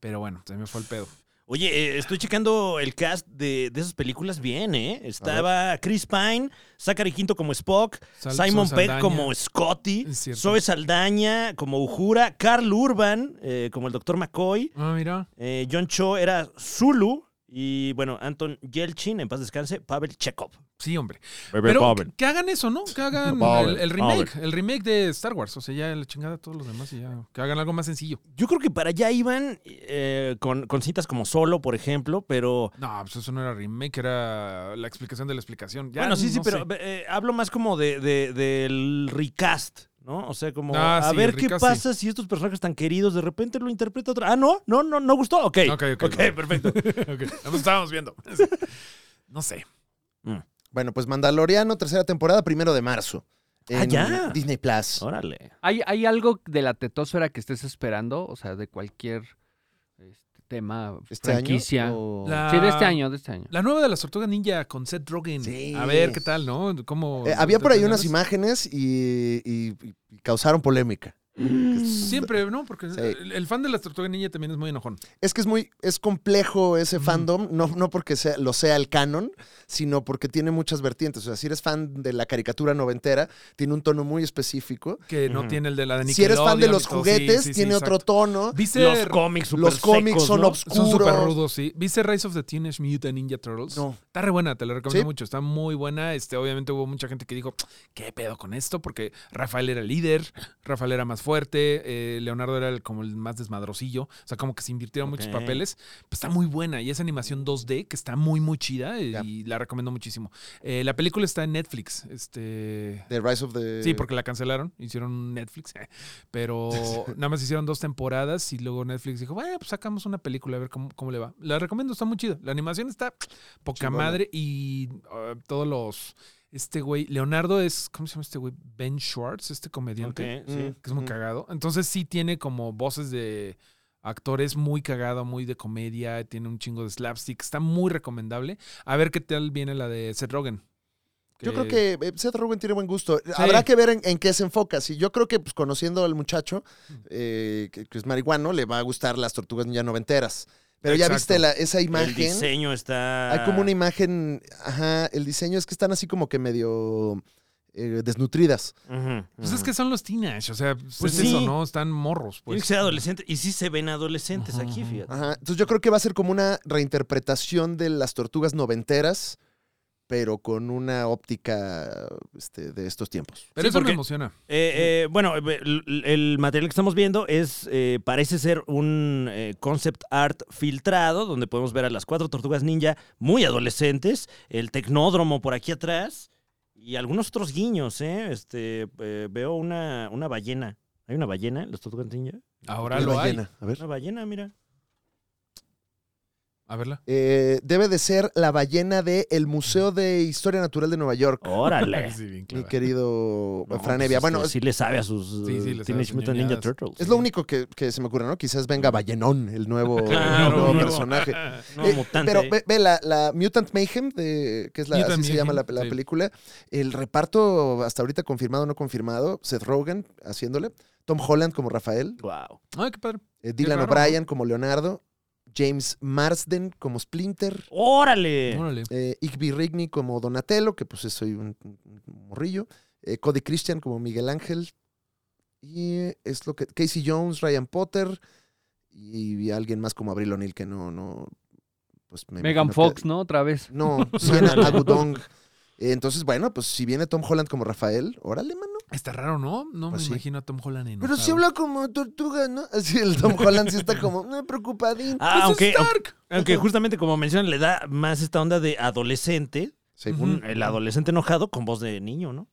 D: Pero bueno, se me fue el pedo.
B: Oye, eh, estoy checando el cast de, de esas películas bien, ¿eh? Estaba Chris Pine, Zachary Quinto como Spock,
D: Sal-
B: Simon
D: Zoe
B: Pegg
D: Saldaña.
B: como Scotty,
D: Es cierto.
B: Zoe Saldaña como Uhura, Carl Urban eh, como el Dr. McCoy,
D: Ah, mira.
B: eh, John Cho era Zulu y, bueno, Anton Yelchin, en paz descanse, Pavel Chekhov.
D: Sí, hombre. pero que, que hagan eso, ¿no? Que hagan
B: Pavel,
D: el, el remake, el remake de Star Wars. O sea, ya la chingada a todos los demás y ya. Que hagan algo más sencillo.
B: Yo creo que para allá iban eh, con, con cintas como Solo, por ejemplo, pero...
D: No, pues eso no era remake, era la explicación de la explicación. Ya
B: bueno, sí, sí,
D: no
B: pero
D: sé.
B: eh, hablo más como de, de- del recast, ¿No? O sea, como
D: Ah,
B: a
D: sí,
B: ver qué
D: Ricassi.
B: pasa si estos personajes tan queridos de repente lo interpreta otra. Ah, no, no, no, no gustó. Ok.
D: Ok,
B: ok,
D: ok, va.
B: perfecto.
D: Ok, nos estábamos viendo. No sé.
A: Bueno, pues Mandaloriano, tercera temporada, primero de marzo.
B: Ah,
A: en
B: ya.
A: Disney Plus.
B: Órale.
C: ¿Hay, ¿Hay algo de la tetósfera que estés esperando? O sea, de cualquier este, tema,
A: Este
C: franquicia.
A: año. o-
D: La-
C: Sí, de este año, de este año.
D: La nueva de las tortugas ninja con Seth Rogen.
A: Sí.
D: A ver qué tal, ¿no? ¿Cómo
A: Eh, había por ahí unas
D: entretenernos?
A: imágenes y, y- y causaron polémica.
D: Siempre, ¿no? Porque
A: Sí.
D: el, el fan de las tortugas ninja también es muy enojón.
A: Es que es muy, es complejo ese
B: Mm.
D: Ujú.
A: fandom, no, no porque sea- lo sea el canon, sino porque tiene muchas vertientes. O sea, si eres fan de la caricatura noventera, tiene un tono muy específico.
D: Que no
B: Ujú.
D: tiene el de la de
A: si eres fan de
D: Nickelodeon y
A: los
D: todo.
A: juguetes,
D: Sí, sí, sí,
A: tiene otro
D: exacto.
A: tono.
D: ¿Viste
B: Los cómics super
A: Los cómics
B: secos,
A: son
B: ¿no?
A: obscuros.
D: Son súper rudos, sí. ¿Viste Rise of the Teenage Mutant Ninja Turtles?
A: No.
D: Está re buena, te la recomiendo
A: ¿Sí?
D: mucho. Está muy buena. Este, obviamente hubo mucha gente que dijo, ¿qué pedo con esto? Porque Rafael era el líder, Rafael era más fuerte, eh, Leonardo era el- como el más desmadrosillo. O sea, como que se invirtieron muchos
B: Ok.
D: papeles. Pues está muy buena. Y esa animación 2D que está muy, muy chida eh,
A: Ya.
D: y la recomiendo muchísimo. Eh, la película está en Netflix. Este.
A: The Rise of the...
D: Sí, porque la cancelaron, hicieron Netflix, eh, pero nada más hicieron dos temporadas y luego Netflix dijo, bueno, pues sacamos una película a ver cómo, cómo le va. La recomiendo, está muy chida. La animación está poca
A: Chingona.
D: madre y ah, todos los... Este güey, Leonardo es, ¿cómo se llama este güey? Ben Schwartz, este
B: Ok,
D: comediante,
B: sí.
D: que es muy
A: Mm.
D: cagado. Entonces sí tiene como voces de actores muy cagado, muy de comedia, tiene un chingo de slapstick, está muy recomendable. A ver qué tal viene la de Seth Rogen.
A: Yo creo que eh, Seth Rogen tiene buen gusto. Habrá
D: Sí.
A: que ver en, en qué se enfoca. Si yo creo que pues, conociendo al muchacho,
D: Mm.
A: eh, que, que es marihuano, le va a gustar las tortugas ninja noventeras. Pero ya
D: Exacto.
A: viste la- esa
B: El
A: imagen.
B: diseño está.
A: Hay como una imagen, ajá, el diseño es que están así como que medio eh, desnutridas.
B: Ujú,
D: Pues es
B: ujú.
D: que son los teenage, o sea, pues
B: Pues
D: es
B: sí.
D: eso, ¿no? Están morros,
B: Tiene
D: pues.
B: que ser adolescente. Y sí se ven adolescentes aquí, fíjate.
A: Ajá. Entonces yo creo que va a ser como una reinterpretación de las tortugas noventeras, pero con una óptica este, de estos tiempos.
D: Pero
B: Sí,
D: eso
B: porque-
D: me emociona.
B: Eh, eh, bueno, el, el material que estamos viendo es eh, parece ser un eh, concept art filtrado, donde podemos ver a las cuatro tortugas ninja muy adolescentes, el tecnódromo por aquí atrás y algunos otros guiños. ¿eh? Este, eh, veo una, una ballena. ¿Hay una ballena en las tortugas ninja?
D: Ahora
A: Una
D: lo hay.
A: ballena, Ah, A ver.
B: Una ballena, mira.
D: A verla.
A: Eh, debe de ser la ballena de el Museo de Historia Natural de Nueva York,
B: Órale.
D: Sí, bien
A: mi
D: clavada.
A: querido
B: No,
A: Franevia.
B: pues,
A: Bueno,
B: este,
A: es,
B: sí le sabe a sus
D: Sí, sí,
B: eh,
D: le sabe a
B: Teenage
D: sus
B: Mutant Ninja
D: ñoñadas.
B: Turtles.
A: es lo único que, que se me ocurre, ¿no? Quizás venga Ballenón, el nuevo, el
B: Claro,
A: nuevo
B: un nuevo.
A: personaje.
B: No,
A: Eh,
B: mutante.
A: Pero ve, ve la, la Mutant Mayhem, de, que es la,
D: Mutant
A: así se llama la,
D: Mayhem,
A: la
D: sí.
A: película. El reparto hasta ahorita confirmado o no confirmado, Seth Rogen haciéndole, Tom Holland como Rafael,
B: Wow.
D: Ay, qué padre.
A: eh, Dylan
D: raro,
A: O'Brien como Leonardo, James Marsden como Splinter,
B: ¡Órale!
D: Órale.
A: eh, Igby Rigney como Donatello, que pues soy un, un morrillo, eh, Cody Christian como Miguel Ángel, y eh, es lo que Casey Jones, Ryan Potter y, alguien más como Abril O'Neill que no, no, pues me
C: Megan
A: imagino que-
C: Fox, ¿no? Otra vez.
A: No, Siena Agudong. Eh, Entonces, bueno, pues si viene Tom Holland como Rafael, órale, mano.
D: Está raro, ¿no? No
A: Pues
D: me
A: sí.
D: imagino a Tom Holland en
A: Pero si habla como tortuga, ¿no? Así el Tom Holland sí está como "No, preocupadín.
B: Ah, aunque,
D: Pues Stark!
B: Aunque justamente como mencionan, le da más esta onda de adolescente,
A: Según
D: Ujú.
B: el adolescente enojado con voz de niño, ¿no?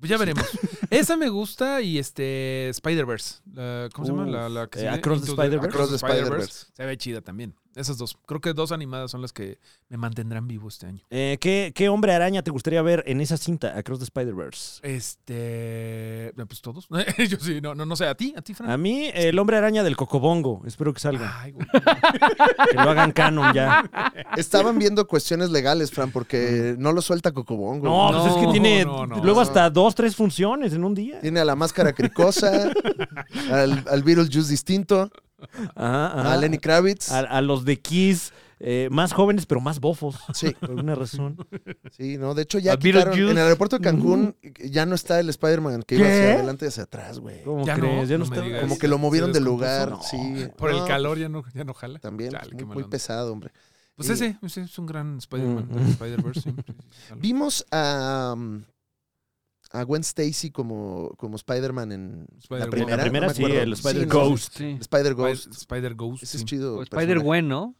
D: Pues ya veremos. Esa me gusta y este Spider-Verse. La- ¿Cómo se llama?
B: Uf.
D: La, la que
B: Eh,
D: sigue?
B: Across the
D: Into
B: Spider-Verse.
A: Across the Spider-Verse.
D: Se ve chida también. Esas dos. Creo que dos animadas son las que me mantendrán vivo este año.
B: Eh, ¿qué, qué hombre araña te gustaría ver en esa cinta, Across the Spider-Verse?
D: Este. Pues todos. Yo sí, no, no, no sé. ¿A ti? ¿A ti, Fran?
B: A mí, el hombre araña del Cocobongo. Espero que salga.
D: Ay, güey.
B: Que lo hagan canon ya.
A: Estaban viendo cuestiones legales, Fran, porque no lo suelta Cocobongo.
B: No,
D: No,
B: pues es que tiene
D: no, no.
B: luego hasta dos, tres funciones en un día.
A: Tiene a la máscara cricosa, al, al Beetlejuice distinto,
B: Ajá, ajá.
A: a Lenny Kravitz.
B: A, a los de Kiss, eh, más jóvenes pero más bofos,
A: Sí,
B: por alguna razón.
A: sí, no. De hecho, ya
B: A
A: quitaron-
B: Beetlejuice.
A: En el aeropuerto de Cancún ya no está el Spider-Man que iba
B: ¿Qué?
A: hacia adelante y hacia atrás, güey.
B: ¿Cómo
D: Ya no,
B: crees? ya no,
D: no me
B: está-
D: digas.
A: Como que lo movieron
D: Se
A: del lugar,
B: descompuso, no.
A: sí.
D: Por el
A: No,
D: calor ya no, ya no jala.
A: También,
D: Chale, qué
A: muy,
D: mala
A: muy
D: onda.
A: pesado, hombre.
D: Pues
A: Y-
D: ese, ese es un gran Spider-Man,
B: Mm.
D: del Spider-Verse. sí, sí, sí, jalo.
A: Vimos a, um, a Gwen Stacy como, como Spider-Man en
D: Spider-Ghost.
A: la primera.
B: La primera
A: no me
B: sí,
A: acuerdo.
B: el Spider
A: no,
B: Ghost.
C: Sí.
A: Spider-Ghost.
D: Spider- Spider-Ghost.
A: Ese es
D: sí.
A: chido.
C: O
A: personaje.
C: Spider-Gwen, ¿no?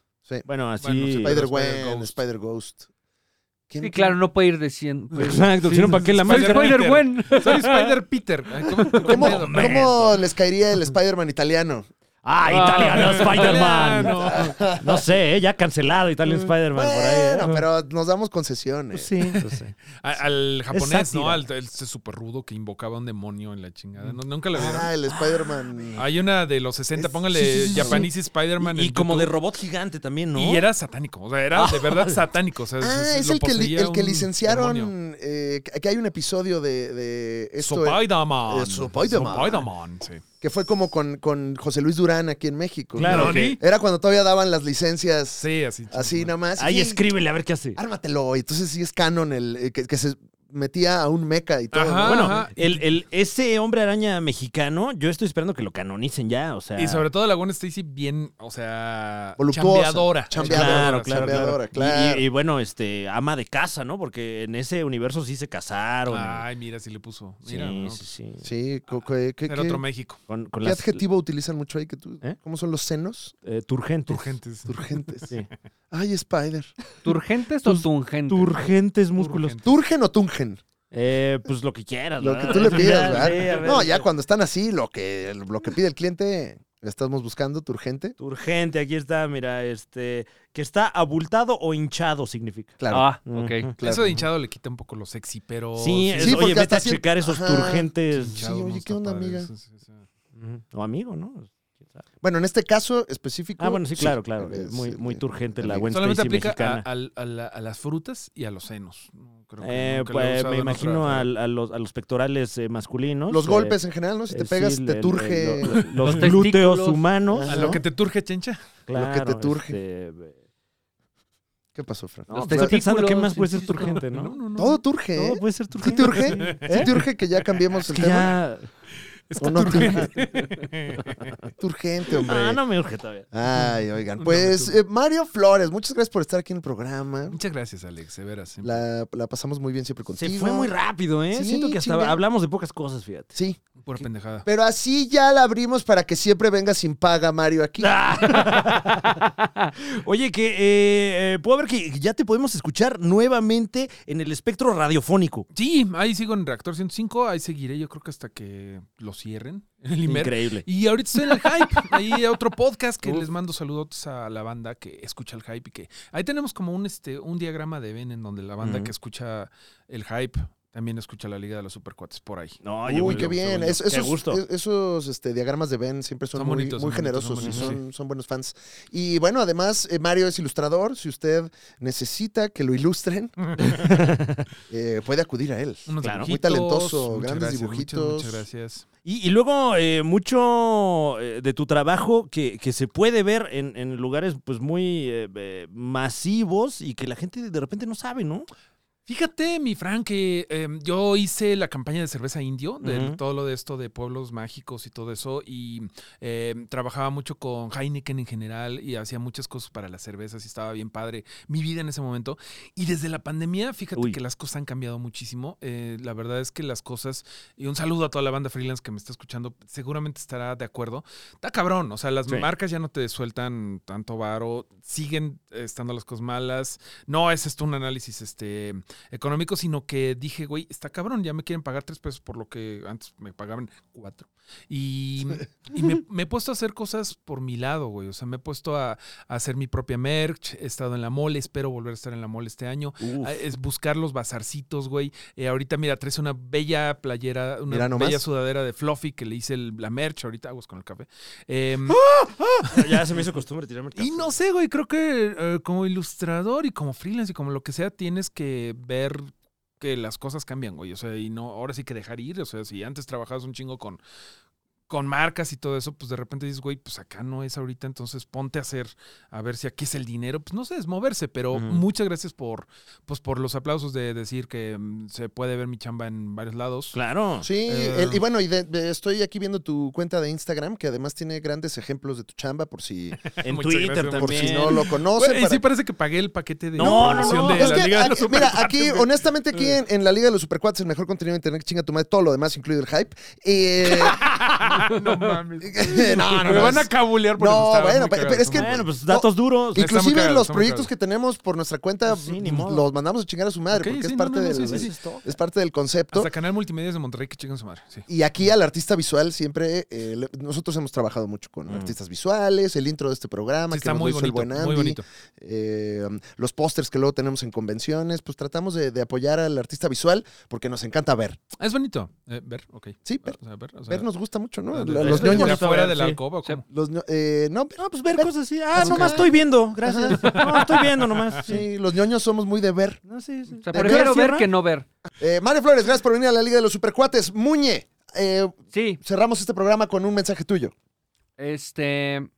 B: Bueno, así.
D: Bueno, sí, pero-
A: Spider-Gwen,
D: Spider-Ghost.
A: Spider-Ghost. ¿Quién-
C: Sí, claro, no puede ir de 100. pues.
B: Exacto, si no, ¿para qué la
C: Soy
D: Spider-
B: máscara?
C: Spider-Gwen.
D: Soy Spider Peter. Ay, ¿Cómo,
A: ¿Cómo,
D: cómo-
A: cómo les caería el Spider-Man italiano?
B: Ah, italiano Spider-Man.
D: Italiano.
B: No sé, ¿eh? ya cancelado Italian Spider-Man por ahí. ¿eh?
A: Bueno, pero nos damos concesiones.
B: Pues sí, pues sí.
D: A- Al japonés, ¿no?
B: sátira.
D: Al, el- ese súper rudo que invocaba a un demonio en la chingada. No, nunca lo vieron.
A: Ah, el Spider-Man.
D: Hay una de los 60,
A: Es-
D: póngale
A: sí, sí, sí, sí.
D: Japanese Spider-Man.
B: Y,
D: en
B: como de
D: YouTube.
B: robot gigante también, ¿no?
D: Y era satánico, o sea, era de verdad satánico. O sea,
A: Ah,
D: se-
A: es
D: pues, lo
A: el que, li-
D: poseía
A: el que
D: un demonio.
A: licenciaron. eh, que que hay un episodio de, de esto eh,
D: Spider-Man.
A: eh, Spider-Man.
D: Spider-Man, sí.
A: que fue como con, con José Luis Durán aquí en México.
B: Claro,
D: ¿Nani?
B: que-
A: Era cuando todavía daban las licencias
D: Sí, así.
A: así nada más.
B: Ahí
A: Sí,
B: escríbele a ver qué hace.
A: Ármatelo. Y entonces sí es canon el eh, que, que se metía a un meca y todo.
D: Ajá.
A: ¿no?
B: Bueno,
D: Ah, Ajá.
B: el, el- ese hombre araña mexicano, yo estoy esperando que lo canonicen ya, o sea.
D: Y sobre todo la Gwen Stacy bien, o sea,
A: Voluptuosa,
D: chambeadora.
A: chambeadora,
B: Claro, claro,
A: chambeadora,
B: claro.
A: claro.
B: Y, y- y bueno, este, ama de casa, ¿no? Porque en ese universo sí se casaron.
D: Ay, mira, si le puso.
B: sí,
D: Mira, ¿no? pues,
B: sí, sí.
A: Sí, co- co- eh, ¿qué,
D: Era
A: qué-
D: otro México.
B: Con, con
A: qué
B: las
A: adjetivo utilizan mucho ahí? Que tú,
B: ¿Eh?
A: ¿Cómo son los senos?
B: eh, turgentes.
D: Urgentes.
A: Turgentes.
B: Sí.
A: Ay, Spider.
C: ¿Turgentes o
B: Tus-
C: tungentes?
B: Turgentes músculos.
D: Urgentes.
A: ¿Turgen o tungen?
B: Eh, pues lo que quieras,
A: Lo que
B: ¿verdad?
A: tú le pidas,
B: Sí, a
A: ¿verdad?
B: ver,
A: No, ya cuando están así, lo que, lo que pide el cliente, le estamos buscando, tu urgente.
B: Turgente, aquí está, mira, este, que está abultado o hinchado significa.
A: Claro.
C: Ah, ok.
A: claro.
D: Eso de hinchado le quita un poco lo sexy, pero.
B: Sí, es-
A: Sí, porque
B: oye, vete
A: hasta
B: a
A: cien-
B: checar esos
A: Ajá.
B: turgentes.
D: hinchado
A: Sí, oye,
D: no
A: ¿qué
D: está
A: onda,
D: padre.
A: amiga?
D: Sí, sí, sí.
B: Ujú. O amigo, ¿no? ¿Quién sabe?
A: Bueno, en este caso específico.
B: Ah, bueno, sí, claro, claro.
A: es,
B: muy,
A: eh,
B: muy turgente
A: amigo.
B: la Gwen
D: Solamente
B: Stacy
D: aplica a,
B: mexicana.
D: al- a la- a las frutas y a los senos. No, creo que
B: Eh,
D: nunca lo he
B: pues,
D: usado
B: me
D: en
B: imagino
D: otra-
B: al- a, los, a los pectorales eh, masculinos.
A: Los
B: eh,
A: golpes en general, ¿no? Si te
B: eh,
A: pegas,
B: sí,
A: te
B: el-
A: turge.
B: el- lo- lo- los
C: Los
B: glúteos
C: testículos.
B: humanos.
A: Ajá.
D: A lo que te turge, chencha.
B: Claro,
A: que te turge.
B: este, eh,
A: ¿Qué pasó, Fran?
B: no,
C: Los
B: pero estoy pensando qué
C: testículos,
B: más puede ser
C: insisto.
B: turgente, ¿no?
D: No, no, no.
A: Todo turge, ¿eh?
B: Todo puede ser
A: ¿Sí
B: turgente.
A: te urge?
B: sí.
A: ¿Sí te urge que ya cambiemos
B: Es
A: el
B: que
A: tema?
B: ya...
A: ¿O no te urge? Turgente, hombre.
B: Ah, no me urge todavía.
A: Ay, oigan.
D: No,
A: Pues
D: me turge.
A: eh, Mario Flores, muchas gracias por estar aquí en el programa.
D: Muchas gracias, Alex, de veras. ¿eh? siempre.
A: La, la pasamos muy bien siempre contigo.
B: Se fue muy rápido, ¿eh?
A: Sí,
B: Siento que hasta
A: chinga.
B: hablamos de pocas cosas, fíjate.
A: Sí,
D: Pura pendejada.
A: pero así ya la abrimos para que siempre venga sin paga Mario aquí.
D: Ah,
B: Oye, que eh, eh, puedo ver que ya te podemos escuchar nuevamente en el espectro radiofónico.
D: Sí, ahí sigo en Reactor 105. Ahí seguiré, yo creo que hasta que lo cierren. El Imer.
B: Increíble.
D: Y ahorita estoy en el hype. Ahí hay otro podcast que les mando saludos a la banda que escucha el hype y que ahí tenemos como un este un diagrama de Ben en donde la banda
B: Ujú.
D: que escucha el hype también escucha la Liga de los Supercuates por ahí.
B: No, oye,
A: Uy,
B: muy
A: qué bien.
B: muy
A: Es- esos
B: Qué gusto.
A: es- esos este, diagramas de Ben siempre son,
D: Son
A: muy,
D: bonitos,
A: muy
D: son bonitos,
A: generosos
D: son
A: y
D: bonitos,
A: son, son buenos fans. Y bueno, además, eh, Mario es ilustrador. Si usted necesita que lo ilustren, eh, puede acudir a él.
D: Unos
A: Muy
B: Claro.
D: dibujitos,
A: talentoso,
D: muchas
A: grandes
D: gracias, muchas,
A: dibujitos.
D: Muchas, gracias.
B: Y, y luego eh, mucho eh, de tu trabajo que, que se puede ver en, en lugares pues muy eh, eh, masivos y que la gente de repente no sabe, ¿no?
D: Fíjate, mi Frank, que eh, yo hice la campaña de cerveza indio, de
B: Ujú.
D: todo lo de esto de pueblos mágicos y todo eso, y eh, trabajaba mucho con Heineken en general y hacía muchas cosas para las cervezas y estaba bien padre mi vida en ese momento. Y desde la pandemia, fíjate
B: Uy.
D: que las cosas han cambiado muchísimo. Eh, la verdad es que las cosas, y un saludo a toda la banda freelance que me está escuchando, seguramente estará de acuerdo. Está cabrón, o sea, las
B: Sí.
D: marcas ya no te sueltan tanto varo, siguen eh, estando las cosas malas. No es esto un análisis este, económico, sino que dije, güey, está cabrón, ya me quieren pagar tres pesos por lo que antes me pagaban cuatro. Y, y me, me he puesto a hacer cosas por mi lado, güey. O sea, me he puesto a, a hacer mi propia merch, he estado en la mole, espero volver a estar en la mole este año.
B: Uf.
D: Ah, Es buscar los bazarcitos, güey. Eh, ahorita, mira, traes una bella playera, una
A: Mira nomás.
D: bella sudadera de Fluffy que le hice el- la merch. Ahorita aguas con el café. Eh,
B: Ya se me hizo costumbre tirarme el
D: y no sé, güey, creo que eh, como ilustrador y como freelance y como lo que sea, tienes que ver que las cosas cambian, güey. O sea, y no, ahora sí que dejar ir. O sea, si antes trabajabas un chingo con, con marcas y todo eso, pues de repente dices, güey, pues acá no es ahorita, entonces ponte a hacer, a ver si aquí es el dinero. Pues no sé, es moverse, pero
B: Ujú.
D: muchas gracias por, pues, por los aplausos de decir que mm, se puede ver mi chamba en varios lados.
B: Claro.
A: Sí,
D: Eh.
A: el- y bueno, y de- de- estoy aquí viendo tu cuenta de Instagram, que además tiene grandes ejemplos de tu chamba, por si,
B: En
D: Muchas
B: Twitter
D: gracias,
B: también.
A: por si no lo conocen.
D: Güey, y
A: para
D: sí parece que pagué el paquete de
B: No, no, no.
D: promoción de
A: Es
D: la
A: que,
D: Liga de los
A: aquí- mira,
D: Supercuates,
A: aquí,
D: güey.
A: honestamente, aquí en, en la Liga de los Supercuates, el mejor contenido de internet, que chinga tu madre, todo lo demás, incluido el hype. Eh,
D: no mames.
A: no, no,
D: Me
A: no,
D: van a
A: es-
D: cabulear por
A: No,
D: estar muy
A: bueno, pe-
D: cagado.
A: pero es que-
D: No mames.
B: Bueno, pues datos duros.
D: Y- Está muy
A: Inclusive
D: cagado,
A: los
D: está muy
A: proyectos
D: cagado. Pues
A: que tenemos por nuestra cuenta
B: Sí, ni
A: m-
B: modo.
A: los mandamos a chingar a su madre
D: Ok,
A: porque
D: sí,
A: es
D: no,
A: parte,
D: no, no,
A: del,
D: sí, sí, sí.
A: es parte del concepto.
D: Hasta Canal Multimedia de Monterrey, que chingan su madre. Sí.
A: Y aquí al artista visual siempre, eh, le- nosotros hemos trabajado mucho con
B: Mm.
A: artistas visuales, el intro de este programa
D: Sí,
A: que
D: está
A: nos lo
D: muy
A: hizo
D: bonito,
A: el buen Andy,
D: muy bonito.
A: eh, los pósters que luego tenemos en convenciones, pues tratamos de, de apoyar al artista visual porque nos encanta ver.
D: Es bonito. Eh, ver, ok.
A: Sí, ver,
D: O sea, ver, o sea,
A: ver nos gusta mucho, ¿no?
D: de- de-
A: Los
D: de- de-
A: ñoños.
D: de afuera de la
B: Sí.
D: alcoba. ¿o
C: Sí.
D: cómo?
A: Los, ño- eh, no, no, pues ver,
B: Ver cosas así. Ah,
A: Así
B: nomás
A: que-
B: estoy viendo. Gracias. No, estoy viendo nomás. Sí.
A: Sí, los ñoños somos muy de ver.
B: No, sí, sí.
C: O sea,
A: ¿De qué
C: prefiero ver
B: hora cierra?
C: que no ver.
A: Eh, Mario Flores, gracias por venir a la Liga de los Supercuates. Muñe, eh,
C: Sí,
A: cerramos este programa con un mensaje tuyo.
C: este.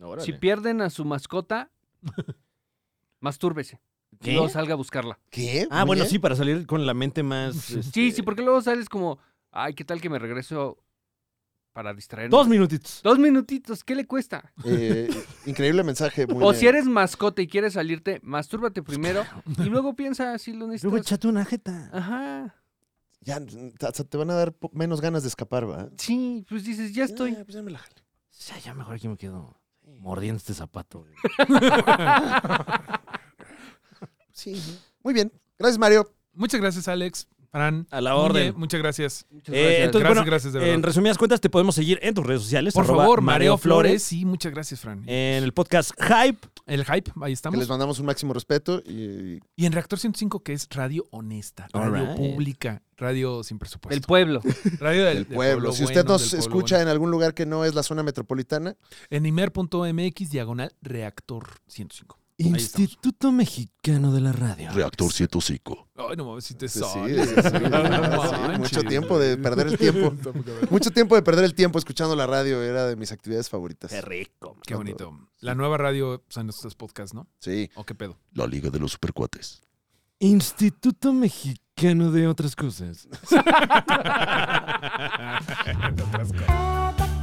B: Órale.
C: Si pierden a su mascota, mastúrbese.
B: ¿Qué?
C: Y luego salga a buscarla.
A: ¿Qué?
B: Ah, bueno,
A: Muñe?
B: sí, para salir con la mente más.
C: Sí,
B: este,
C: sí, porque luego sales como, ay, ¿qué tal que me regreso para distraerme?
B: Dos minutitos.
C: Dos minutitos, ¿qué le cuesta?
A: Eh, increíble mensaje, Muñe.
C: O si eres mascota y quieres salirte, mastúrbate primero y luego piensa si lo
B: Luego
C: necesitas.
B: échate una jeta.
D: Ah.
C: Ajá.
A: Ya, hasta te van a dar po- menos ganas de escapar, ¿va?
C: Sí, pues dices, ya estoy.
A: Ah, pues ya me la jalé.
B: Sí, ya mejor aquí me quedo mordiendo este zapato. güey.
A: Sí. Muy bien. Gracias, Mario.
D: Muchas gracias, Alex. Fran.
B: A la
D: Muñe,
B: orden.
D: muchas gracias.
C: Muchas
B: Eh,
C: gracias.
B: entonces,
D: gracias,
B: bueno,
D: gracias, de verdad.
B: En resumidas cuentas, te podemos seguir en tus redes sociales.
D: Por
B: arroba
D: favor, Mario Flores. Sí, muchas gracias, Fran.
B: En el podcast Hype.
D: El hype, ahí
A: Que
D: estamos.
A: les mandamos un máximo respeto y
D: Y en Reactor 105, que es radio honesta,
B: All
D: radio
B: right.
D: pública, radio sin
C: Del
D: presupuesto.
C: pueblo.
D: radio del,
A: el
D: del
A: pueblo. Si usted
D: bueno,
A: nos
D: del pueblo
A: escucha
D: bueno.
A: en algún lugar que no es la zona metropolitana,
D: En imer.mx, diagonal, Reactor 105.
B: Instituto Mexicano de la Radio.
G: Reactor 105.
D: Ay, no mames, si te
A: sí,
D: sabes.
A: sí, sí, sí,
D: No
A: sí, mucho
D: manches.
A: tiempo de perder el tiempo. Mucho tiempo de perder el tiempo escuchando la radio era de mis actividades favoritas.
B: Qué rico.
D: Qué bonito. La nueva radio son estos podcasts, ¿no?
A: Sí.
D: ¿O qué pedo?
G: La Liga de los Supercuates.
B: Instituto Mexicano de otras cosas.
F: Todo